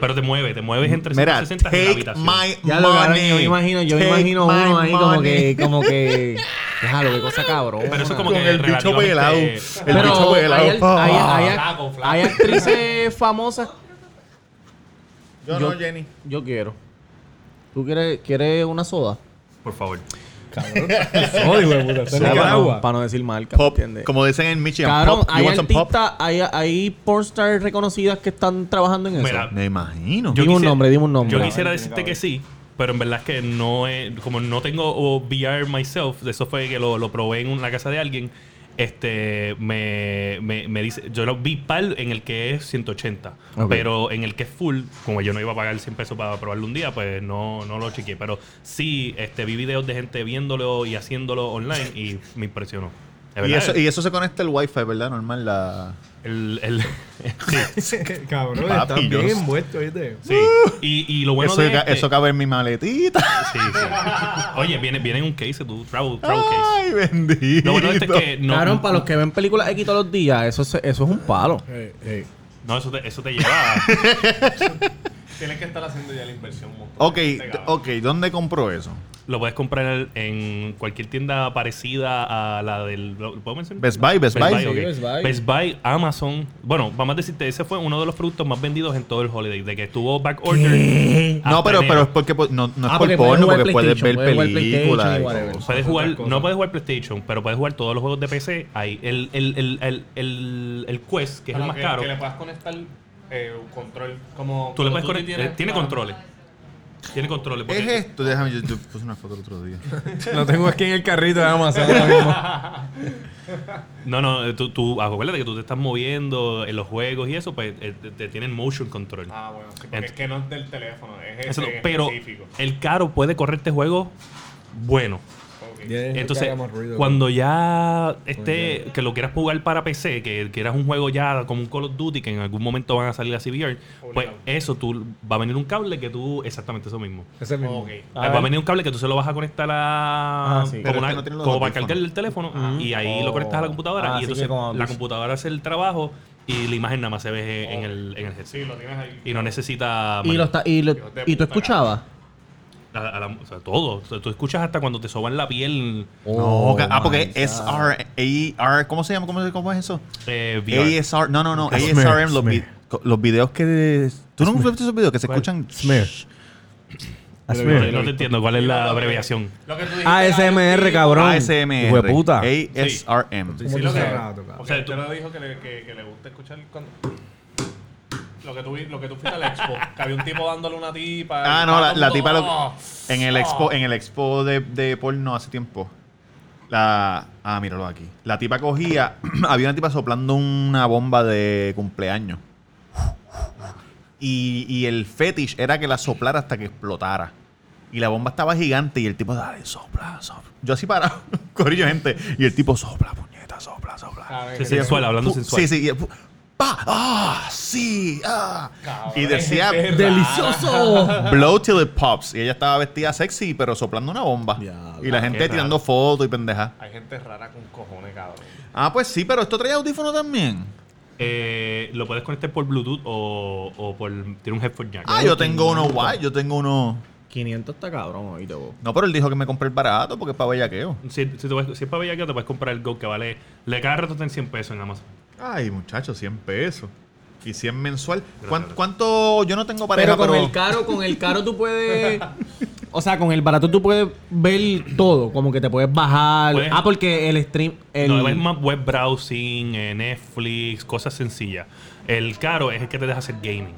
Speaker 3: Pero te mueve, te mueves entre
Speaker 1: Mira,
Speaker 3: 160 en la
Speaker 1: take
Speaker 3: habitación.
Speaker 1: my
Speaker 4: Ya lo cabrón,
Speaker 1: money.
Speaker 4: yo me imagino, yo me
Speaker 1: Take
Speaker 4: imagino
Speaker 1: my
Speaker 4: uno ahí como
Speaker 1: money.
Speaker 4: que, como que. Déjalo, qué cosa cabrón.
Speaker 3: Pero eso es como
Speaker 1: Con
Speaker 3: que
Speaker 1: el bicho
Speaker 3: relativamente-
Speaker 1: pelado. El
Speaker 4: Pero
Speaker 1: bicho
Speaker 4: hay, al-
Speaker 1: pelado. Ah.
Speaker 4: hay- hay- hay-
Speaker 3: Flaco, flaco.
Speaker 4: hay actrices famosas.
Speaker 1: Yo
Speaker 4: no,
Speaker 1: Jenny.
Speaker 4: Yo quiero. ¿Tú quieres, quieres una soda?
Speaker 3: Por favor.
Speaker 2: Soy, Oh, hijo de puta. ¿Está en
Speaker 4: Soda, para, no,
Speaker 2: Nicaragua?
Speaker 4: para no decir marca,
Speaker 1: Pop.
Speaker 4: ¿entiendes?
Speaker 1: Como dicen en Michigan.
Speaker 4: Cabrón,
Speaker 1: pop. You
Speaker 4: hay
Speaker 1: want some pop?
Speaker 4: artistas, hay, hay pornstars reconocidas que están trabajando en eso.
Speaker 3: Mira,
Speaker 1: Me imagino.
Speaker 4: Dime un
Speaker 3: quisiera-
Speaker 4: nombre, dime un nombre.
Speaker 3: Yo quisiera decirte que sí, pero en verdad es que no es. Como no tengo o, VR myself, de eso fue que lo, lo probé en una casa de alguien. este me, me, me dice, yo lo vi pal en el que es 180,
Speaker 4: Ok.
Speaker 3: pero en el que es full, como yo no iba a pagar 100 pesos para probarlo un día, pues no, no lo chequeé, pero sí este vi videos de gente viéndolo y haciéndolo online y me impresionó. De
Speaker 1: Y
Speaker 3: verdad,
Speaker 1: eso, y eso se conecta al wifi, ¿verdad? Normal la...
Speaker 3: el- el- sí,
Speaker 2: Cabrón,
Speaker 1: Papi,
Speaker 2: estás
Speaker 1: yo-
Speaker 2: bien envuelto, ¿viste?
Speaker 3: sí. Y, y lo
Speaker 1: Uh.
Speaker 3: bueno
Speaker 1: eso,
Speaker 3: de
Speaker 1: ca-
Speaker 3: este-
Speaker 1: eso cabe en mi maletita.
Speaker 3: Sí, sí. Oye, viene, viene en un case, tú, travel, travel case.
Speaker 1: Ay, bendito.
Speaker 3: Lo bueno de este es que no,
Speaker 4: Cabrón, para los que ven películas X todos los días, eso es, eso es un palo.
Speaker 2: Eh, eh.
Speaker 3: no eso, te, eso te lleva. a-
Speaker 7: Tienes que estar haciendo ya la inversión. un montón.
Speaker 1: Ok, t- ok, ¿dónde compró eso?
Speaker 3: lo puedes comprar en cualquier tienda parecida a la del. ¿lo ¿Puedo mencionar?
Speaker 1: Best Buy, Best Buy.
Speaker 3: ok.
Speaker 2: Sí, Best Buy.
Speaker 3: Best Buy, Amazon. Bueno, vamos a decirte, ese fue uno de los productos más vendidos en todo el holiday, de que estuvo back order. hasta
Speaker 1: No, pero,
Speaker 3: enero.
Speaker 1: pero es porque pues, no, no es por
Speaker 4: Ah, porque puedes
Speaker 1: porno,
Speaker 4: jugar
Speaker 1: porque puedes ver
Speaker 4: PlayStation, puedes jugar
Speaker 1: películas.
Speaker 4: PlayStation y
Speaker 1: y
Speaker 4: whatever.
Speaker 1: cosas.
Speaker 3: Puedes jugar, no puedes jugar PlayStation, pero puedes jugar todos los juegos de PC ahí. El, el, el, el, el, el Quest, que es el más caro.
Speaker 7: puedas conectar eh, un control como.
Speaker 3: Tú le
Speaker 7: como
Speaker 3: puedes conectar.
Speaker 7: tienes,
Speaker 3: eh, Tiene
Speaker 7: claro.
Speaker 3: controles. Tiene controles.
Speaker 1: ¿Es este?
Speaker 3: porque-
Speaker 1: esto? Déjame, yo, yo puse una foto el otro día.
Speaker 7: Lo tengo aquí en el carrito de Amazon. ahora mismo.
Speaker 3: No, no, eh, tú, tú acuérdate que tú te estás moviendo en los juegos y eso, pues eh, te, te tienen motion control.
Speaker 7: ah, bueno, sí, porque
Speaker 3: Ent-
Speaker 7: es que no es del teléfono, es ese
Speaker 3: Eso no,
Speaker 7: en
Speaker 3: pero
Speaker 7: específico.
Speaker 3: el caro puede correrte juegos bueno.
Speaker 7: Ok.
Speaker 3: Entonces, cuando ya esté, que lo quieras jugar para PC, que quieras un juego ya como un Call of Duty, que en algún momento van a salir a CBR, pues
Speaker 7: Obligado.
Speaker 3: eso tú va a venir un cable que tú, exactamente eso mismo.
Speaker 2: Ese mismo.
Speaker 7: Ok.
Speaker 3: Ah, va a venir un cable que tú se lo vas a conectar a.
Speaker 4: Ah, sí.
Speaker 1: Pero
Speaker 3: Como,
Speaker 1: es
Speaker 3: una-
Speaker 1: que no tiene los
Speaker 3: como para
Speaker 1: audífonos.
Speaker 3: cargar el teléfono. Y ahí lo
Speaker 4: Oh.
Speaker 3: conectas a la computadora.
Speaker 4: Ah,
Speaker 3: y
Speaker 4: así
Speaker 3: entonces
Speaker 4: que como-
Speaker 3: la computadora hace el trabajo y la imagen nada más se ve en el, en el headset.
Speaker 7: Sí, lo tienes ahí.
Speaker 3: Y no necesita.
Speaker 4: Y, lo está- y, lo-
Speaker 7: Hijos de
Speaker 4: y tú
Speaker 7: puta,
Speaker 4: escuchabas.
Speaker 3: a la- a la- o sea, todo. O sea, tú escuchas hasta cuando te soban la piel.
Speaker 4: Oh,
Speaker 3: Oh,
Speaker 1: No, ca- ah, porque
Speaker 4: my God.
Speaker 1: SR, AR, ¿cómo se llama? ¿Cómo, se- cómo es eso?
Speaker 3: Eh, VR.
Speaker 1: ASR, no, no, no,
Speaker 7: Smear,
Speaker 1: ASRM, los, vi-
Speaker 7: smear.
Speaker 1: co- los videos que... ¿Tú no viste esos videos que se escuchan?
Speaker 7: Smear.
Speaker 3: No, no te entiendo cuál es la abreviación.
Speaker 7: Lo que tú dijiste
Speaker 4: Ah, ASMR, cabrón.
Speaker 1: ASMR.
Speaker 4: Hueputa.
Speaker 1: ASRM.
Speaker 2: ¿Cómo
Speaker 7: Sí,
Speaker 2: tú
Speaker 7: lo que-
Speaker 2: sabes? rato, cabrón?
Speaker 7: O
Speaker 3: sea,
Speaker 7: sea,
Speaker 3: tú-
Speaker 7: tú lo dijo que le, que, que le gusta escuchar cuando... Lo que, tú, vi- lo que tú fuiste al expo, que había un tipo dándole una tipa. y
Speaker 1: Ah, no,
Speaker 7: estaba
Speaker 1: la,
Speaker 7: todo
Speaker 1: la
Speaker 7: el
Speaker 1: tipa
Speaker 7: mundo,
Speaker 1: lo,
Speaker 7: "Oh".
Speaker 1: en el expo, en el expo de, de porno hace tiempo. La, ah, míralo aquí. La tipa cogía, había una tipa soplando una bomba de cumpleaños. Y, y el fetish era que la soplara hasta que explotara. Y la bomba estaba gigante y el tipo, dale, sopla, sopla. Yo así parado, corillo de gente. Y el tipo, sopla, puñeta, sopla,
Speaker 7: A
Speaker 1: sopla.
Speaker 7: ver,
Speaker 3: Sí,
Speaker 7: que-
Speaker 3: sensual, hablando
Speaker 1: Pu-
Speaker 3: sensual.
Speaker 1: Sí, sí. y el pu- ¡Pa! ¡Ah! ¡Sí! ¡Ah!
Speaker 7: Cabrón,
Speaker 1: y decía,
Speaker 7: gente rara.
Speaker 4: ¡Delicioso!
Speaker 1: Blow till it pops. Y ella estaba vestida sexy, pero soplando una bomba. y la gente
Speaker 3: Qué
Speaker 1: tirando fotos y pendeja.
Speaker 7: Hay gente rara con cojones, cabrón.
Speaker 1: Ah, pues sí, pero esto trae audífono también.
Speaker 3: Eh, lo puedes conectar por Bluetooth o, o por. Tiene un headphone jack.
Speaker 1: Ah, yo tengo uno guay, yo tengo uno.
Speaker 4: 500 está cabrón ahorita, vos.
Speaker 1: No, pero él dijo que me compré el barato porque es para bellaqueo.
Speaker 3: Si, si te vas- si es para Bellaqueo, te puedes comprar el Go que vale. Le cada rato está en 100 pesos en Amazon.
Speaker 1: Ay, muchacho, 100 pesos. Y 100 mensual. ¿Cuán- ¿Cuánto? Yo no tengo pareja,
Speaker 4: Pero
Speaker 1: pero.
Speaker 4: con el caro, con el caro tú puedes. O sea, con el barato tú puedes ver todo. Como que te puedes bajar.
Speaker 3: Puedes-
Speaker 4: Ah, porque el stream. El,
Speaker 3: No, es más web browsing, eh, Netflix, cosas sencillas. El caro es el que te deja hacer gaming.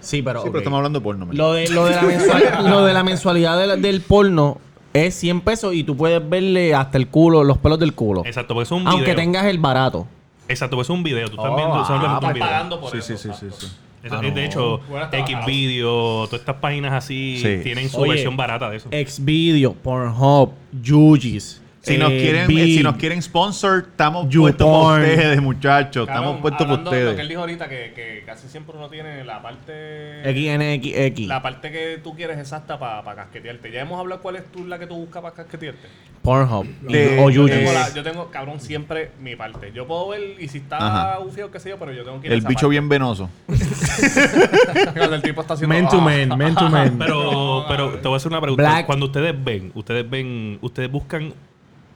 Speaker 4: Sí, pero.
Speaker 1: Sí, pero
Speaker 4: ok.
Speaker 1: estamos hablando de porno. mira.
Speaker 4: Lo de, lo de, la, mensual- lo de la mensualidad del, del porno es 100 pesos y tú puedes verle hasta el culo, los pelos del culo.
Speaker 3: Exacto, porque es un
Speaker 4: Aunque
Speaker 3: video.
Speaker 4: tengas el barato.
Speaker 3: Exacto, porque es un video. Tú estás
Speaker 4: Oh,
Speaker 3: viendo
Speaker 4: ah,
Speaker 3: solamente un
Speaker 7: Estás
Speaker 3: video.
Speaker 7: pagando por
Speaker 1: Sí, sí,
Speaker 7: eso.
Speaker 1: sí, sí,
Speaker 7: exacto.
Speaker 1: sí.
Speaker 3: Esa- De hecho,
Speaker 7: Bueno, está
Speaker 3: X
Speaker 7: bajado.
Speaker 3: Video, todas estas páginas así
Speaker 1: Sí.
Speaker 3: tienen su
Speaker 4: Oye,
Speaker 3: versión barata de eso.
Speaker 4: Xvideo, Pornhub, Yugis.
Speaker 1: Si, nos
Speaker 4: eh,
Speaker 1: quieren, eh,
Speaker 4: Bing.
Speaker 1: si nos quieren sponsor, estamos
Speaker 4: You
Speaker 1: puestos por
Speaker 4: porn.
Speaker 1: ustedes, muchachos. Estamos
Speaker 7: Cabrón,
Speaker 1: puestos por
Speaker 7: hablando de Lo que él
Speaker 1: ustedes.
Speaker 7: dijo ahorita, que, que casi siempre uno tiene la parte.
Speaker 4: XNXX.
Speaker 7: La parte que tú quieres exacta para casquetearte. Ya hemos hablado cuál es tú la que tú buscas para casquetearte.
Speaker 4: Pornhub. y-
Speaker 1: De-
Speaker 4: Eh, o
Speaker 7: Yo
Speaker 1: Yuyis.
Speaker 7: tengo, la-
Speaker 4: Yugis.
Speaker 7: yo tengo, cabrón, siempre mi parte. Yo puedo ver y si
Speaker 1: Ajá.
Speaker 7: está bufiado, qué sé yo, pero yo tengo que ir a
Speaker 1: El
Speaker 7: esa
Speaker 1: bicho
Speaker 7: parte.
Speaker 1: bien venoso.
Speaker 7: Cuando el tipo está haciendo.
Speaker 4: Men to
Speaker 7: "Ah".
Speaker 4: men, men to men.
Speaker 3: Pero, pero te voy a hacer una pregunta.
Speaker 4: Black.
Speaker 3: Cuando ustedes ven, ustedes ven, ustedes buscan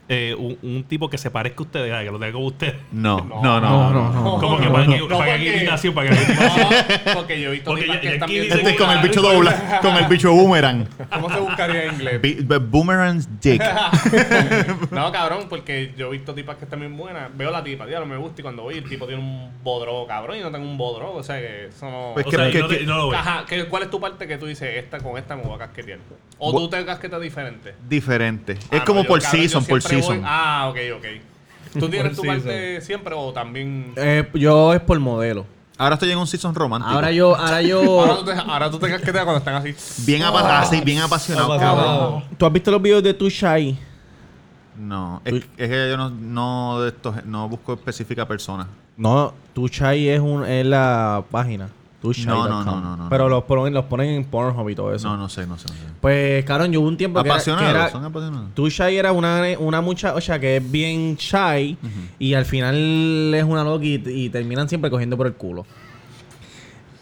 Speaker 3: eh, un, un tipo que se parezca a ustedes, ay, que lo tenga como ustedes.
Speaker 1: No, no, no. no, no,
Speaker 3: Como que
Speaker 7: no,
Speaker 3: para
Speaker 7: no.
Speaker 3: que
Speaker 7: No,
Speaker 3: para que
Speaker 7: porque-
Speaker 3: imitación, para que
Speaker 7: No, porque yo he visto
Speaker 3: Porque
Speaker 7: tipas
Speaker 3: ya-
Speaker 7: que
Speaker 3: ya
Speaker 7: están
Speaker 3: aquí
Speaker 7: bien
Speaker 3: dice
Speaker 1: Este es con el bicho
Speaker 7: seguras.
Speaker 1: dobla, con el bicho boomerang.
Speaker 7: ¿Cómo se buscaría en inglés?
Speaker 1: Bi- bi- Boomerang's dick.
Speaker 7: No, cabrón, porque yo he visto tipas que están bien buenas. Veo la tipa, tío, no me gusta. Y cuando voy, el tipo tiene un bodro, cabrón, y no tengo un bodro. O sea que eso no.
Speaker 1: Pues
Speaker 3: o
Speaker 1: que-
Speaker 3: sea,
Speaker 1: que-
Speaker 3: no, te-
Speaker 1: que-
Speaker 3: no lo ves.
Speaker 7: Ajá, ¿qué- ¿cuál es tu parte que tú dices, esta con esta me voy a casquetear? O
Speaker 1: Bu-
Speaker 7: tú te casquetas diferente.
Speaker 1: Diferente.
Speaker 7: Ah,
Speaker 1: es
Speaker 7: no,
Speaker 1: como
Speaker 7: yo,
Speaker 1: por
Speaker 7: cabrón, yo
Speaker 1: season, por
Speaker 7: siempre voy-
Speaker 1: season.
Speaker 7: Ah, ok, ok.
Speaker 3: ¿Tú tienes tu
Speaker 2: Sí,
Speaker 3: parte siempre o también...?
Speaker 4: Eh, yo es por modelo.
Speaker 1: Ahora estoy en un season romántico.
Speaker 4: Ahora yo, ahora
Speaker 3: Ahora
Speaker 4: yo.
Speaker 3: tú, te, ahora tú te casqueteas cuando están así.
Speaker 1: Bien, apa- así, bien apasionado, cabrón.
Speaker 4: ¿Tú has visto los videos de tu Shy?
Speaker 1: No, es, es que yo no, no, de estos, no busco específica persona.
Speaker 4: No, tu Shy es un, es la página. Tushai
Speaker 1: No,
Speaker 4: punto
Speaker 1: no,
Speaker 4: com.
Speaker 1: no, no, no,
Speaker 4: Pero
Speaker 1: no.
Speaker 4: los ponen, los ponen en Pornhub y todo eso.
Speaker 1: No, no sé, no sé. no sé.
Speaker 4: Pues, cabrón, yo hubo un tiempo que era- que
Speaker 1: Apasionados,
Speaker 4: era,
Speaker 1: son apasionados.
Speaker 4: Tu Shy era una, una muchacha que es bien shy y al final es una loca y, y terminan siempre cogiendo por el culo.
Speaker 1: Yo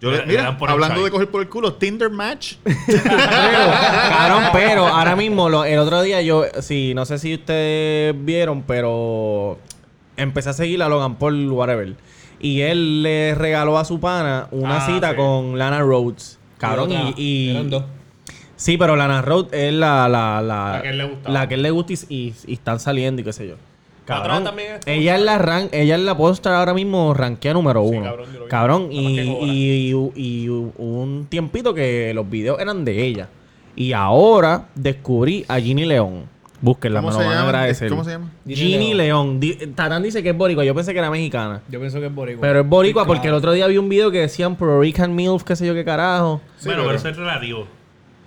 Speaker 3: Le-
Speaker 1: le-
Speaker 3: le
Speaker 1: mira,
Speaker 3: dan por el
Speaker 1: hablando
Speaker 3: side.
Speaker 1: de coger por el culo, Tinder match.
Speaker 4: Pero, cabrón, pero ahora mismo, lo- el otro día yo, sí, no sé si ustedes vieron, pero empecé a seguir a Logan Paul, whatever. Y él le regaló a su pana una
Speaker 3: Ah,
Speaker 4: cita
Speaker 3: sí.
Speaker 4: con Lana Rhodes. Cabrón,
Speaker 10: Y
Speaker 4: y,
Speaker 10: otra,
Speaker 4: y-
Speaker 10: eran dos.
Speaker 4: Sí, pero Lana Rhodes es la, la, la,
Speaker 3: La que él le gustaba.
Speaker 4: la que él le gusta y, y- y están saliendo y qué sé yo.
Speaker 3: otra
Speaker 4: Cabrón,
Speaker 3: también es-
Speaker 4: ella es la ran, ella es la postra ahora mismo ranquea número uno.
Speaker 3: cabrón, yo lo vi.
Speaker 4: Cabrón,
Speaker 3: Nada más
Speaker 4: y,
Speaker 3: que cobra.
Speaker 4: y- y- y hubo un tiempito que los videos eran de ella. Y ahora descubrí a Ginny León. Búsquenla, me
Speaker 1: ¿Cómo
Speaker 4: lo
Speaker 1: se,
Speaker 4: van a
Speaker 1: llama?
Speaker 4: agradecer.
Speaker 1: ¿Cómo se llama?
Speaker 4: Ginny León. Di- Tatán dice que es boricua. Yo pensé que era mexicana.
Speaker 2: Yo pienso que es boricua.
Speaker 4: Pero es boricua porque el otro día vi un video que decían Puerto Rican MILF, qué sé yo qué carajo.
Speaker 3: bueno,
Speaker 1: pero-
Speaker 3: pero eso es relativo.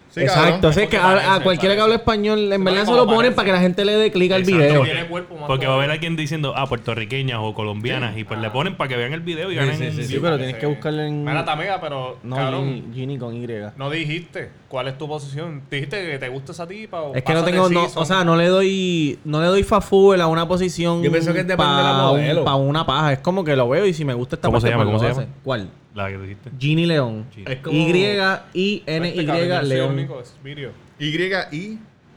Speaker 1: Sí,
Speaker 4: Exacto,
Speaker 1: cabrón.
Speaker 4: así es que a, a cualquiera que hable español, en verdad
Speaker 3: como
Speaker 4: se lo ponen
Speaker 3: parece.
Speaker 4: para que la gente le dé clic al
Speaker 3: Exacto,
Speaker 4: video.
Speaker 3: tiene cuerpo más Porque va a haber alguien diciendo, ah, puertorriqueñas o colombianas, y pues le ponen para que vean el video y ganen.
Speaker 4: Sí, pero tienes que buscarle en.
Speaker 7: Mira, tamega, pero.
Speaker 4: No,
Speaker 7: cabrón,
Speaker 4: Gini, Gini con Y.
Speaker 7: no dijiste. ¿Cuál es tu posición? ¿Dijiste que te gusta esa tipa? O
Speaker 4: Es que no
Speaker 7: pásate
Speaker 4: tengo, no,
Speaker 7: season?
Speaker 4: o sea, no le doy, no le doy fafuel a una posición.
Speaker 2: Yo pienso que depende de la modelo.
Speaker 4: Para una paja, es como que lo veo y si me gusta esta
Speaker 3: ¿Cómo se
Speaker 4: parte,
Speaker 3: llama?
Speaker 4: pues,
Speaker 3: ¿Cómo
Speaker 4: lo
Speaker 3: se
Speaker 4: hace.
Speaker 3: llama?
Speaker 4: ¿Cuál?
Speaker 3: La que dijiste.
Speaker 4: Gini León.
Speaker 3: Gini.
Speaker 7: Es como-
Speaker 4: Y I N
Speaker 7: Este
Speaker 4: Y
Speaker 7: cabrón, yo soy el
Speaker 4: León.
Speaker 7: único, es Virio.
Speaker 1: Y y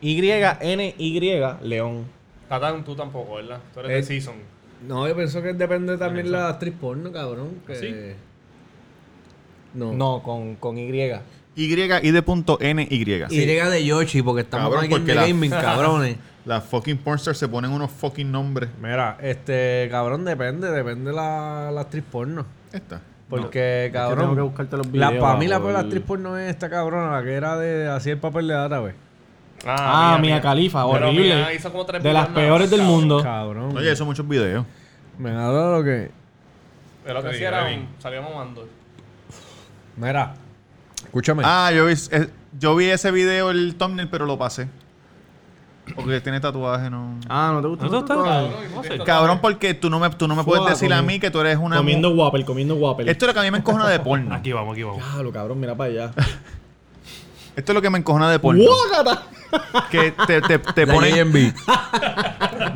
Speaker 4: Y N Y León.
Speaker 7: Tatán, tú tampoco, ¿verdad? Tú eres de season.
Speaker 2: No, yo pienso que depende también de la actriz porno, cabrón. Que...
Speaker 3: ¿Sí?
Speaker 2: No.
Speaker 4: No, con, con Y.
Speaker 1: Y y de punto N Y.
Speaker 2: Y llega de Yoshi porque estamos
Speaker 1: Cabrón,
Speaker 2: aquí en
Speaker 1: porque
Speaker 2: The
Speaker 1: la-
Speaker 2: gaming, cabrones.
Speaker 1: Las fucking pornsters se ponen unos fucking nombres.
Speaker 2: Mira, este, cabrón, depende, depende la, la actriz porno.
Speaker 1: Esta.
Speaker 2: Porque, cabrón,
Speaker 4: tengo que buscarte los
Speaker 2: la,
Speaker 4: videos
Speaker 2: para mí la
Speaker 4: para
Speaker 2: peor
Speaker 4: poder-
Speaker 2: actriz porno es esta cabrona, la que era de hacía el papel de pues. árabe.
Speaker 4: Ah, Mia Khalifa,
Speaker 7: Pero
Speaker 4: horrible.
Speaker 7: Mia hizo como tres
Speaker 4: De las
Speaker 7: videos,
Speaker 4: peores del
Speaker 7: cabrón.
Speaker 4: mundo.
Speaker 2: Cabrón.
Speaker 1: Oye, son muchos videos.
Speaker 2: Me da lo que.
Speaker 7: El otro sí era un. Salíamos mando.
Speaker 2: Mira, escúchame.
Speaker 1: Ah, yo vi, eh, yo vi ese video, el thumbnail, pero lo pasé. Porque tiene tatuaje, no.
Speaker 4: Ah, no te gusta.
Speaker 3: ¿No te gusta? No sé.
Speaker 1: Cabrón, porque tú no me, tú no me puedes
Speaker 4: Fua,
Speaker 1: decir a
Speaker 4: comi-
Speaker 1: mí que tú eres una. mu-
Speaker 4: Comiendo Whopper, comiendo Whopper.
Speaker 1: Esto es lo que a mí me encojona de porno.
Speaker 3: Aquí vamos, aquí vamos.
Speaker 4: Diablo, cabrón, mira para allá.
Speaker 1: Esto es lo que me encojona de porno.
Speaker 4: ¡Guácata!
Speaker 1: Que te, te, te ponen,
Speaker 2: JMB.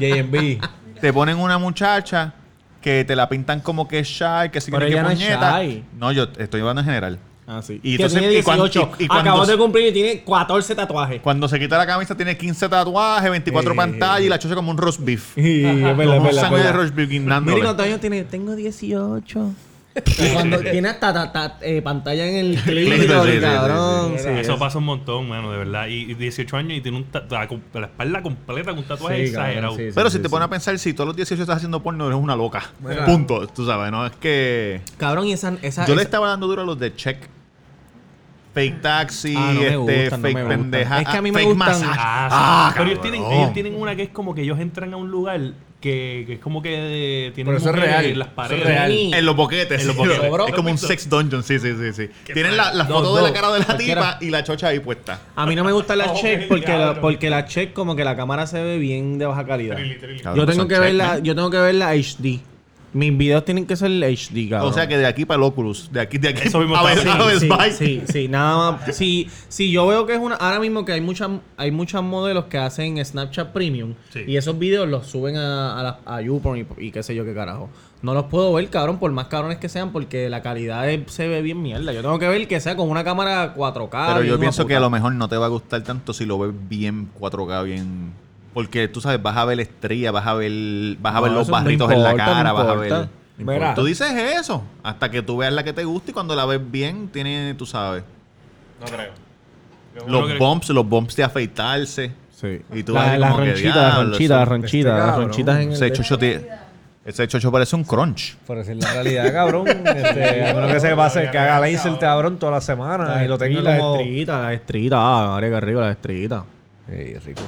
Speaker 2: JMB.
Speaker 1: te ponen una muchacha que te la pintan como que es shy, que si
Speaker 4: Pero
Speaker 1: que
Speaker 4: ella no es
Speaker 1: puñeta.
Speaker 4: shy.
Speaker 1: No, yo estoy hablando en general.
Speaker 4: Ah, sí.
Speaker 1: Y
Speaker 4: Y
Speaker 1: entonces-
Speaker 4: tiene
Speaker 1: y cuando-
Speaker 4: 18.
Speaker 1: y- y cuando-
Speaker 4: Acabó de cumplir y tiene 14 tatuajes.
Speaker 1: Cuando se quita la camisa tiene 15 tatuajes, 24
Speaker 4: Eh.
Speaker 2: Ey,
Speaker 1: pantallas
Speaker 2: ey,
Speaker 1: y la chocha como un roast beef.
Speaker 4: Y es
Speaker 1: como un sándwich de roast beef guindándole.
Speaker 4: Mira cuántos años tiene. Tengo 18. Y cuando tiene hasta ta- ta- eh, pantalla en el
Speaker 1: Sí, sí, sí,
Speaker 4: clítoris,
Speaker 1: sí,
Speaker 4: cabrón. sí,
Speaker 3: Eso
Speaker 4: es-
Speaker 3: pasa un montón, mano, de verdad. Y y 18 años y tiene un tatu- la, com- la espalda completa con un tatuaje
Speaker 2: Sí, cabrón,
Speaker 3: exagerado.
Speaker 2: sí, sí.
Speaker 1: Pero si te pones a pensar, si todos los 18 estás haciendo porno, eres una loca. Punto. Tú sabes, ¿no? Es que.
Speaker 4: Cabrón, y esa. esa
Speaker 1: Yo le
Speaker 4: esa-
Speaker 1: estaba dando duro a los de check. Fake taxi,
Speaker 4: Ah, no me
Speaker 1: este,
Speaker 4: gustan, no
Speaker 1: fake
Speaker 4: me gustan.
Speaker 1: pendeja.
Speaker 4: Es que a mí me
Speaker 1: fake
Speaker 4: gustan-
Speaker 1: massage.
Speaker 3: Ah, sí.
Speaker 1: Ah,
Speaker 3: pero ellos tienen,
Speaker 1: cabrón.
Speaker 3: ellos tienen una que es como que ellos entran a un lugar que, que es como que eh, tienen
Speaker 2: Pero eso es
Speaker 3: mujeres
Speaker 2: real.
Speaker 3: en las
Speaker 2: Eso es
Speaker 3: paredes.
Speaker 4: real.
Speaker 1: En los boquetes.
Speaker 3: En los
Speaker 1: sí.
Speaker 3: boquetes.
Speaker 1: Es como un sex dungeon, sí, sí, sí. sí. Tienen la, la
Speaker 4: Dos,
Speaker 1: foto de la
Speaker 4: dos.
Speaker 1: cara de la
Speaker 4: Cualquiera.
Speaker 1: tipa y la chocha ahí puesta.
Speaker 4: A mí no me gusta la
Speaker 7: Oh,
Speaker 4: check
Speaker 7: qué
Speaker 4: porque la,
Speaker 7: diablo.
Speaker 4: porque la check como que la cámara se ve bien de baja calidad.
Speaker 7: Trilly, trilly.
Speaker 1: Cabrón,
Speaker 4: Yo tengo
Speaker 1: son
Speaker 4: que
Speaker 1: check,
Speaker 4: ver la,
Speaker 1: man.
Speaker 4: yo tengo que ver la HD. Mis videos tienen que ser HD, cabrón.
Speaker 1: O sea que de aquí para el Oculus, de aquí, de aquí
Speaker 3: Eso mismo
Speaker 1: a ver,
Speaker 3: estaba
Speaker 1: a ver,
Speaker 4: sí,
Speaker 1: bye.
Speaker 4: sí, sí, nada más. Si yo veo que es una. Ahora mismo que hay muchas hay muchas modelos que hacen Snapchat Premium
Speaker 3: Sí.
Speaker 4: y esos videos los suben a, a, la- a YouPorn y, y qué sé yo qué carajo. No los puedo ver, cabrón, por más cabrones que sean, porque la calidad es- se ve bien mierda. Yo tengo que ver que sea con una cámara 4K.
Speaker 1: Pero
Speaker 4: Ah, bien
Speaker 1: yo pienso que a
Speaker 4: hueputa.
Speaker 1: lo mejor no te va a gustar tanto si lo ves bien 4K, bien. Porque tú sabes, vas a ver estrella, vas a ver, vas a ver
Speaker 4: No,
Speaker 1: los
Speaker 4: eso no
Speaker 1: barritos en la
Speaker 4: importa, no
Speaker 1: cara, vas a ver.
Speaker 4: importa.
Speaker 2: Mira.
Speaker 1: Tú dices eso, hasta que tú veas la que te gusta y cuando la ves bien, tiene, tú sabes,
Speaker 7: No creo. Yo
Speaker 1: los
Speaker 7: creo que-
Speaker 1: bumps, los bumps de afeitarse.
Speaker 7: Sí.
Speaker 1: Y tú
Speaker 4: La,
Speaker 1: ahí
Speaker 4: la
Speaker 1: como que,
Speaker 4: ronchita, la
Speaker 1: "Diablo,
Speaker 4: ronchita, la ronchita,
Speaker 2: este
Speaker 4: las
Speaker 2: cabrón.
Speaker 4: ronchitas en
Speaker 1: eso-
Speaker 4: el.
Speaker 1: Ese chocho tiene- ese chocho parece un crunch.
Speaker 2: Por decir la realidad, cabrón. Este, a menos que se pase que haga laser, cabrón, toda la semana y lo tenga
Speaker 4: las
Speaker 2: como...
Speaker 4: estrellitas, las estrellitas. Ah, madre que arriba, las estrellitas.
Speaker 2: Ey, rico.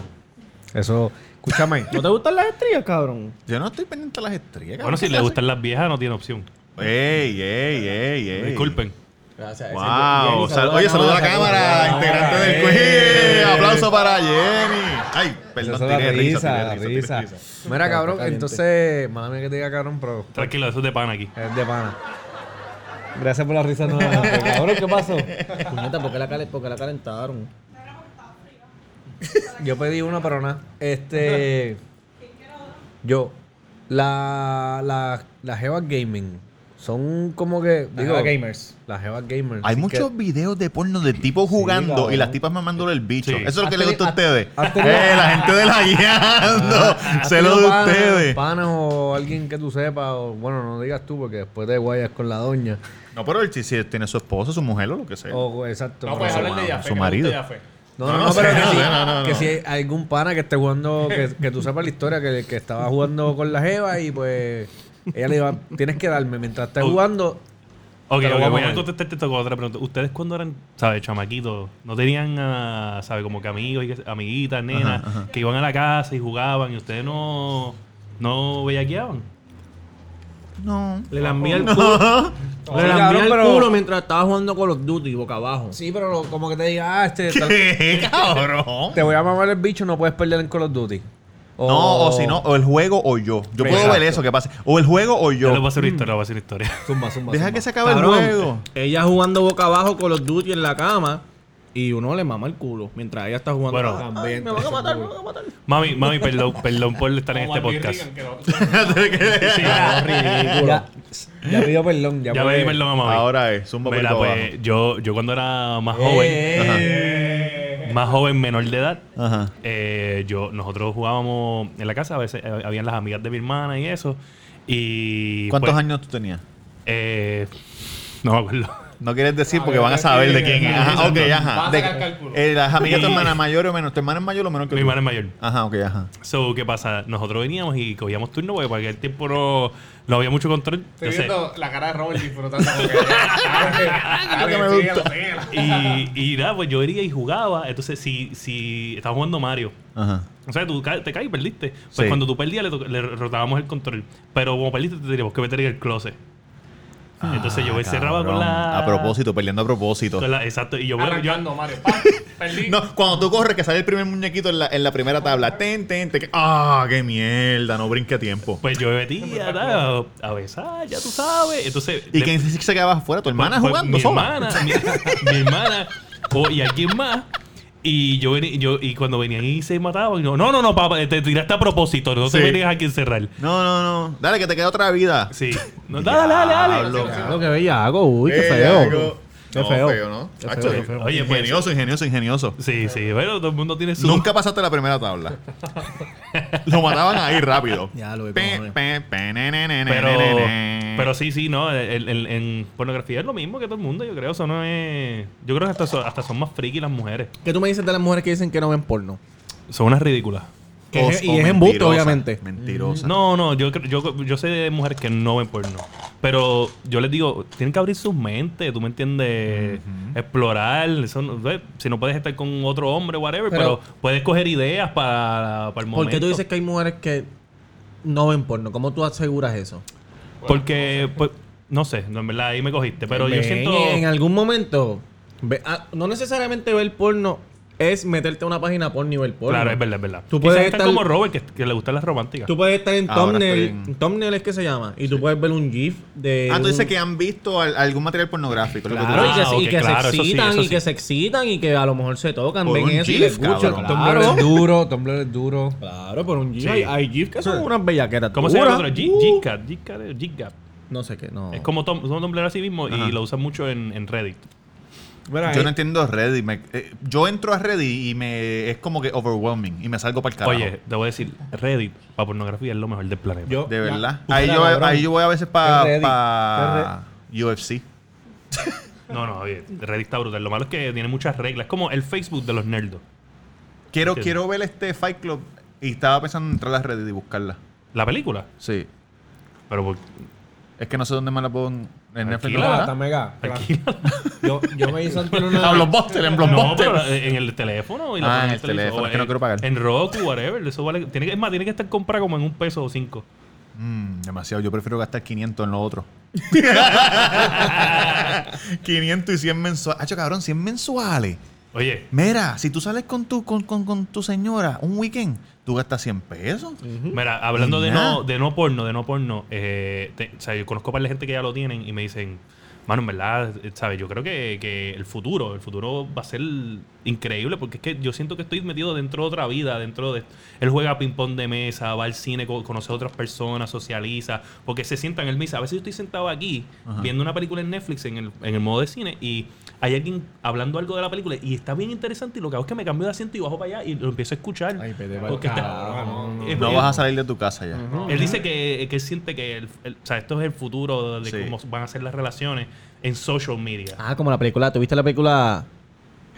Speaker 2: Eso, Escúchame.
Speaker 4: ¿No te gustan las estrías, cabrón?
Speaker 1: Yo no estoy pendiente de las estrellas.
Speaker 3: Bueno, si le gustan las viejas, no tiene opción.
Speaker 1: Ey, ey, ey, ey.
Speaker 3: Disculpen.
Speaker 4: Gracias.
Speaker 1: Wow. sal- oye, saludo a la cámara, integrante del quiz. Aplauso para Jenny. Ay, perdón,
Speaker 2: Eso da
Speaker 1: tiré risa,
Speaker 2: risa,
Speaker 1: tiré risa,
Speaker 2: risa.
Speaker 1: tiré risa.
Speaker 2: Mira, cabrón,
Speaker 4: caliente.
Speaker 2: entonces, mala mía que te diga cabrón, pero
Speaker 3: Tranquilo, eso es de pan aquí.
Speaker 2: es de pana. Gracias por la risa nueva. cabrón, ¿qué pasó?
Speaker 4: Puñeta, ¿por qué la, calen- por qué la calentaron?
Speaker 2: Yo pedí una, pero nada. Este. Yo. La, la, las Jeva Gaming son como que. Digo,
Speaker 4: Digo, gamers.
Speaker 2: Las Jeva Gamers.
Speaker 1: Hay
Speaker 2: así
Speaker 1: muchos videos de porno de tipos jugando y
Speaker 2: cabrón.
Speaker 1: las tipas mamándole el bicho.
Speaker 3: Sí.
Speaker 1: Eso es lo que
Speaker 2: Has
Speaker 1: les gusta a ustedes.
Speaker 2: has tenido-
Speaker 1: Eh, la gente de la guiando.
Speaker 2: que- ¿Has
Speaker 1: Se lo de
Speaker 2: tenido panas-
Speaker 1: ustedes.
Speaker 2: Panas o alguien que tú sepas, o bueno, no digas tú, porque después te guayas con la doña.
Speaker 1: No, pero él si- si tiene su esposo, su mujer o lo que sea.
Speaker 2: O exacto.
Speaker 1: pues, habla-
Speaker 2: no,
Speaker 7: hablen
Speaker 1: su- su
Speaker 7: Yafe, que le gusta
Speaker 1: marido.
Speaker 7: Yafe.
Speaker 2: no, no,
Speaker 1: no,
Speaker 2: pero
Speaker 1: sí,
Speaker 2: que,
Speaker 1: no,
Speaker 2: si,
Speaker 1: no, no,
Speaker 2: que
Speaker 1: no.
Speaker 2: si hay algún pana que esté jugando, que, que tú sepas la historia, que, que estaba jugando con la Jeva y pues. Ella le iba, tienes que darme mientras estés
Speaker 3: Oh.
Speaker 2: jugando.
Speaker 3: Ok,
Speaker 2: Te lo
Speaker 3: ok,
Speaker 2: voy a
Speaker 3: voy a
Speaker 2: comer.
Speaker 3: contestarte esto con otra pregunta. ¿Ustedes cuando eran, sabes, chamaquitos, no tenían, ah, sabes, como que amigos, y que- amiguitas, nenas, que iban a la casa y jugaban y ustedes no, no bellaqueaban?
Speaker 1: No.
Speaker 4: Le lambía el culo. Le
Speaker 2: Sí,
Speaker 4: lambía
Speaker 2: cabrón,
Speaker 4: el
Speaker 2: pero-
Speaker 4: culo mientras estaba jugando Call of Duty boca abajo.
Speaker 2: Sí, pero lo- como que te diga, ah, este. tal-
Speaker 1: ¿Qué, cabrón?
Speaker 2: Te voy a mamar el bicho, no puedes perder en Call of Duty. Oh.
Speaker 1: No, o si no, o el juego o yo. Yo puedo ver eso que pase. O el juego o
Speaker 3: Yo les voy a
Speaker 1: yo.
Speaker 3: hacer una historia, les voy a hacer una historia.
Speaker 2: Zumba, zumba,
Speaker 1: Deja
Speaker 2: zumba.
Speaker 1: que se acabe el
Speaker 4: Cabrón,
Speaker 1: juego.
Speaker 4: Ella jugando boca abajo Call of Duty en la cama y uno le mama el culo mientras ella está jugando.
Speaker 3: Bueno.
Speaker 4: Ay,
Speaker 2: También
Speaker 4: me van a matar, me van a matar.
Speaker 3: Mami, mami, perdón, perdón por estar en este podcast. Sí,
Speaker 2: Ya, ya pidió perdón. Ya,
Speaker 3: ya
Speaker 2: puede-
Speaker 3: me di perdón a
Speaker 2: Ah,
Speaker 3: mami.
Speaker 1: Ahora es, zumba por
Speaker 3: Mira,
Speaker 1: todo
Speaker 3: pues yo, yo cuando era más
Speaker 2: Eh.
Speaker 3: joven, más joven, menor de edad,
Speaker 1: abajo. Ajá.
Speaker 3: eh, yo, nosotros jugábamos en la casa, a veces eh, habían las amigas de mi hermana y eso. Y
Speaker 1: ¿Cuántos
Speaker 3: pues,
Speaker 1: años tú tenías?
Speaker 3: Eh, no me acuerdo.
Speaker 1: No quieres decir porque van a saber de quién es. Ajá, Ah, ok, ajá. De- eh, las amigas de tu
Speaker 3: Sí.
Speaker 1: hermana mayor o menos. ¿Tu hermana es mayor o menor que
Speaker 3: Mi
Speaker 1: tú?
Speaker 3: hermana es mayor.
Speaker 1: Ajá, ok, ajá.
Speaker 3: So, ¿qué pasa? Nosotros veníamos y cogíamos turno porque para aquel tiempo no, no había mucho control. Entonces,
Speaker 7: la cara de Robert disfrutando. como que- Dale,
Speaker 1: que me
Speaker 7: sigue,
Speaker 1: gusta.
Speaker 7: sigue.
Speaker 3: y, y nada, pues yo iría y jugaba. Entonces, si, si estaba jugando Mario,
Speaker 1: Ajá.
Speaker 3: o sea, tú ca- te caes y perdiste.
Speaker 1: Sí.
Speaker 3: Pues cuando tú perdías, le, to- le rotábamos el control. Pero como perdiste, te teníamos que meter en el closet. Entonces yo me cerraba con
Speaker 1: Ah, Cabrón.
Speaker 3: la.
Speaker 1: A propósito, peleando a propósito.
Speaker 3: con la- exacto. Y yo, yo-
Speaker 7: Arrancando, Mario. Pa, Perdí.
Speaker 1: No, cuando tú corres, que sale el primer muñequito en la, en la primera tabla. Ten, ten, te- ¡Ah, qué mierda! No brinque a tiempo.
Speaker 3: pues yo me metía, nada, a besar, ya tú sabes. Entonces.
Speaker 1: ¿Y
Speaker 3: de-
Speaker 1: quién se quedaba afuera? ¿Tu hermana
Speaker 3: Pues,
Speaker 1: jugando
Speaker 3: mi
Speaker 1: sola?
Speaker 3: Hermana, mi, mi hermana o- y alguien más. Y yo, veni- yo y cuando venían y se mataban, yo, no, no, no, papá, te tiraste a propósito, no
Speaker 1: Sí.
Speaker 3: te venías aquí a encerrar.
Speaker 1: No, no, no. Dale, que te queda otra vida.
Speaker 3: Sí. No, dale, dale, dale.
Speaker 1: Diablo, cabrón.
Speaker 2: Lo que veía hago, uy, qué
Speaker 1: Eh,
Speaker 2: feo.
Speaker 1: algo-
Speaker 2: Qué
Speaker 1: no,
Speaker 2: feo.
Speaker 1: ¿no?
Speaker 2: Qué
Speaker 1: Hacho,
Speaker 2: feo, qué feo.
Speaker 3: Oye, pues-
Speaker 1: ingenioso, ingenioso, ingenioso.
Speaker 3: Sí, sí, bueno, todo el mundo tiene su.
Speaker 1: Nunca pasaste la primera tabla. Lo mataban ahí rápido.
Speaker 4: Ya, lo que
Speaker 1: Pe,
Speaker 4: cojones.
Speaker 1: pe, pe, ne, ne, ne, ne,
Speaker 3: Pero,
Speaker 1: ne, ne.
Speaker 3: pero sí, sí, no. el- el- en pornografía es lo mismo que todo el mundo, yo creo. Eso no es. Yo creo que hasta son, hasta son más friki las mujeres.
Speaker 4: ¿Qué tú me dices de las mujeres que dicen que no ven porno?
Speaker 3: Son unas ridículas.
Speaker 4: que es-
Speaker 1: O-
Speaker 4: y
Speaker 1: o
Speaker 4: es embuste,
Speaker 1: mentirosa,
Speaker 4: obviamente.
Speaker 1: Mentirosa.
Speaker 3: No, no, yo, creo- yo, yo sé de mujeres que no ven porno. Pero yo les digo, tienen que abrir sus mentes, tú me entiendes, explorar. eso no- ve, si no puedes estar con otro hombre, whatever, pero,
Speaker 4: Pero-
Speaker 3: puedes coger ideas para, para el momento.
Speaker 4: ¿Por qué tú dices que hay mujeres que no ven porno? ¿Cómo tú aseguras eso?
Speaker 3: Porque, pues, no sé, no, en verdad ahí me cogiste, pero yo
Speaker 4: Ven,
Speaker 3: siento...
Speaker 4: En algún momento, ve- ah, no necesariamente ver porno es meterte a una página porno y ver porno.
Speaker 3: Claro, es verdad, es verdad.
Speaker 4: Tú
Speaker 3: Quizás
Speaker 4: puedes
Speaker 3: están
Speaker 4: estar-
Speaker 3: como Robert, que, que le gustan las románticas.
Speaker 4: Tú puedes estar en
Speaker 1: Ahora
Speaker 4: thumbnail,
Speaker 1: estoy en-
Speaker 4: thumbnail es que se llama, y tú puedes ver un GIF de.
Speaker 1: Ah, tú
Speaker 4: un-
Speaker 1: dices que han visto al- algún material pornográfico. lo que tú
Speaker 4: Claro, y
Speaker 1: dices.
Speaker 4: que, se- y
Speaker 3: ok,
Speaker 4: que
Speaker 3: claro,
Speaker 4: se
Speaker 3: eso sí,
Speaker 4: excitan,
Speaker 3: eso
Speaker 4: y que
Speaker 3: sí.
Speaker 4: se excitan, y que a lo mejor se tocan,
Speaker 1: Por
Speaker 4: ven
Speaker 1: un
Speaker 4: eso y
Speaker 1: GIF,
Speaker 4: les gusta.
Speaker 1: cabrón.
Speaker 2: Tumblr
Speaker 4: Claro,
Speaker 2: es duro, Tumblr es duro.
Speaker 4: Claro, por un GIF.
Speaker 3: Sí.
Speaker 4: Hay, hay GIF que son unas bellaquetas.
Speaker 3: ¿Cómo se llama
Speaker 4: duras.
Speaker 3: otro?
Speaker 4: Uh,
Speaker 3: G-Cat, G-Cat, G-Cat.
Speaker 4: No sé qué, no.
Speaker 3: Es como Tom, son Tumblr así mismo
Speaker 1: Ajá.
Speaker 3: y lo usan mucho en, en Reddit.
Speaker 2: Mira,
Speaker 1: Yo
Speaker 2: ahí-
Speaker 1: no entiendo Reddit. me- eh, yo entro a Reddit y me es como que overwhelming y me salgo para el carajo.
Speaker 3: Oye, te voy a decir, Reddit para pornografía es lo mejor del planeta.
Speaker 2: yo-
Speaker 1: de
Speaker 2: la-
Speaker 1: verdad.
Speaker 2: Puta,
Speaker 1: ahí, yo,
Speaker 2: cabrón.
Speaker 1: ahí yo voy a veces
Speaker 2: Es Reddit,
Speaker 1: para UFC.
Speaker 3: No, no, oye, Reddit está brutal. Lo malo es que tiene muchas reglas. Es como el Facebook de los nerdos.
Speaker 1: Quiero,
Speaker 3: Entiendo.
Speaker 1: quiero ver este Fight Club y estaba pensando en entrar a Reddit y buscarla.
Speaker 3: La película.
Speaker 1: Sí.
Speaker 3: Pero pues, por-
Speaker 1: Es que no sé dónde más la puedo en- En Netflix
Speaker 3: Tranquila.
Speaker 1: no
Speaker 2: Plata,
Speaker 1: está.
Speaker 2: mega. Yo, yo me hice antes una.
Speaker 1: A Blockbuster, en
Speaker 3: No,
Speaker 1: Blockbuster.
Speaker 3: pero la- en el teléfono. Y la
Speaker 1: Ah,
Speaker 3: pones
Speaker 1: en el
Speaker 3: televisor.
Speaker 1: teléfono,
Speaker 3: O
Speaker 1: es que no
Speaker 3: en-
Speaker 1: quiero pagar.
Speaker 3: En Roku, whatever. Eso vale. Tiene que, es más, tiene que estar comprada como en un peso o cinco.
Speaker 1: Mm, demasiado. Yo prefiero gastar 500 en lo otro. 500 y 100 mensuales. Hacho, cabrón, 100 mensuales.
Speaker 3: Oye,
Speaker 1: Mira, si tú sales con tu, con, con- con tu señora un weekend, tú gastas 100 pesos.
Speaker 3: mira, hablando
Speaker 1: Y
Speaker 3: de
Speaker 1: nada.
Speaker 3: no, de no porno, de no porno, eh, te- o sea, yo conozco para la gente que ya lo tienen y me dicen, mano, en verdad, eh, ¿sabes? Yo creo que, que el futuro, el futuro va a ser increíble porque es que yo siento que estoy metido dentro de otra vida, dentro de... Él juega ping-pong de mesa, va al cine, co- conoce a otras personas, socializa, porque se sientan en el mesa. A veces yo estoy sentado aquí viendo una película en Netflix en el, en el modo de cine y hay alguien hablando algo de la película y está bien interesante y lo que hago es que me cambio de asiento y bajo para allá y lo empiezo a escuchar.
Speaker 2: Ay, vete pa'l
Speaker 3: porque está-
Speaker 2: carajo, no, no,
Speaker 3: es-
Speaker 1: No
Speaker 3: es-
Speaker 1: vas a salir de tu casa ya.
Speaker 3: él dice que, que él siente que el- el- o sea, esto es el futuro de
Speaker 1: Sí.
Speaker 3: cómo van a ser las relaciones en social media.
Speaker 4: Ah, como la película. ¿Tuviste la película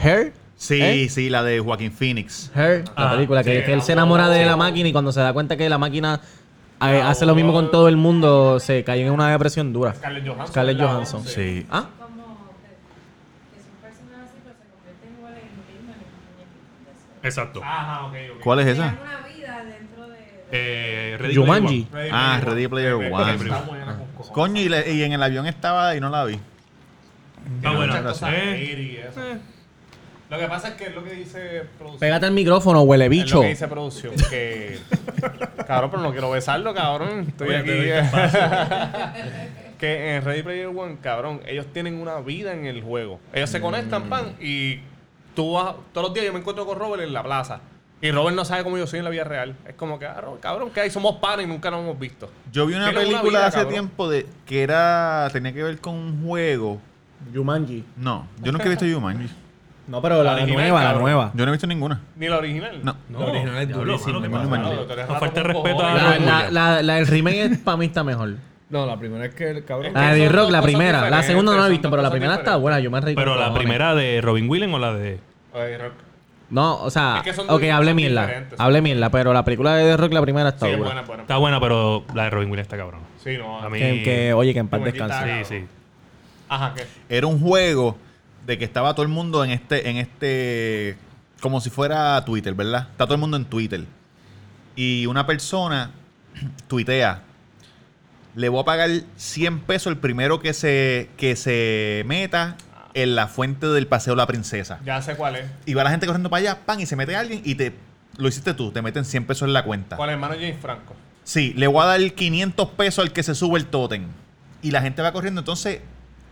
Speaker 4: Her?
Speaker 1: Sí,
Speaker 4: ¿Eh?
Speaker 1: sí, la de Joaquín Phoenix.
Speaker 4: Her, la
Speaker 3: Ah,
Speaker 4: película, que,
Speaker 3: sí.
Speaker 4: que él se enamora de la máquina y cuando se da cuenta que la máquina eh, hace lo mismo con todo el mundo, se cae en una depresión dura. Scarlett Johansson.
Speaker 1: Sí.
Speaker 4: Ah,
Speaker 3: Exacto.
Speaker 7: Ah.
Speaker 1: ¿Cuál es esa?
Speaker 3: Eh, Ready Player
Speaker 4: Jumanji.
Speaker 3: One.
Speaker 1: Ah, Ready Player
Speaker 3: Ready
Speaker 1: One.
Speaker 3: Player One.
Speaker 1: Coño, y, le- y en el avión estaba y no la vi.
Speaker 3: Ah, bueno.
Speaker 1: Muchas gracias.
Speaker 3: Eh,
Speaker 7: Lo que pasa es que es lo que dice producción.
Speaker 4: pégate al micrófono, huele
Speaker 7: Es lo
Speaker 4: bicho.
Speaker 7: que dice producción. Que... cabrón, pero no quiero besarlo, cabrón. Estoy
Speaker 3: Oye,
Speaker 7: aquí. eh.
Speaker 3: te doy espacio.
Speaker 7: que en Ready Player One, cabrón, ellos tienen una vida en el juego. Ellos se
Speaker 1: Mm.
Speaker 7: conectan, pan, y tú vas. Todos los días yo me encuentro con Robert en la plaza. Y Robert no sabe cómo yo soy en la vida real. Es como que, ah, Robert, cabrón, que hay? Somos panes y nunca nos hemos visto.
Speaker 1: Yo vi una
Speaker 7: Tiene una
Speaker 1: película
Speaker 7: vida,
Speaker 1: hace
Speaker 7: cabrón.
Speaker 1: tiempo de que era tenía que ver con un juego.
Speaker 2: Yumanji.
Speaker 1: No, yo nunca he visto Jumanji.
Speaker 4: No, pero la,
Speaker 7: La original,
Speaker 4: nueva, la
Speaker 7: cabrón.
Speaker 4: nueva.
Speaker 1: Yo no he visto ninguna.
Speaker 7: Ni la original.
Speaker 1: No.
Speaker 3: No,
Speaker 2: La original es
Speaker 3: diablo,
Speaker 2: durísima,
Speaker 3: mano, ¿qué
Speaker 1: mano,
Speaker 3: pasa?
Speaker 1: mano.
Speaker 7: No, te dejas
Speaker 3: No falta el
Speaker 7: como un
Speaker 3: respeto a
Speaker 7: cojón.
Speaker 4: La,
Speaker 3: Robert.
Speaker 4: la, la- la- el remake es- para mí está mejor.
Speaker 2: No, la primera es que el cabrón.
Speaker 4: La de
Speaker 7: son
Speaker 4: D-Rock,
Speaker 7: dos
Speaker 4: Ah, la
Speaker 7: cosas
Speaker 4: primera. La
Speaker 7: diferentes,
Speaker 4: segunda no la he
Speaker 7: son
Speaker 4: visto,
Speaker 7: dos
Speaker 4: pero la
Speaker 7: cosas
Speaker 4: primera está
Speaker 7: diferentes.
Speaker 4: buena. Yo me reí. con
Speaker 3: Pero la
Speaker 4: cojones.
Speaker 3: primera de Robin Williams o la de.
Speaker 7: Oye, Rock,
Speaker 4: No, o sea,
Speaker 7: Es que son
Speaker 4: ok,
Speaker 7: dos-
Speaker 4: hablé
Speaker 7: son
Speaker 4: mierda.
Speaker 7: diferentes.
Speaker 4: Hablé mierda, pero la película de The Rock, la primera está
Speaker 7: Sí, es
Speaker 4: buena.
Speaker 7: buena, es buena.
Speaker 3: Está buena, pero la de Robin Williams está cabrón.
Speaker 7: Sí, no.
Speaker 3: A mí.
Speaker 4: Que, que, oye, que en paz
Speaker 7: Como quita-
Speaker 4: descanse.
Speaker 3: Sí, sí.
Speaker 7: Ajá, ¿qué?
Speaker 1: Era un juego de que estaba todo el mundo en este en este como si fuera Twitter, ¿verdad? Está todo el mundo en Twitter. Y una persona tuitea le voy a pagar 100 pesos el primero que se que se meta en la fuente del paseo La Princesa.
Speaker 7: Ya sé cuál es.
Speaker 1: Y va la gente corriendo para allá, pan, y se mete alguien y te lo hiciste tú, te meten 100 pesos en la cuenta.
Speaker 7: Con el hermano James Franco.
Speaker 1: Sí, le voy a dar 500 pesos al que se sube el tótem. Y la gente va corriendo. Entonces,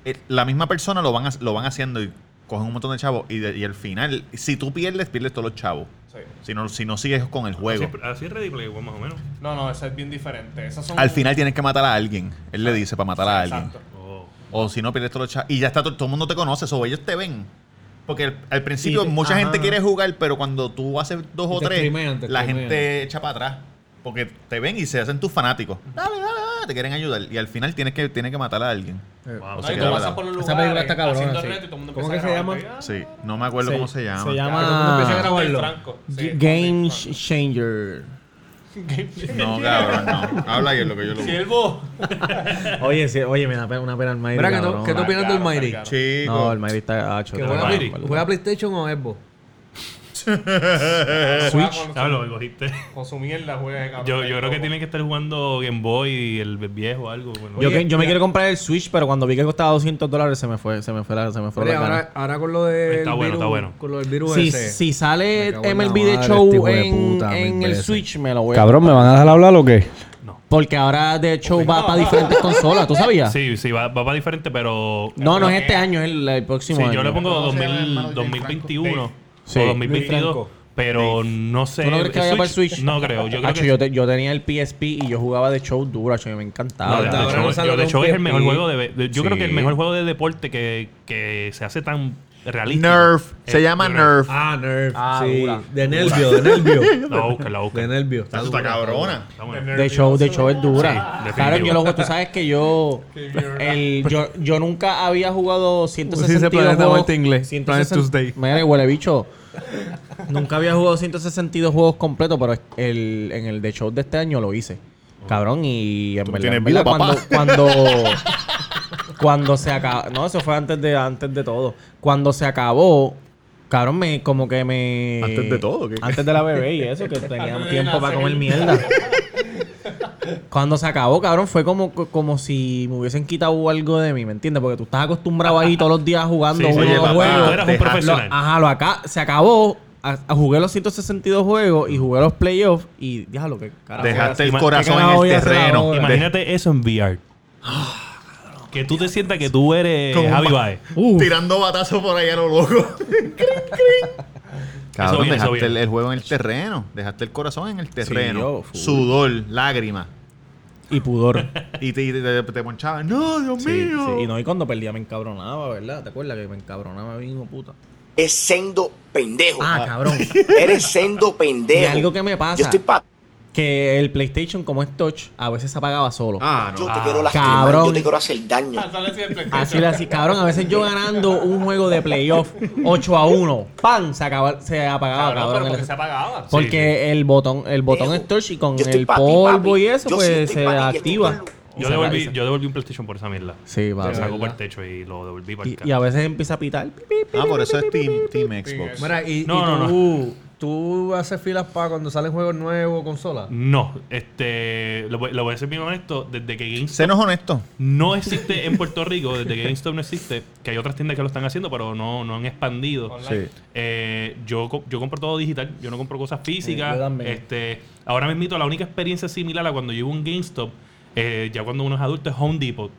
Speaker 1: eh, la misma persona lo van, ha- lo van haciendo y cogen un montón de chavos. Y, de- y al final, si tú pierdes, pierdes todos los chavos.
Speaker 7: Sí.
Speaker 1: Si no, si no sigues con el
Speaker 3: Así,
Speaker 1: juego.
Speaker 3: así es Ready Player One, más o menos.
Speaker 7: No, no, esa es bien diferente. Esas son
Speaker 1: Al final tienes que matar a alguien. Él le dice para matar a alguien.
Speaker 7: Exacto.
Speaker 3: Oh.
Speaker 1: O si no, pierdes todos los chavos. Y ya está, to- todo el mundo te conoce. O ellos te ven. Porque al, al principio
Speaker 2: Y te-
Speaker 1: mucha
Speaker 2: ajá.
Speaker 1: gente quiere jugar, pero cuando tú haces dos
Speaker 2: Y
Speaker 1: o
Speaker 2: te
Speaker 1: tres,
Speaker 2: streamean, te
Speaker 1: la
Speaker 2: streamean.
Speaker 1: gente echa para atrás. Porque te ven y se hacen tus fanáticos. Dale, dale, dale, te quieren ayudar. Y al final tienes que, tienes que matar a alguien.
Speaker 3: Wow.
Speaker 1: O
Speaker 7: No,
Speaker 1: sea,
Speaker 7: y
Speaker 1: que
Speaker 7: tú
Speaker 1: la
Speaker 7: pasas
Speaker 1: verdad.
Speaker 7: por los
Speaker 2: Esa
Speaker 7: lugares
Speaker 2: película está cabrona,
Speaker 7: haciendo
Speaker 2: sí.
Speaker 7: reto y todo el mundo
Speaker 2: ¿Cómo
Speaker 7: empieza
Speaker 2: que se
Speaker 7: a
Speaker 2: llama?
Speaker 7: grabarte.
Speaker 1: Sí, no me acuerdo
Speaker 4: Se-
Speaker 1: cómo se llama.
Speaker 4: Se
Speaker 7: Ah, empieza a
Speaker 4: llama
Speaker 7: grabar
Speaker 2: Pablo.
Speaker 7: Franco. Sí,
Speaker 4: G- Game
Speaker 7: Franco.
Speaker 4: Changer.
Speaker 7: Game Changer.
Speaker 1: No, cabrón, no. Habla yo lo que yo lo
Speaker 7: Siervo.
Speaker 4: Oye, sí, oye, me da pena, una pena al Mayri.
Speaker 2: Mira, ¿qué,
Speaker 4: cabrón. Ah,
Speaker 2: tú- qué tú opinas
Speaker 7: Claro,
Speaker 2: del Mighty?
Speaker 7: claro.
Speaker 1: Chico.
Speaker 4: No, el Mayri está hacho.
Speaker 2: ¿Que
Speaker 4: está
Speaker 2: juega,
Speaker 4: mal,
Speaker 3: Mighty?
Speaker 4: mal.
Speaker 2: juega PlayStation o Xbox?
Speaker 4: Eh,
Speaker 7: Switch.
Speaker 3: Hablo, me cogiste.
Speaker 7: Con su mierda juega. cabrón.
Speaker 3: Yo, yo creo que tienen que estar jugando Game Boy, el viejo o algo. bueno.
Speaker 4: Yo,
Speaker 2: Oye,
Speaker 4: que- yo me
Speaker 2: mira.
Speaker 4: quiero comprar el Switch, pero cuando vi que costaba 200 dólares se me fue, se me fue la, se me fue
Speaker 2: Oye,
Speaker 4: la cara.
Speaker 2: ahora, ahora con lo del
Speaker 3: Está bueno,
Speaker 2: virus,
Speaker 3: está bueno.
Speaker 2: Con lo del virus
Speaker 4: si,
Speaker 2: ese.
Speaker 4: si sale
Speaker 2: Me cago en la
Speaker 4: MLB de
Speaker 2: madre,
Speaker 4: Show
Speaker 2: este hijo de
Speaker 4: en,
Speaker 2: puta,
Speaker 4: en
Speaker 2: mil
Speaker 4: el
Speaker 2: veces.
Speaker 4: Switch, me lo voy a...
Speaker 10: Cabrón, ¿me van a dejar hablar o qué?
Speaker 4: Porque ahora de Show va para diferentes consolas, ¿tú sabías?
Speaker 3: Sí, sí, va, va para diferente, pero.
Speaker 4: No, no es este año, es el, el próximo
Speaker 3: Sí,
Speaker 4: año.
Speaker 3: yo le pongo
Speaker 1: ¿Cómo se llama el
Speaker 3: 2000,
Speaker 1: hermano de James
Speaker 3: 2021
Speaker 4: Sí.
Speaker 3: o
Speaker 2: Luis
Speaker 3: 2022,
Speaker 2: Franco.
Speaker 3: pero no sé.
Speaker 4: ¿Tú no crees que vaya para el Switch?
Speaker 3: No creo. Yo creo
Speaker 4: Hacho,
Speaker 3: que
Speaker 4: yo, te- yo tenía el PSP y yo jugaba de Show duro, hacho, y me encantaba.
Speaker 3: No,
Speaker 2: Ahora
Speaker 3: de
Speaker 2: no
Speaker 3: hecho,
Speaker 2: sale
Speaker 3: yo, de
Speaker 2: con
Speaker 3: hecho, es el mejor
Speaker 2: PSP.
Speaker 3: juego de, de- yo creo que el
Speaker 4: Sí.
Speaker 3: mejor juego de deporte que, que se hace tan realista. Eh,
Speaker 1: Nerf. Eh, Se llama Nerf.
Speaker 2: Ah, Nerf.
Speaker 4: Ah,
Speaker 2: sí.
Speaker 4: dura.
Speaker 2: De nervio, de nervio.
Speaker 3: La busca, la busca.
Speaker 2: de nervio. Está
Speaker 1: Eso está
Speaker 2: dura.
Speaker 1: cabrona.
Speaker 3: Está bueno.
Speaker 4: De show, de show es dura.
Speaker 3: Sí,
Speaker 4: claro,
Speaker 3: definitivo.
Speaker 4: yo lo juego. Tú sabes que yo, el, yo. Yo nunca había jugado
Speaker 10: Sí,
Speaker 4: 162
Speaker 10: ese planeta
Speaker 4: juegos.
Speaker 10: White Inglés, Planet
Speaker 4: 160
Speaker 10: Tuesday.
Speaker 4: Mira, huele bicho. nunca había jugado 162 juegos completos, pero el, en el de show de este año lo hice. Cabrón, y en verdad,
Speaker 1: tienes
Speaker 4: en verdad,
Speaker 1: vida,
Speaker 4: cuando,
Speaker 1: papá.
Speaker 4: cuando, Cuando se acabó. No, eso fue antes de, antes de todo. Cuando se acabó, cabrón, me, como que me.
Speaker 1: Antes de todo, ¿qué?
Speaker 4: Antes de la bebé y eso, que tenía tiempo para comer mierda. Cuando se acabó, cabrón, fue como, como si me hubiesen quitado algo de mí, ¿me entiendes? Porque tú estás acostumbrado ahí todos los días jugando
Speaker 3: Sí, sí,
Speaker 4: uno
Speaker 3: oye,
Speaker 4: dos
Speaker 3: papá,
Speaker 4: juegos.
Speaker 3: tú eras un
Speaker 4: Deja-
Speaker 3: profesional.
Speaker 4: lo- ajá, lo acá, se acabó. a- a- jugué los 162 juegos y jugué los playoffs y déjalo que carajo.
Speaker 1: Dejaste el
Speaker 3: Ima-
Speaker 1: corazón
Speaker 4: ¿qué carajo
Speaker 1: en
Speaker 4: voy a
Speaker 1: el
Speaker 4: hacer
Speaker 1: terreno.
Speaker 4: ahora?
Speaker 1: De-
Speaker 3: Imagínate eso en VR. Que tú te sientas que tú eres
Speaker 1: Como un
Speaker 3: Javi
Speaker 1: ba-
Speaker 3: Baez.
Speaker 4: Uf.
Speaker 1: Tirando batazos por ahí a lo loco. Crin, crin. Cabrón,
Speaker 3: viene, eso
Speaker 1: dejaste el,
Speaker 3: viene.
Speaker 1: el juego en el terreno. Dejaste el corazón en el terreno.
Speaker 4: yo, full.
Speaker 1: Sudor, lágrimas.
Speaker 4: Y pudor.
Speaker 1: Y te, y te, te- te ponchaba. ¡No, Dios
Speaker 4: Sí,
Speaker 1: mío!
Speaker 4: sí. Y no, y cuando perdía me encabronaba, ¿verdad? ¿Te acuerdas que me encabronaba bien, hijo puta?
Speaker 11: Es sendo pendejo.
Speaker 3: Pues,
Speaker 4: Ah, cabrón.
Speaker 11: Eres sendo pendejo.
Speaker 4: Y algo que me pasa.
Speaker 11: Yo estoy pa...
Speaker 4: Que el PlayStation, como es touch, a veces se apagaba solo.
Speaker 1: Ah,
Speaker 11: Yo
Speaker 1: no.
Speaker 11: te
Speaker 4: Ah,
Speaker 11: quiero lastimar,
Speaker 4: cabrón.
Speaker 11: yo te quiero hacer daño.
Speaker 4: Así le así, cabrón. A veces yo ganando un juego de playoff 8 a 1, ¡pam! Se, acaba- se apagaba,
Speaker 7: Cabrón,
Speaker 4: cabrón.
Speaker 7: pero
Speaker 4: el-
Speaker 7: porque se apagaba.
Speaker 4: porque el botón, el botón
Speaker 11: Dejo.
Speaker 4: es touch y con
Speaker 11: Yo estoy
Speaker 4: el
Speaker 11: pa' ti,
Speaker 4: polvo
Speaker 11: papi.
Speaker 4: y eso,
Speaker 11: Yo sí
Speaker 4: pues
Speaker 11: estoy
Speaker 4: se
Speaker 11: pa' ti, yo estoy
Speaker 4: activa.
Speaker 11: con lo-
Speaker 4: Y
Speaker 3: Yo
Speaker 4: se
Speaker 3: devolví,
Speaker 4: acaba-
Speaker 3: yo devolví un PlayStation por esa mierda.
Speaker 4: Sí, va,
Speaker 3: Lo sacó por el
Speaker 4: ¿verdad?
Speaker 3: techo y lo devolví para el
Speaker 4: Y, y a veces empieza a pitar. pi, pi, pi,
Speaker 1: Ah, por
Speaker 4: pi,
Speaker 1: eso
Speaker 4: pi,
Speaker 1: es
Speaker 4: pi,
Speaker 1: Team,
Speaker 4: pi, pi.
Speaker 1: team Xbox.
Speaker 2: Mira, y,
Speaker 3: No,
Speaker 2: y
Speaker 3: no, no.
Speaker 7: Uh.
Speaker 2: tú, tú haces filas para cuando salen juegos nuevos, consolas.
Speaker 3: No, este, lo, voy- lo voy a ser bien honesto, desde que GameStop
Speaker 1: Senos honestos.
Speaker 3: no existe en Puerto Rico, desde que GameStop no existe, que hay otras tiendas que lo están haciendo, pero no, no han expandido.
Speaker 1: Sí.
Speaker 3: Eh, yo, co- yo compro todo digital, yo no compro cosas
Speaker 4: Sí, yo
Speaker 3: físicas.
Speaker 4: también.
Speaker 3: este, ahora mismo la única experiencia similar a cuando llevo un GameStop, eh, ya cuando uno es adulto, es Home Depot.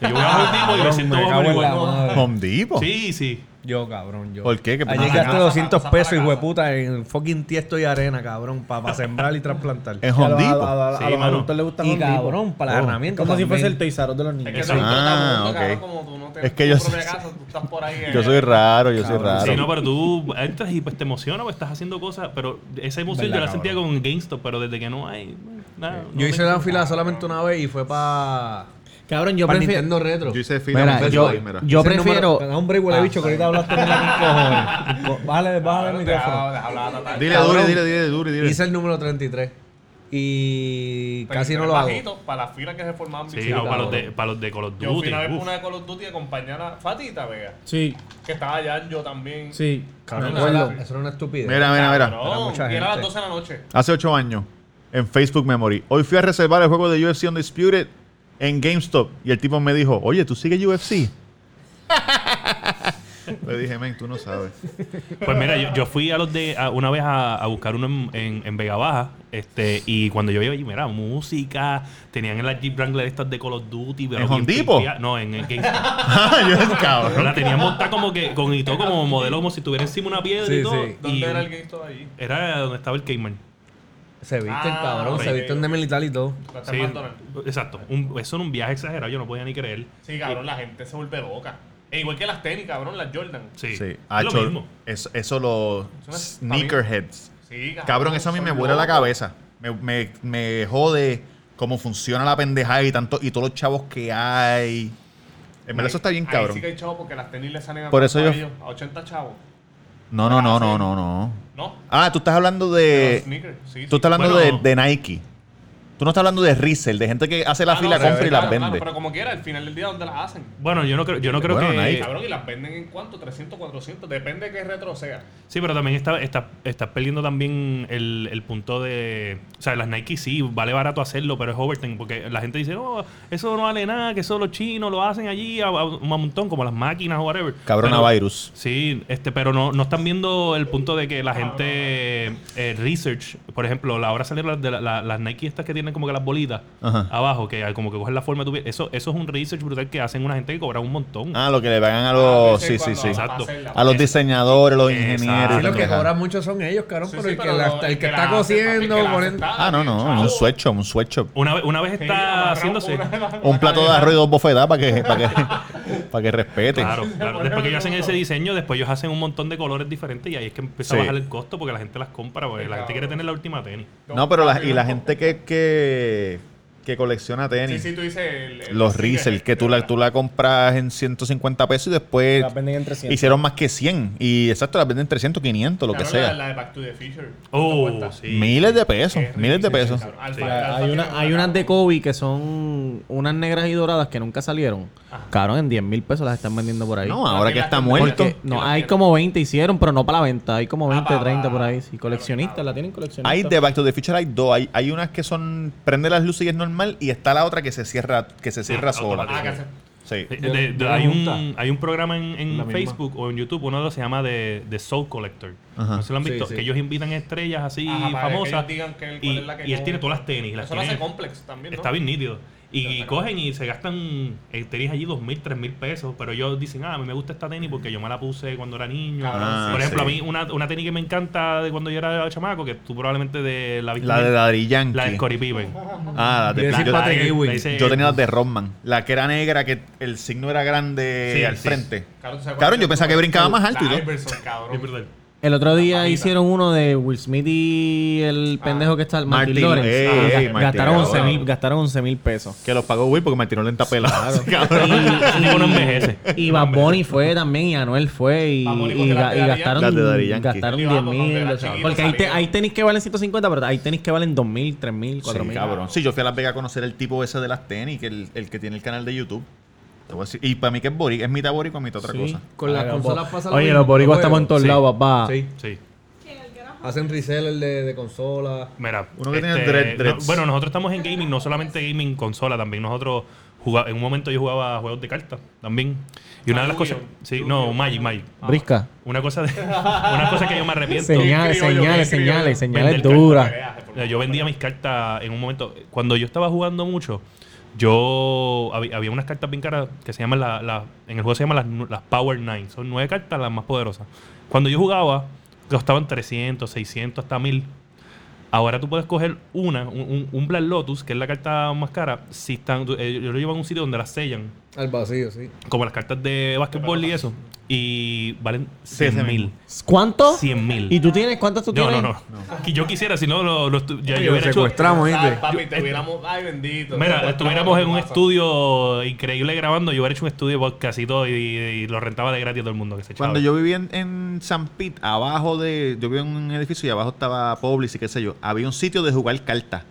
Speaker 3: Yo voy a Home Depot y me
Speaker 2: Cabrón,
Speaker 3: siento
Speaker 2: me
Speaker 3: más
Speaker 2: cago en la
Speaker 3: igual.
Speaker 2: madre.
Speaker 1: Home Depot.
Speaker 3: Sí, sí.
Speaker 2: Yo, cabrón, yo.
Speaker 1: ¿Por qué? ¿Qué
Speaker 2: Ayer
Speaker 1: pasa?
Speaker 2: gasté
Speaker 7: casa,
Speaker 2: 200
Speaker 7: pasa para
Speaker 2: pesos,
Speaker 7: casa.
Speaker 2: hijo de puta, en fucking tiesto y arena, cabrón, para sembrar y trasplantar.
Speaker 1: En Home Depot.
Speaker 3: Sí, mano.
Speaker 4: le gustan
Speaker 2: Y
Speaker 4: los tipos.
Speaker 2: cabrón, para la herramienta.
Speaker 4: Oh, Como si
Speaker 2: también.
Speaker 4: fuese el teizarot de los niños.
Speaker 7: Es que
Speaker 3: Ah,
Speaker 7: no importa, mundo,
Speaker 1: ok.
Speaker 7: cabrón, como tú no te-
Speaker 1: Es que
Speaker 7: tu
Speaker 1: yo
Speaker 7: propia
Speaker 1: soy-
Speaker 7: casa, tú estás por ahí, eh.
Speaker 1: Yo soy raro, yo soy
Speaker 2: Cabrón,
Speaker 1: raro.
Speaker 3: Sí, no, pues, pero tú entras y pues te emociona, pues estás haciendo cosas, pero esa emoción yo la sentía con GameStop, pero desde que no hay, nada. no
Speaker 2: Yo hice la
Speaker 3: tengo.
Speaker 2: fila solamente una vez y fue para.
Speaker 4: Cabrón, yo
Speaker 2: para
Speaker 4: prefiero.
Speaker 2: Nintendo Retro.
Speaker 1: Yo hice fila
Speaker 4: Mira,
Speaker 1: con
Speaker 4: yo,
Speaker 1: Facebook, mira.
Speaker 4: yo
Speaker 2: Ese es el
Speaker 4: prefiero. Ah,
Speaker 2: número- Da un break, huele bicho, que ahorita hablaste de mis cojones. Bájale, bájale el micrófono.
Speaker 1: Dile
Speaker 2: Cabrón.
Speaker 1: duro, dile, dile, duro, dile.
Speaker 2: Hice el número 33. Y
Speaker 7: Pero
Speaker 2: casi
Speaker 7: que
Speaker 2: no
Speaker 7: era
Speaker 2: lo hago.
Speaker 7: bajito para las filas que se formaban
Speaker 3: Sí,
Speaker 7: bichita,
Speaker 3: no, para los
Speaker 7: cabrón.
Speaker 3: de, para los de Call of
Speaker 7: Yo fui
Speaker 3: Duty.
Speaker 7: una vez por
Speaker 3: uf.
Speaker 7: una de Call of Duty a acompañar a Fatita Vega,
Speaker 4: Sí,
Speaker 7: que estaba allá yo también.
Speaker 4: sí.
Speaker 2: No
Speaker 7: Cabrón,
Speaker 2: recuerdo,
Speaker 7: era-
Speaker 2: Eso era una estupidez.
Speaker 1: Mira, mira, mira.
Speaker 2: Era
Speaker 7: Cabrón,
Speaker 2: mucha
Speaker 7: y era a las
Speaker 2: gente.
Speaker 7: 12 de la noche.
Speaker 1: Hace ocho años, en Facebook Memory. Hoy fui a reservar el juego de UFC Undisputed en GameStop. Y el tipo me dijo, oye, ¿tú sigues UFC? Le dije, men, tú no sabes.
Speaker 3: Pues mira, yo, yo fui a los de a- una vez a, a buscar uno en, en, en Vega Baja, este, y cuando yo iba allí, mira, música, tenían en las Jeep Wrangler estas de Call of Duty, pero
Speaker 1: ¿En
Speaker 3: bien
Speaker 1: Home Depot?
Speaker 3: pimpia- No, en el GameStop.
Speaker 1: Ah, yo es
Speaker 3: Pero
Speaker 1: cabrón.
Speaker 3: la tenían montada como que con y todo como modelo como si tuviera encima una piedra
Speaker 2: Sí,
Speaker 3: y todo.
Speaker 2: sí.
Speaker 7: ¿Dónde
Speaker 3: y
Speaker 7: era el GameStop allí?
Speaker 3: Era donde estaba el Cayman.
Speaker 2: Se visten,
Speaker 7: Ah,
Speaker 2: cabrón. Se
Speaker 7: ok,
Speaker 2: visten de
Speaker 7: ok.
Speaker 2: militar y todo.
Speaker 7: Está
Speaker 3: Sí,
Speaker 7: en McDonald's.
Speaker 3: exacto. Un- eso era un viaje exagerado, yo no podía ni creer.
Speaker 7: Sí, cabrón, la gente se vuelve loca. E igual que las tenis, cabrón, las Jordan.
Speaker 3: Sí,
Speaker 1: Sí,
Speaker 3: es
Speaker 1: ah,
Speaker 3: lo
Speaker 1: chol-
Speaker 3: mismo.
Speaker 1: Eso, eso los
Speaker 7: Son las-
Speaker 1: sneakerheads.
Speaker 7: Sí,
Speaker 1: Cabrón, eso a mí
Speaker 7: son
Speaker 1: me vuela la
Speaker 7: locos.
Speaker 1: cabeza. Me, me, me jode cómo funciona la pendejada y tanto y todos los chavos que hay. En verdad eso está bien
Speaker 7: Ahí
Speaker 1: cabrón.
Speaker 7: sí que hay chavos porque las tenis le salen a,
Speaker 1: Por eso
Speaker 7: a
Speaker 1: yo-
Speaker 7: ellos, a 80 chavos.
Speaker 1: No, no, no, no,
Speaker 7: Sí.
Speaker 1: no, no.
Speaker 7: ¿No?
Speaker 1: Ah, tú estás hablando
Speaker 7: Pero
Speaker 1: de
Speaker 7: sneakers, sí,
Speaker 1: Eh, tú
Speaker 7: sí.
Speaker 1: estás hablando
Speaker 3: Bueno.
Speaker 1: de, de Nike. Tú no estás hablando de resell, de gente que hace la
Speaker 7: Ah,
Speaker 1: fila,
Speaker 7: no,
Speaker 1: compra y
Speaker 7: claro,
Speaker 1: las
Speaker 7: claro,
Speaker 1: vende.
Speaker 7: pero como quiera, al final del día, ¿dónde las hacen?
Speaker 3: Bueno, yo no creo, yo no creo
Speaker 1: Bueno,
Speaker 3: que.
Speaker 1: Nike.
Speaker 7: Cabrón, y las venden en cuánto? 300, 400, depende de qué retro sea.
Speaker 3: Sí, pero también está, está, estás perdiendo también el, el punto de. O sea, las Nike sí, vale barato hacerlo, pero es overtime. Porque la gente dice, no, eso no vale nada, que eso los chinos lo hacen allí a, a un montón, como las máquinas o whatever.
Speaker 1: Cabrona
Speaker 3: Pero-
Speaker 1: virus.
Speaker 3: Sí, este, pero no, no están viendo el punto de que la gente eh, research, por ejemplo, la ahora salieron las, de la- la- las Nike estas que tienen como que las bolitas
Speaker 1: Ajá.
Speaker 3: abajo, que como que cogen la forma de tu piel. Eso, eso es un research brutal que hacen una gente que cobra un montón.
Speaker 1: Ah, lo que le pagan a
Speaker 7: Ah,
Speaker 1: los sí, sí, sí.
Speaker 3: Exacto.
Speaker 1: A los diseñadores, los
Speaker 3: Exacto.
Speaker 1: ingenieros.
Speaker 2: Sí,
Speaker 1: y
Speaker 2: los
Speaker 1: la
Speaker 2: que
Speaker 1: pendejada.
Speaker 2: cobran mucho son ellos, cabrón.
Speaker 7: Sí,
Speaker 2: pero
Speaker 7: sí,
Speaker 2: el que,
Speaker 7: pero
Speaker 2: la-
Speaker 7: lo-
Speaker 2: el que
Speaker 7: la
Speaker 2: está
Speaker 7: hace, el
Speaker 2: cociendo,
Speaker 7: que la hace
Speaker 2: ponen.
Speaker 7: está,
Speaker 1: Ah, no,
Speaker 7: chavo.
Speaker 1: no, un sweatshop, un sweatshop.
Speaker 3: Una vez, una vez
Speaker 7: Sí,
Speaker 3: está
Speaker 7: amarramos
Speaker 3: haciéndose.
Speaker 7: una- una-
Speaker 1: Un
Speaker 7: una
Speaker 1: plato de
Speaker 7: cadena.
Speaker 1: arroz y dos bofetadas para que, para que, para que respeten.
Speaker 3: Claro, claro.
Speaker 7: ponen
Speaker 3: Después que
Speaker 7: en
Speaker 3: ellos hacen
Speaker 7: el
Speaker 3: ese
Speaker 7: mundo.
Speaker 3: diseño, después ellos hacen un montón de colores diferentes y ahí es que empieza
Speaker 1: Sí.
Speaker 3: a bajar el costo porque la gente las compra, porque la gente quiere tener la última tenis.
Speaker 1: No, pero la, y la gente que, que, que colecciona
Speaker 7: Sí,
Speaker 1: tenis.
Speaker 7: sí, tú dices. el- el-
Speaker 1: Los
Speaker 7: sí,
Speaker 1: Riesel, que tú la, tú la compras en 150 pesos y después
Speaker 12: Las venden en 300.
Speaker 1: hicieron más que 100. Y exacto, las venden en 300, 500, lo que
Speaker 7: cabrón, la-
Speaker 1: sea.
Speaker 7: La, de Back to the Future.
Speaker 3: Oh,
Speaker 1: Miles de pesos, miles de pesos.
Speaker 7: Alfa-
Speaker 4: Sí.
Speaker 7: Alfa
Speaker 4: Hay, una- hay unas de Kobe que son unas negras y doradas que nunca salieron. Cabrón, en 10 mil pesos las están vendiendo por ahí.
Speaker 1: No, ahora que está muerto.
Speaker 4: Porque- no, hay como 20 hicieron, pero no para la venta. Hay como 20, 30 por ahí. Sí, coleccionistas, la tienen coleccionistas.
Speaker 1: Hay de Back to the Future hay dos. Hay, hay unas que son prende las luces y es normal y está la otra que se cierra que se cierra sola.
Speaker 3: automáticamente.
Speaker 1: Sí.
Speaker 3: De- Eh, de- de- hay, un, hay un programa en, en Facebook o en YouTube, uno de los se llama The, The Soul Collector.
Speaker 1: Ajá.
Speaker 3: No sé si lo han
Speaker 1: Sí,
Speaker 3: visto.
Speaker 1: sí.
Speaker 3: Que ellos invitan estrellas así
Speaker 7: Ajá, para que
Speaker 3: famosas.
Speaker 7: ellos digan que- cuál
Speaker 3: y,
Speaker 7: es la que
Speaker 3: y él
Speaker 7: no-
Speaker 3: tiene todas las tenis. Las
Speaker 7: Eso lo hace
Speaker 3: tiene-
Speaker 7: Complex también, ¿no?
Speaker 3: Está bien nítido. Y cogen y se gastan eh, tenis allí dos mil, tres mil pesos. Pero ellos dicen, ah, a mí me gusta esta tenis porque yo me la puse cuando era niño.
Speaker 1: Cabrón, Ah, sí.
Speaker 3: Por ejemplo,
Speaker 1: sí.
Speaker 3: a mí una, una tenis que me encanta de cuando yo era chamaco, que tú probablemente de la viste
Speaker 1: La de
Speaker 3: bien.
Speaker 1: Daddy Yankee.
Speaker 3: La de Scottie Pippen.
Speaker 1: Ah, la de
Speaker 3: Yo decía,
Speaker 1: yo-
Speaker 3: Patrick
Speaker 1: yo-
Speaker 3: Ewing.
Speaker 1: yo
Speaker 3: Ese-
Speaker 1: tenía las de Rodman. La que era negra, que el signo era grande
Speaker 3: Sí,
Speaker 1: al
Speaker 3: sí.
Speaker 1: frente.
Speaker 7: Cabrón, ¿tú
Speaker 1: Cabrón,
Speaker 7: sabes cuál
Speaker 1: yo
Speaker 7: es?
Speaker 1: pensaba que brincaba más
Speaker 7: La
Speaker 1: alto y todo.
Speaker 7: Iverson, cabrón.
Speaker 4: El otro día hicieron uno de Will Smith y el pendejo que está, el Martin, eh,
Speaker 1: Martin,
Speaker 4: Lawrence.
Speaker 1: ey,
Speaker 4: Ajá.
Speaker 1: ey, Martin,
Speaker 4: gastaron,
Speaker 1: cabrón.
Speaker 4: 11 mil, gastaron 11 mil pesos.
Speaker 1: Que los pagó Will porque me tiró lenta pelada.
Speaker 3: Ninguno envejece.
Speaker 4: Y Bad Bunny fue también, y Anuel fue, y, y
Speaker 1: porque
Speaker 4: ga-
Speaker 1: las
Speaker 4: y
Speaker 1: de Daddy
Speaker 4: gastaron,
Speaker 1: Yankee. Las de Daddy Yankee.
Speaker 4: gastaron
Speaker 1: Sí,
Speaker 4: 10
Speaker 1: vamos, cuando
Speaker 4: mil.
Speaker 1: era
Speaker 4: o sea,
Speaker 1: chiquito
Speaker 4: Porque hay, te-
Speaker 1: salía.
Speaker 4: hay tenis que valen 150, pero hay tenis que valen 2 mil, 3 mil, 4
Speaker 1: Sí,
Speaker 4: mil.
Speaker 1: cabrón. Sí, yo fui a Las Vegas a conocer el tipo ese de las tenis, que el, el que tiene el canal de YouTube. Te voy a decir- y para mí que es boricua, es mitad boricua, mitad otra
Speaker 2: Sí.
Speaker 1: cosa.
Speaker 2: Con las consolas pasa lo
Speaker 4: Oye,
Speaker 2: mismo,
Speaker 4: los boricuas estamos en
Speaker 2: juegos.
Speaker 4: todos
Speaker 2: Sí.
Speaker 4: lados, papá.
Speaker 2: Sí.
Speaker 3: Sí.
Speaker 2: Hacen reseller de, de consola.
Speaker 3: Mira,
Speaker 2: Uno que
Speaker 3: este,
Speaker 2: tiene dread-
Speaker 3: no-
Speaker 2: dreads.
Speaker 3: bueno, nosotros estamos en gaming, no solamente gaming consola, también nosotros jugaba- en un momento yo jugaba juegos de cartas también. Y una de las cosas, sí, no, Magic, Magic.
Speaker 4: Brisca.
Speaker 3: Una cosa de una cosa que yo me arrepiento.
Speaker 4: Señales,
Speaker 3: Criollo,
Speaker 4: señales,
Speaker 3: criollo.
Speaker 4: señales, señales
Speaker 3: Vender cartas.
Speaker 4: duras.
Speaker 3: Mira, Yo vendía mis cartas en un momento cuando yo estaba jugando mucho. Yo había, había unas cartas bien caras que se llaman la, la- en el juego se llaman las, nu- las Power Nine, son nueve cartas las más poderosas. Cuando yo jugaba costaban 300, 600 hasta 1000. Ahora tú puedes coger una, un, un- un Black Lotus, que es la carta más cara, si están, tú- eh, yo lo llevo a un sitio donde las sellan,
Speaker 2: Al vacío, sí.
Speaker 3: como las cartas de básquetbol y eso, y valen
Speaker 2: Sí, ese
Speaker 3: 100 mil.
Speaker 4: ¿Cuánto?
Speaker 3: 100 mil.
Speaker 4: ¿Y tú tienes? ¿Cuántas tú
Speaker 3: No,
Speaker 4: tienes?
Speaker 3: no, no, Que Yo quisiera, si no, lo, lo estu- ya
Speaker 4: Oye,
Speaker 3: yo
Speaker 4: lo
Speaker 3: hubiera hecho-
Speaker 4: secuestramos,
Speaker 7: Sal,
Speaker 4: ¿viste?
Speaker 7: papi, te hubiéramos. Ay, bendito.
Speaker 3: eh, Mira,
Speaker 7: Te
Speaker 3: estuviéramos en un
Speaker 7: pasa.
Speaker 3: estudio increíble grabando, yo hubiera hecho un estudio de podcast y todo, y, y lo rentaba de gratis a todo el mundo que se echaba.
Speaker 1: Cuando yo vivía en, en San Pete, abajo de. Yo vivía en un edificio y abajo estaba Publix y qué sé yo. Había un sitio de jugar cartas.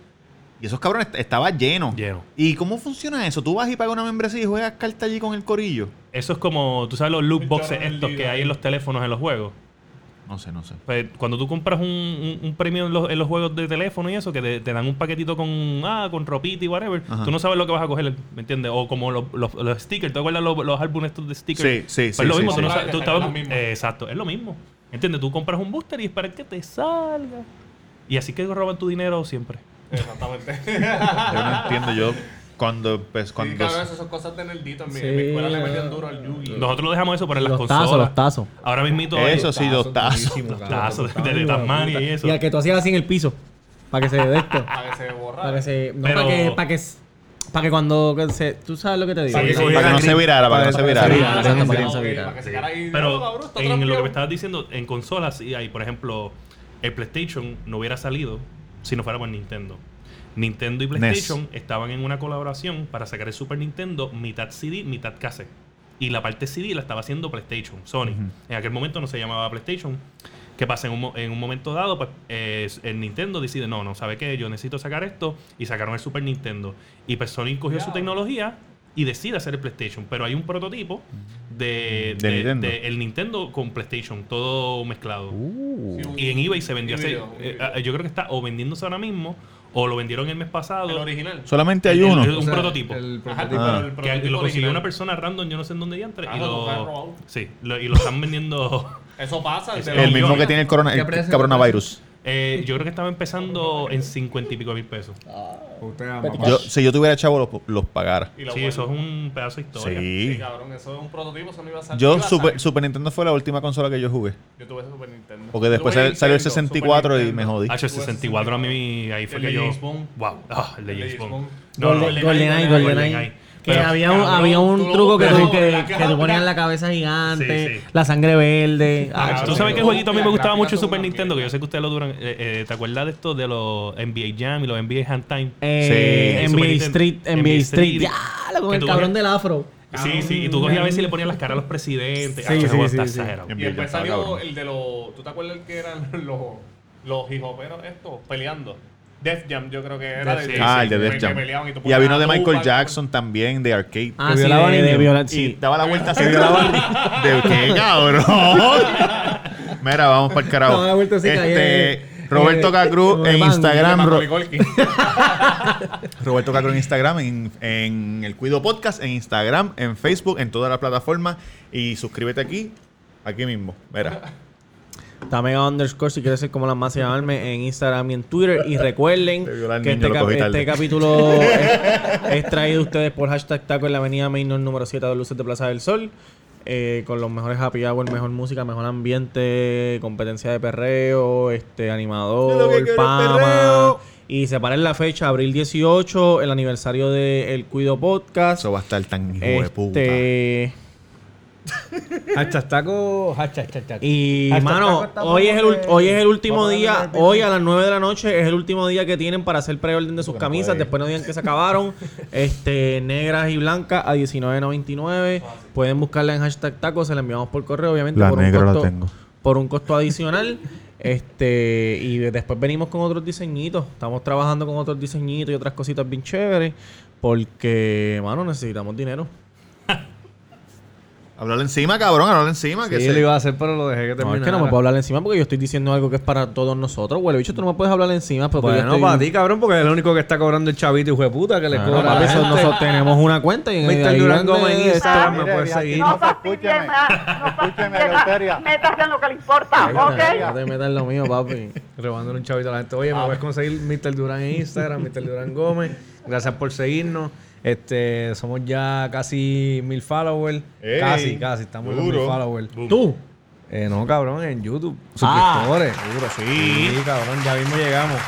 Speaker 1: Y esos cabrones est- estaba lleno.
Speaker 3: Lleno.
Speaker 1: ¿Y cómo funciona eso? Tú vas y pagas una membresía y juegas cartas allí con el corillo.
Speaker 3: Eso es como, tú sabes, los loot boxes estos que hay en los teléfonos en los juegos.
Speaker 1: No sé, no sé.
Speaker 3: Pues, cuando tú compras un, un- un premio en los, en los juegos de teléfono y eso, que te, te dan un paquetito con ah, con ropita y whatever,
Speaker 1: Ajá.
Speaker 3: tú no sabes lo que vas a coger, ¿me entiendes? O como los, los- los stickers, ¿te acuerdas los, los álbumes estos de stickers?
Speaker 1: Sí, sí,
Speaker 3: Pues
Speaker 1: sí,
Speaker 3: Es lo
Speaker 1: sí,
Speaker 3: mismo,
Speaker 1: sí.
Speaker 3: tú no
Speaker 1: Ah,
Speaker 3: sabes-
Speaker 1: que
Speaker 3: tú
Speaker 1: salen
Speaker 3: estabas-
Speaker 1: los mismos.
Speaker 3: eh, exacto, es lo mismo. ¿Entiendes? Tú compras un booster y esperas que te salga. Y así que roban tu dinero siempre.
Speaker 7: Exactamente.
Speaker 1: Yo no entiendo. Yo, cuando. Pues,
Speaker 7: Sí,
Speaker 1: cuando
Speaker 7: cabrón, esas son cosas de nerdito. En mi, en mi escuela le metían duro al Yugi.
Speaker 3: Nosotros lo dejamos eso para las
Speaker 4: Los
Speaker 3: consolas.
Speaker 4: tazos, los tazos.
Speaker 3: Ahora mismito.
Speaker 1: Eso
Speaker 3: hay-
Speaker 1: sí, los tazos.
Speaker 3: Los
Speaker 1: Los
Speaker 3: tazos de, de,
Speaker 4: Ay,
Speaker 3: Tasmania
Speaker 4: puta.
Speaker 3: y eso.
Speaker 4: Y al que tú hacías así en el piso. Para que se dé esto.
Speaker 7: Para que se borrara.
Speaker 4: Para que se. No,
Speaker 3: Pero-
Speaker 4: para que. Para que, s- para que cuando. que se- tú sabes lo que te digo.
Speaker 1: Sí, sí, para que no se virara, para que no se virara.
Speaker 4: exacto, para que
Speaker 1: Sí,
Speaker 4: no se
Speaker 1: sí.
Speaker 4: virara.
Speaker 7: Para que se quedara ahí.
Speaker 3: Pero
Speaker 7: no, cabrón, está
Speaker 3: en lo
Speaker 7: trampeado.
Speaker 3: que me estabas diciendo, en consolas sí hay, por ejemplo, el PlayStation no hubiera salido si no fuera por Nintendo. Nintendo y PlayStation estaban en una colaboración para sacar el Super Nintendo mitad CD, mitad cassette. Y la parte CD la estaba haciendo PlayStation, Sony. En aquel momento no se llamaba PlayStation. ¿Qué pasa? En un, mo- en un momento dado, pues eh, el Nintendo decide, no, no, ¿sabe qué? Yo necesito sacar esto. Y sacaron el Super Nintendo. Y pues Sony cogió su tecnología y decide hacer el PlayStation. Pero hay un prototipo de,
Speaker 1: De Nintendo. Uh.
Speaker 3: el Nintendo con PlayStation, todo mezclado.
Speaker 7: Sí, un-
Speaker 3: Y en eBay se vendió.
Speaker 7: un
Speaker 3: hace-
Speaker 7: video, un
Speaker 3: eh, ah, yo creo que está o vendiéndose ahora mismo o lo vendieron el mes pasado.
Speaker 7: El original.
Speaker 1: Solamente hay
Speaker 3: El- el-
Speaker 1: uno.
Speaker 3: el- un
Speaker 1: O sea,
Speaker 3: prototipo.
Speaker 1: el
Speaker 3: Ajá,
Speaker 1: prototipo.
Speaker 3: que
Speaker 1: Ah.
Speaker 3: al-
Speaker 1: El
Speaker 3: que
Speaker 7: prototipo
Speaker 3: lo consiguió
Speaker 7: original.
Speaker 3: una persona random, yo no sé en dónde diantre.
Speaker 7: Ah,
Speaker 3: y
Speaker 7: lo buscaron
Speaker 3: lo,
Speaker 7: robado.
Speaker 3: sí, lo- y lo están vendiendo.
Speaker 7: Eso pasa.
Speaker 3: Ese-
Speaker 7: te lo
Speaker 1: El mismo
Speaker 7: millones.
Speaker 1: que tiene el, corona,
Speaker 7: ¿Qué
Speaker 1: el
Speaker 7: precio?
Speaker 1: coronavirus.
Speaker 3: Eh, yo creo que estaba empezando en 50 y pico mil pesos.
Speaker 1: Yo, si yo tuviera chavo, los, los pagara.
Speaker 3: Sí, eso es un pedazo de historia.
Speaker 1: Sí.
Speaker 7: Sí, cabrón, eso es un prototipo, eso no iba a salir.
Speaker 1: Yo,
Speaker 7: Iba a
Speaker 1: Super,
Speaker 7: salir.
Speaker 1: Super Nintendo fue la última consola que yo jugué.
Speaker 7: Yo tuve ese Super Nintendo.
Speaker 1: Porque después
Speaker 7: Yo tuve
Speaker 1: sal- salió el
Speaker 7: Nintendo,
Speaker 1: 64
Speaker 7: Super
Speaker 1: y me jodí.
Speaker 3: Ah, el 64 a mí ahí fue
Speaker 7: El
Speaker 3: que
Speaker 7: de
Speaker 3: yo.
Speaker 7: James Bond.
Speaker 3: Wow, ah, el de
Speaker 7: El de
Speaker 3: James
Speaker 7: James
Speaker 3: Bond.
Speaker 7: Bond.
Speaker 3: No, no,
Speaker 4: Golden-
Speaker 3: el de
Speaker 4: GoldenEye,
Speaker 3: GoldenEye.
Speaker 4: GoldenEye.
Speaker 2: Que
Speaker 3: Pero, ah,
Speaker 2: había un,
Speaker 3: cabrón,
Speaker 2: había
Speaker 3: tú
Speaker 2: un
Speaker 3: lo-
Speaker 2: truco que,
Speaker 3: pero
Speaker 2: tú, que,
Speaker 3: la
Speaker 2: que tú ponías
Speaker 3: cabra-
Speaker 2: la cabeza gigante,
Speaker 3: Sí, sí.
Speaker 2: la sangre verde.
Speaker 3: Ah,
Speaker 2: Ah,
Speaker 3: Tú sabes
Speaker 2: sí.
Speaker 3: qué jueguito a mí me gustaba
Speaker 7: gráficas
Speaker 3: mucho en
Speaker 7: son
Speaker 3: Super
Speaker 7: una
Speaker 3: Nintendo, que yo sé que ustedes lo duran. eh, eh, ¿Te acuerdas de esto de los NBA Jam y los NBA Handtime?
Speaker 2: Eh,
Speaker 3: Sí,
Speaker 2: NBA
Speaker 3: Super Nintendo.
Speaker 2: Street, NBA Street. Ya, lo- con
Speaker 3: Que
Speaker 2: el
Speaker 3: tú
Speaker 2: cabrón
Speaker 3: cogías-
Speaker 2: del afro.
Speaker 3: Sí, sí, y tú cogías a veces y le ponías las caras a los presidentes.
Speaker 2: Sí,
Speaker 3: Ah, ese
Speaker 2: sí,
Speaker 3: juego
Speaker 2: sí,
Speaker 3: está
Speaker 2: sí.
Speaker 3: exagerado.
Speaker 7: Y después salió el de los. ¿Tú te acuerdas el que eran los, los hijoperos estos peleando? Def Jam, yo creo que era
Speaker 1: Sí,
Speaker 7: de
Speaker 1: ah, el de
Speaker 7: que-
Speaker 1: Def
Speaker 7: que
Speaker 1: Jam.
Speaker 7: peleaban tú
Speaker 1: Y había uno
Speaker 7: ponías
Speaker 1: de
Speaker 7: a
Speaker 1: Michael
Speaker 7: Tupac.
Speaker 1: Jackson también, de arcade.
Speaker 2: Ah, sí, violaban de- niños. de viola-
Speaker 1: Y
Speaker 2: sí.
Speaker 1: daba la vuelta así. ¿De qué, cabrón? Mira, vamos para el carajo.
Speaker 2: Daba la vuelta así, caía,
Speaker 1: este,
Speaker 2: eh,
Speaker 1: Roberto
Speaker 2: eh,
Speaker 1: Cacruz
Speaker 2: como de
Speaker 1: en
Speaker 2: mango.
Speaker 1: Instagram. Ro-
Speaker 7: Golki.
Speaker 1: Roberto Cacruz en Instagram, en, en el Cuido Podcast, en Instagram, en Facebook, en todas las plataformas. Y suscríbete aquí, aquí mismo. Mira.
Speaker 2: Tamega underscore, si quieres ser como las más llamarme, en Instagram y en Twitter. Y recuerden
Speaker 1: Te viola el
Speaker 2: que
Speaker 1: niño,
Speaker 2: este,
Speaker 1: lo
Speaker 2: cap-
Speaker 1: cogí
Speaker 2: este
Speaker 1: tarde.
Speaker 2: capítulo es, es traído a ustedes por hashtag taco en la avenida Mainor número 7 de Luces de Plaza del Sol. eh, con los mejores happy hour, mejor música, mejor ambiente, competencia de perreo,
Speaker 1: Yo
Speaker 2: este
Speaker 1: lo que
Speaker 2: animador,
Speaker 1: quiero es
Speaker 2: pama.
Speaker 1: perreo.
Speaker 2: Y separen la fecha, abril 18, el aniversario de El Cuido Podcast.
Speaker 1: Eso va a estar tan hijo de puta.
Speaker 2: Este,
Speaker 4: Hashtag taco. Hashtag, hashtag, hashtag.
Speaker 2: y,
Speaker 4: Hashtag taco
Speaker 2: mano,
Speaker 4: está
Speaker 2: hoy es, el, ul-
Speaker 4: porque-
Speaker 2: hoy es el
Speaker 4: Vamos
Speaker 2: último
Speaker 4: a darle
Speaker 2: día.
Speaker 4: al
Speaker 2: Hoy a las 9 de la noche es el último día que tienen para hacer preorden de sus
Speaker 1: no
Speaker 2: camisas.
Speaker 1: puede.
Speaker 2: Después no digan que se acabaron. este Negras y blancas a 19.99. Pueden buscarla en hashtag taco. Se la enviamos por correo, obviamente.
Speaker 1: La
Speaker 2: por
Speaker 1: negra
Speaker 2: un
Speaker 1: la
Speaker 2: costo,
Speaker 1: tengo.
Speaker 2: Por un costo adicional. este Y de- después venimos con otros diseñitos. Estamos trabajando con otros diseñitos y otras cositas bien chéveres. Porque, mano, necesitamos dinero.
Speaker 1: Hablarle encima, cabrón, hablarle encima. que
Speaker 4: Sí,
Speaker 1: se-
Speaker 4: lo iba a hacer, pero lo dejé que
Speaker 2: No,
Speaker 4: terminara.
Speaker 2: es que no me puedo hablar encima porque yo estoy diciendo algo que es para todos nosotros. Huele bicho, tú no me puedes hablar encima. Porque yo
Speaker 4: Bueno,
Speaker 2: estoy-
Speaker 4: para ti, cabrón, porque es el único que está cobrando el chavito, hijo de puta, que le
Speaker 2: Ah,
Speaker 4: cobra.
Speaker 2: no, papi, eso nosotros tenemos una cuenta y en
Speaker 4: Mr.
Speaker 2: ahí
Speaker 4: Durán
Speaker 2: donde
Speaker 4: Gómez en
Speaker 2: está-
Speaker 4: Instagram me puedes seguir.
Speaker 12: No fastidien más, no fastidien más. Métase en lo que le importa,
Speaker 2: Ahí está, No
Speaker 12: ¿ok?
Speaker 2: te metas en lo mío, papi.
Speaker 4: Robándole un chavito a la gente. Oye, me puedes conseguir Mr. Durán en Instagram, Mr. Durán Gómez. Gracias por seguirnos. Este, somos ya casi mil followers.
Speaker 1: Ey,
Speaker 4: casi, casi. Estamos en los
Speaker 1: duro.
Speaker 4: mil followers.
Speaker 2: ¿Tú?
Speaker 4: Eh, no, cabrón, en YouTube.
Speaker 2: Ah.
Speaker 4: Suscriptores. sí. cabrón, ya mismo llegamos.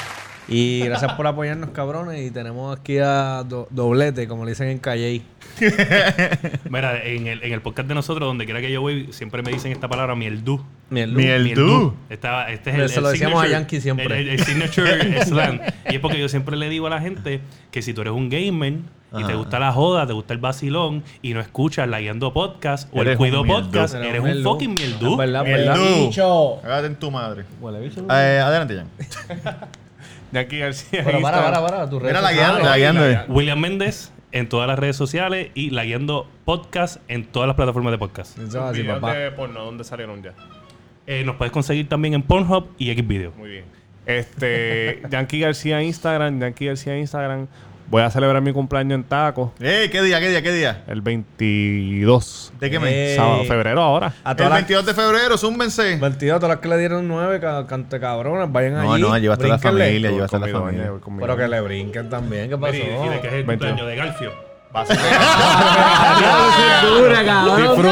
Speaker 4: Y gracias por apoyarnos, cabrones. Y tenemos aquí a Do- Doblete, como le dicen en Calle.
Speaker 3: Mira, en el, en el podcast de nosotros, donde quiera que yo voy, siempre me dicen esta palabra mieldú.
Speaker 1: Mieldú.
Speaker 3: Estaba, este es
Speaker 4: Pero
Speaker 3: el,
Speaker 4: se
Speaker 3: el
Speaker 4: lo decíamos
Speaker 3: signature-
Speaker 4: a Yankee siempre.
Speaker 3: El, el- el signature slang. Y es porque yo siempre le digo a la gente que si tú eres un gamer y te
Speaker 1: Ajá.
Speaker 3: gusta la joda, te gusta el vacilón y no escuchas la guiando podcast o el
Speaker 1: Eres un
Speaker 3: cuido
Speaker 1: mieldú.
Speaker 3: podcast,
Speaker 4: Pero
Speaker 3: eres un
Speaker 4: mieldú.
Speaker 3: fucking mieldú.
Speaker 4: Es verdad, es
Speaker 1: Mieldú.
Speaker 4: verdad.
Speaker 2: Bicho.
Speaker 1: Cágate en tu madre.
Speaker 4: Huele bicho.
Speaker 1: Eh, adelante, Jan.
Speaker 7: Jackie García. en
Speaker 4: Pero para,
Speaker 7: Instagram.
Speaker 4: para, para. Tu red
Speaker 1: Mira la
Speaker 4: social.
Speaker 1: guiando, la guiando. eh.
Speaker 3: William Méndez en todas las redes sociales y la guiando podcast en todas las plataformas de podcast.
Speaker 4: Eso es así,
Speaker 7: Videos
Speaker 4: papá.
Speaker 7: de porno, ¿dónde salieron ya?
Speaker 3: Eh, nos puedes conseguir también en Pornhub y Xvideo.
Speaker 7: Muy bien. Este, Yankee García Instagram, Yankee García Instagram. Voy a celebrar mi cumpleaños en tacos
Speaker 1: Eh, ¿qué día, qué día, qué día?
Speaker 7: el 22.
Speaker 1: ¿De qué mes?
Speaker 4: Eh,
Speaker 7: Sábado, febrero ahora.
Speaker 4: A
Speaker 1: El
Speaker 4: todas las
Speaker 1: 22 de febrero, zúmbense.
Speaker 4: 22, todas las que le dieron 9, cante cabronas, vayan
Speaker 1: No,
Speaker 4: allí.
Speaker 1: no, llevaste a la
Speaker 4: brínquenle.
Speaker 1: familia,
Speaker 7: Voy
Speaker 1: llevaste a la
Speaker 7: conmigo,
Speaker 1: familia.
Speaker 7: voy conmigo.
Speaker 4: Pero que le brinquen también, ¿qué pasó?
Speaker 3: es el
Speaker 7: 22.
Speaker 3: de Garfio.
Speaker 2: dura, cabrón.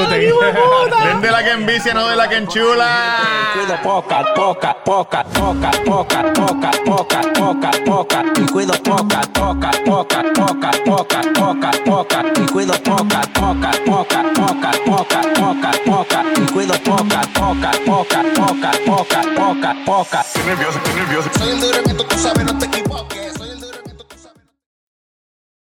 Speaker 1: Ven de la que envicia, no de la que enchula.
Speaker 13: Cuido poca, poca, poca, poca, poca, poca, poca, poca, poca. Y cuido poca, poca, poca, poca, poca, poca, poca. Y cuido poca, poca, poca, poca, poca, poca, poca. Y cuido poca, poca, poca, poca, poca, poca, poca.
Speaker 14: Soy el duro que tú sabes, no te equivoques.